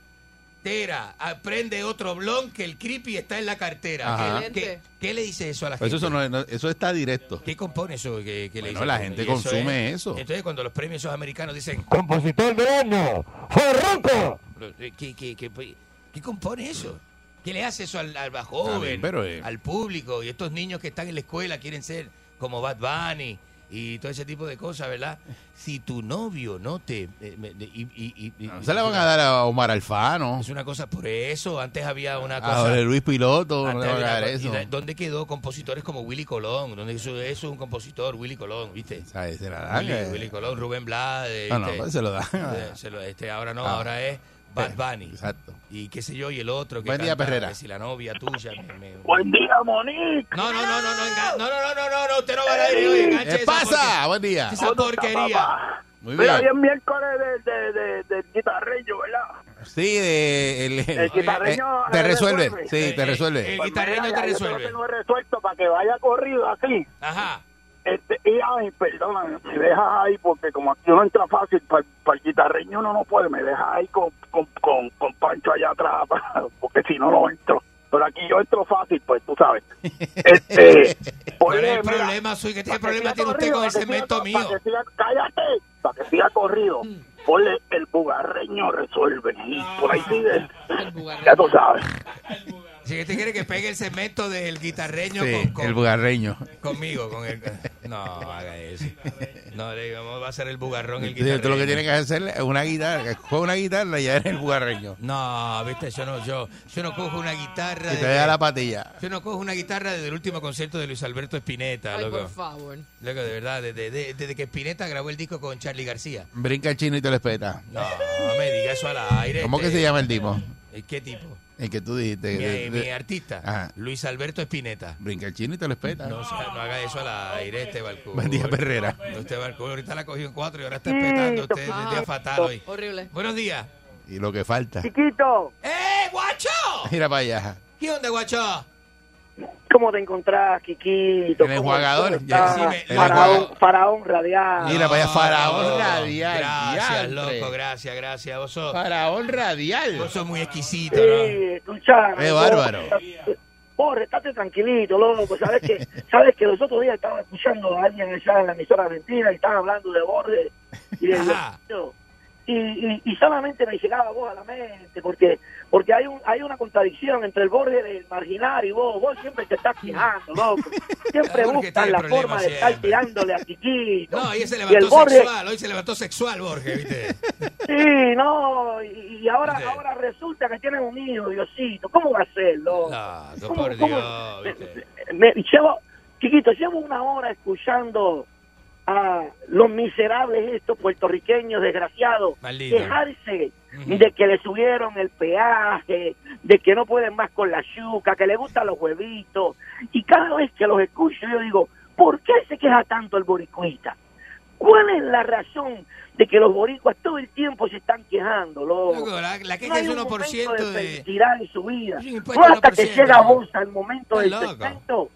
Tera, aprende otro blon que el creepy está en la cartera. Ajá. ¿Qué, qué, qué le dice eso a la Pues gente? eso, no- no- eso está directo. ¿Qué compone eso que, que le Bueno, dicen? la gente Y eso consume es- eso. Entonces, cuando los premios esos americanos dicen, Compositor del año, fue Ronco. eh, ¿Qué, qué, qué- qué compone eso? ¿Qué le hace eso al, al más bien, joven, pero, eh. al público? Y estos niños que están en la escuela quieren ser como Bad Bunny y todo ese tipo de cosas, ¿verdad? Si tu novio no te... eh, me- de- y, y- y- y- Se la van a dar a Omar Alfano, Es una cosa por eso. Antes había una a cosa... Jorge Luis Piloto, no le antes van a había dar una co- eso. y da- ¿Dónde quedó compositores como Willy Colón? ¿Dónde eso, eso es un compositor, Willy Colón, ¿viste? ¿Sabes? Se la dan, Willy, eh. Willy Colón, Rubén Blades. No, no, ¿viste? pues se lo dan. Eh, se lo- este, ahora no, Ah. ahora es Bad Bunny. Exacto. Y qué sé yo, y el otro. Que Buen día, canta, Perrera. que Si la novia tuya. me- me- Buen día, Monique. No, no, no, no, no, engan- no, no, no, no, no, no, usted no va a ir. oye, enganche ¿Qué esa pasa? porquería. Buen día. Esa porquería. Muy Mira, hoy bien. es miércoles de, de, de, de guitarrillo, ¿verdad? Sí, de- el, El guitarreño eh, te le resuelve. resuelve. Sí, Eh, te resuelve. Pues mira, ya yo te lo tengo resuelto para que vaya corrido así. Ajá. Este, y ay, perdona, me dejas ahí porque como aquí uno entra fácil, para el guitarreño uno no puede, me dejas ahí con, con, con, con Pancho allá atrás, porque si no, no entro. Pero aquí yo entro fácil, pues tú sabes. Este, ¿Cuál es el mira, problema suyo? ¿Qué tiene para que siga problema tiene usted corrido, con para el que siga- cemento para mío? que siga- cállate, para que siga corrido. Mm. Ponle el bugarreño resuelve. Y por ahí sigue. Ya tú sabes. Si usted quiere que pegue el cemento del guitarreño Sí, con, con- el bugarreño. conmigo, con el... No, haga eso. No, le digamos, va a ser el bugarrón el guitarreño. Tú lo que tienes que hacer es una guitarra, coge una guitarra y eres el bugarreño. No, viste, yo no, yo, yo no eh, cojo una guitarra. Y te desde- da la patilla. Yo no cojo una guitarra desde el último concierto de Luis Alberto Spinetta, Ay, loco. por favor. Loco, de verdad, desde, de- desde que Spinetta grabó el disco con Charlie García. Brinca el chino y te lo espeta. No, no me diga eso al aire. ¿Cómo que este. se llama el tipo? ¿Eh, ¿Qué tipo? El que tú dijiste. Mi, eh, De- mi de- artista, Ajá. Luis Alberto Spinetta. Brinca el chino y te lo espeta. No, o sea, no haga eso al aire, este balcón. Buen día, Perrera. Usted balcón ahorita la cogió en cuatro y ahora está espetando. Usted es un día fatal hoy. Horrible. Buenos días. Y lo que falta. Chiquito. ¡Eh, guacho! Mira para allá. ¿Qué onda, guacho? ¿Cómo te encontrás, Chiquito? El enjuagador. Ah, Eh, El faraón, enjuagador. faraón radial. Mira para allá, Oh, faraón radial. Gracias, diantre. loco, gracias, gracias. Vos sos, Faraón radial. Vos sos muy exquisito, ¿no? Sí, escuchá, Qué no, bárbaro. Porra, estate tranquilito, loco. pues, Sabes que, sabes que los otros días estaba escuchando a alguien allá en la emisora argentina y estaban hablando de Borges y de y, y, y solamente me llegaba vos a la mente porque porque hay un hay una contradicción entre el Borges del marginar y vos. Vos siempre te estás quejando, loco. Siempre buscas tiene la problemas forma de estar tirándole a Chiquito. No, hoy se y el levantó Borges, sexual, hoy se levantó sexual, Borges, ¿viste? sí, no, y, y ahora, ahora resulta que tienen un hijo, Diosito. ¿Cómo va a ser, loco? Ah, no, ¿Cómo- por cómo- Dios, ¿viste? me llevo, chiquito, llevo una hora escuchando a los miserables estos puertorriqueños desgraciados Maldito. quejarse de que le subieron el peaje, de que no pueden más con la yuca, que le gustan los huevitos. Y cada vez que los escucho yo digo, ¿por qué se queja tanto el boricuita? ¿Cuál es la razón de que los boricuas todo el tiempo se están quejando, loco? la, la queja No hay es un 1% momento de- felicidad en su vida. impuesto No hasta que 1%, llega loco. vos al momento del Estás segmento.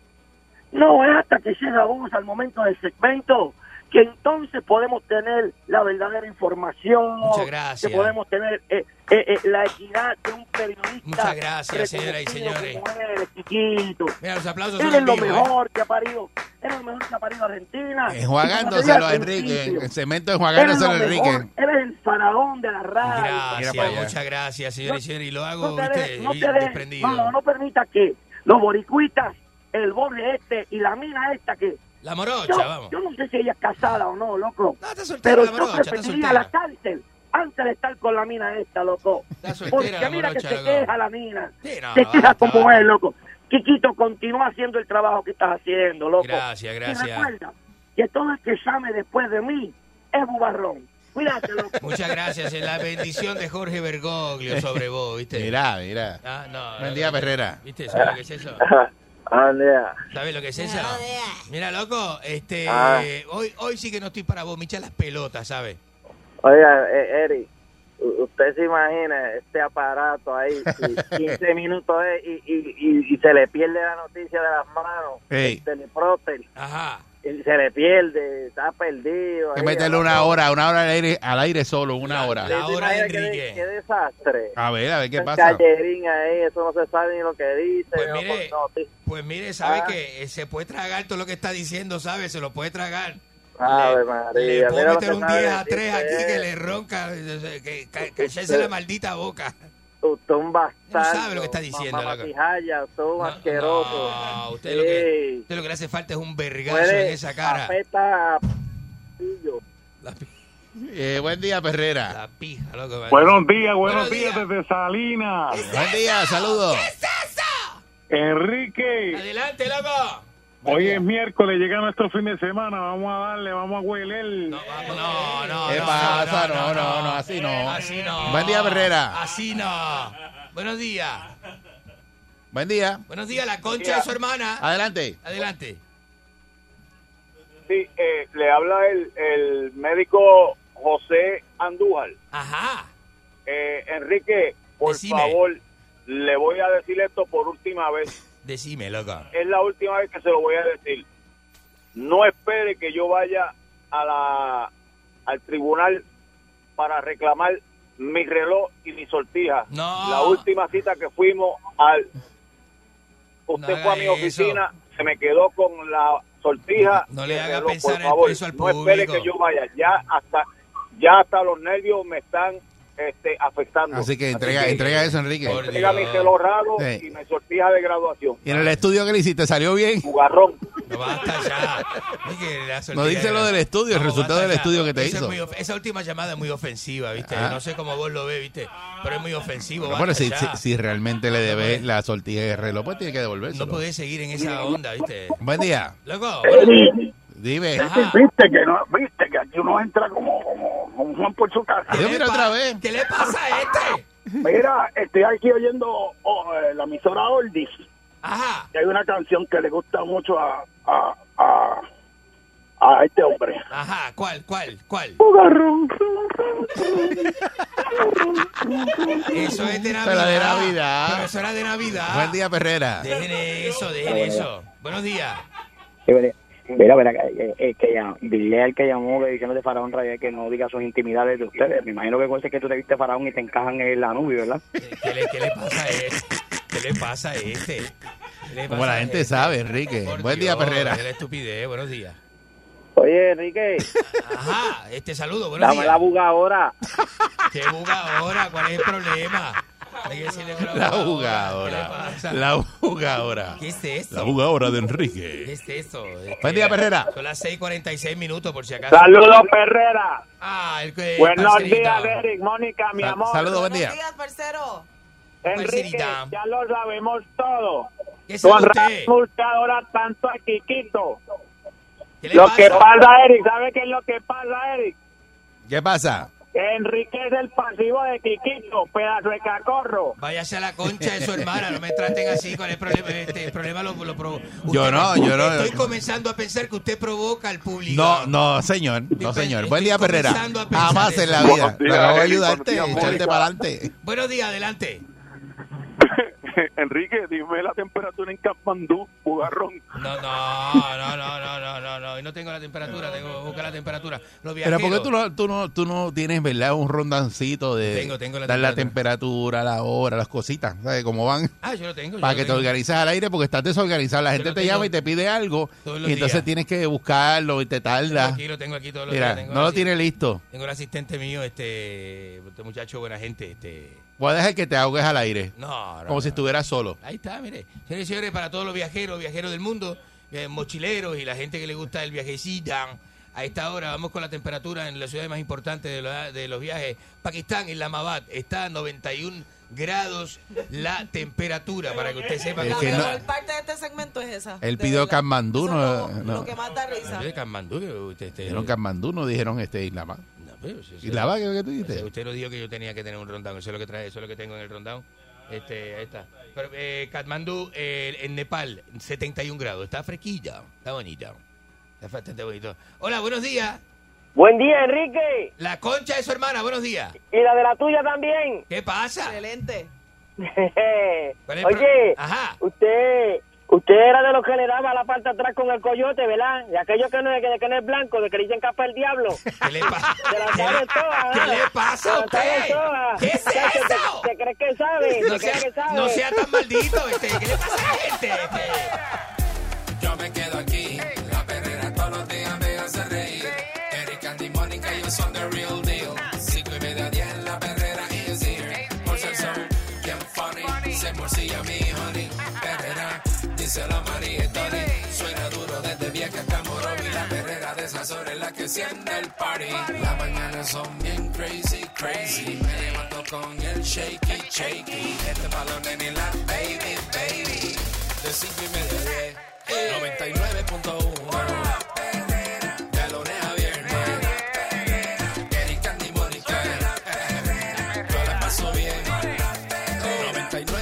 No es hasta que llega vos al momento del segmento que entonces podemos tener la verdadera información. Muchas gracias. Que podemos tener eh, eh, eh, la equidad de un periodista. Muchas gracias, señoras y reconocido señores. como eres, chiquito. Mira, los aplausos son Eres en lo vivo, ¿eh? mejor que ha parido. Eres lo mejor que ha parido Argentina. Enjuagándoselo a Como te dije al Enrique. principio, En cemento Eres, enjuagándoselo lo a mejor, Enrique. eres el faraón de la radio. Gracias, Mira para allá. muchas gracias, señor y señor, y lo hago No te ¿viste? dejes, no vi- te dejes. desprendido. No, no, no permita que los boricuitas, el borde este y la mina esta que... La morocha, yo, vamos. yo no sé si ella es casada o no, loco. soltera pero la yo morocha, está preferiría soltera. la cárcel antes de estar con la mina esta, loco. soltera la Porque mira que morocha, se loco. queja la mina. no, se queja basta, como basta. es, loco. Chiquito, continúa haciendo el trabajo que estás haciendo, loco. Gracias, gracias. Y recuerda que todo el que llame después de mí es bubarrón. Cuídate, loco. Muchas gracias, es la bendición de Jorge Bergoglio sobre vos, ¿viste? Mirá, mirá. Ah, no. Buen día, Perrera. ¿Viste? ¿Sabes lo que es eso? Ah, Andrea. ¿Sabes lo que es eso? Mira, loco, este, Ah. hoy, hoy sí que no estoy para vos, me echan las pelotas, ¿sabes? Oiga, eh, Eri, u- usted se imagina este aparato ahí, y 15 minutos es, y, y- y- y se le pierde la noticia de las manos, Ey. el teleprompter, Ajá. y se le pierde, está perdido. Hay ahí, que meterle ¿no? una hora, una hora al aire, al aire solo, una hora. ¿Usted se imagina qué de- Qué desastre. A ver, a ver qué Un pasa. callerín ahí, eso no se sabe ni lo que dice. Pues no, mire, no, sí. Pues mire, ¿sabes Ah. que Se puede tragar todo lo que está diciendo, ¿sabes? Se lo puede tragar. Ave Le María, puedo mira lo meter que un sabe 10 a decir 3 aquí usted. que le ronca, eh, que ca- callarse la maldita boca. Usted un bastardo. sabe lo que está diciendo, Mamá loco. pijaya, usted un asqueroso. No, Ah, usted lo, que, usted lo que le hace falta es un vergazo Puede- en esa cara. Apesta a Eh, buen día, Perrera. La pija, loco. Buenos días, buenos, días. desde Salinas. Buen día, saludos. Enrique, Adelante, loco. hoy es miércoles, llega nuestro fin de semana, vamos a darle, vamos a hueler. No, no, ¿Qué no, pasa? No, no, no, no, no. no, así no. Así no. Buen día, Herrera. Así no. Buenos días. Buen día. Buenos días, la concha de su hermana. Adelante. Adelante. Sí, eh, le habla el, el médico José Andújar. Eh, Ajá. Enrique, por Ah. Decime. favor, le voy a decir esto por última vez. Decime, loco. Es la última vez que se lo voy a decir. No espere que yo vaya a la, al tribunal para reclamar mi reloj y mi sortija. La última cita que fuimos al... Usted No fue a mi haga eso. oficina, se me quedó con la sortija. No le y el haga reloj. pensar por en favor, eso al No espere público. que yo vaya. Ya hasta, ya hasta los nervios me están este, afectando. Así que entrega, entrega eso, Enrique. Entrega mi reloj raro Sí. y mi sortija de graduación. Y en el estudio que le hiciste, ¿salió bien? Jugarrón. No basta ya. Dije, la No soltera dice lo era- del estudio, el No, resultado basta del ya. estudio que te Eso es hizo. muy of- esa última llamada es muy ofensiva, ¿viste? Ajá. No sé cómo vos lo ves, ¿viste? Pero es muy ofensivo. Pero basta bueno, si, si, ya. si realmente le debes la sortija de reloj, pues tiene que No devolvérselo. podés seguir en esa onda, ¿viste? Buen día. Eh, Loco, Eri. Dime. Viste que no, viste que aquí uno entra como, como, como Juan por su casa. mira otra vez. ¿Qué le pasa a este? Mira, estoy aquí oyendo oh, eh, la emisora Oldies. Ajá. Y hay una canción que le gusta mucho a, a, a, a este hombre. Ajá, ¿cuál, cuál, cuál? Bugarrón. Eso es de Eso era Navidad. de Navidad. Pero eso era de Navidad. Buen día, Perrera. Dejen eso, dejen Buenos eso. Buenos días. Sí, pero- Mira, mira, eh, eh, que ya, dile al que llamó que diciéndote Faraón Rayé que no diga sus intimidades de ustedes. Me imagino que cosas que tú te viste Faraón y te encajan en la nube, ¿verdad? ¿Qué le, qué le pasa a este? ¿Qué le pasa a este? ¿Qué le Como pasa la a gente este? sabe, Enrique. Por Buen día, Dios, Perrera. Es la estupidez, buenos días. Oye, Enrique, Ajá, este saludo, buenos dame días. la buga ahora. ¿Qué buga ahora? ¿Cuál es el problema? Hay que decirle que La buga jugadora. La jugadora. ¿Qué es eso? La jugadora de ¿Qué Enrique. es eso? Buen día, Perrera. Son las 6:46 minutos, por si acaso. Saludos, Perrera. Ah, el que. Buenos parcerita. días, Eric, Mónica, mi Sal- amor. saludos, buen día. Enrique, Parcerita. ya lo sabemos todo. ¿Qué Tú sabe usted? honraste mucho ahora tanto a Quiquito. le Lo pasa? que pasa, Eric, ¿sabe qué es lo que pasa, Eric? ¿Qué pasa? Que Enrique es el pasivo de Quiquito, pedazo de cacorro. Váyase a la concha de su hermana, no me traten así con el problema. Este, el problema lo, lo provo- Yo no, yo no. Estoy comenzando a pensar que usted provoca al público. No, no, señor. No, señor. Buen día, Perrera. comenzando a pensar Jamás en la eso. vida. Buenos Pero voy días, a Eric, ayudarte. buenos días, Echarte Mónica. para adelante. Buenos días, adelante. Enrique, dime la temperatura en Kathmandú, bugarrón. No, no, no, no, no, no, no, no. Hoy no tengo la temperatura, tengo que buscar la temperatura. Los Pero viajeros. ¿por qué tú no, tú, no, tú no tienes, verdad, un rondancito de Tengo- tengo la dar la temperatura, la hora, las cositas, ¿sabes? Cómo van. Ah, yo lo tengo. yo para lo que te tengo. organizes al aire porque estás desorganizado. La gente lo te tengo llama y te pide algo y todos los entonces días. tienes que buscarlo y te tarda. Aquí lo tengo aquí todos los Mira, días, tengo no lo así. tiene listo. Tengo el asistente mío, este, este muchacho buena gente, este. Voy a dejar que te ahogues al aire. No, no, como si no. estuvieras solo. Ahí está, mire. Señores y señores, para todos los viajeros, viajeros del mundo, eh, mochileros y la gente que le gusta el viajecito. A esta hora vamos con la temperatura en la ciudad más importante de, la- de los viajes. Pakistán, Islamabad, está a 91 grados la temperatura, para que usted sepa Es La que no- mejor parte de este segmento es esa. Él de pidió verdad. Katmandú, Eso no- es lo- no. Lo que más da risa. Oye, Katmandú, usted, usted- Dijeron Kathmandú, no dijeron este Islamá. No, pero si- si- Islamá, ¿qué es lo que tú dijiste? Usted lo dijo que yo tenía que tener un rundown. Eso es lo que trae, eso es lo que tengo en el rundown. Este, ahí está. Pero, eh, Katmandú, eh, en Nepal, 71 grados. Está fresquilla. Está bonita. Está bastante bonito. Hola, buenos días. Buen día, Enrique. La concha de su hermana, buenos días. Y la de la tuya también. ¿Qué pasa? Excelente. Oye, usted usted era de los que le daba la parte atrás con el coyote, ¿verdad? De aquellos que no, es- que no es blanco, de que le dicen capa el diablo. ¿Qué le pasa? ¿Qué le pasa a usted? ¿Qué es eso? ¿Te, crees que sabe? No ¿Te crees sea- que sabe? no sea tan maldito, este. ¿Qué le pasa a la gente? Yo me quedo aquí, la perrera todos los días me hace reír. Eric, Andy, Mónica, ellos son the real deal. Cinco y media, diez, la perrera is here. Por ser son bien funny, se morcilla mi honey. Perrera, dice la María y Tony. Suena duro desde vieja hasta Morovi. La perrera de esas horas es la que siente el party. Las mañanas son bien crazy, crazy. Me levanto con el shaky, shaky. Este balón en la baby, baby. De cinco y media, a diez. 99.1 De lunes a viernes eh. Eric, Andy, Mónica eh. Yo la paso bien 99.1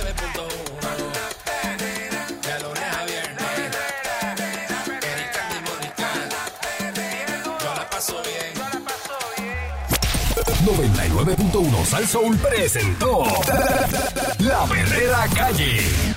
De lunes a viernes eh. Eric, Andy, Mónica Yo la paso bien 99.1 Sal Soul presentó La Verdadera Calle.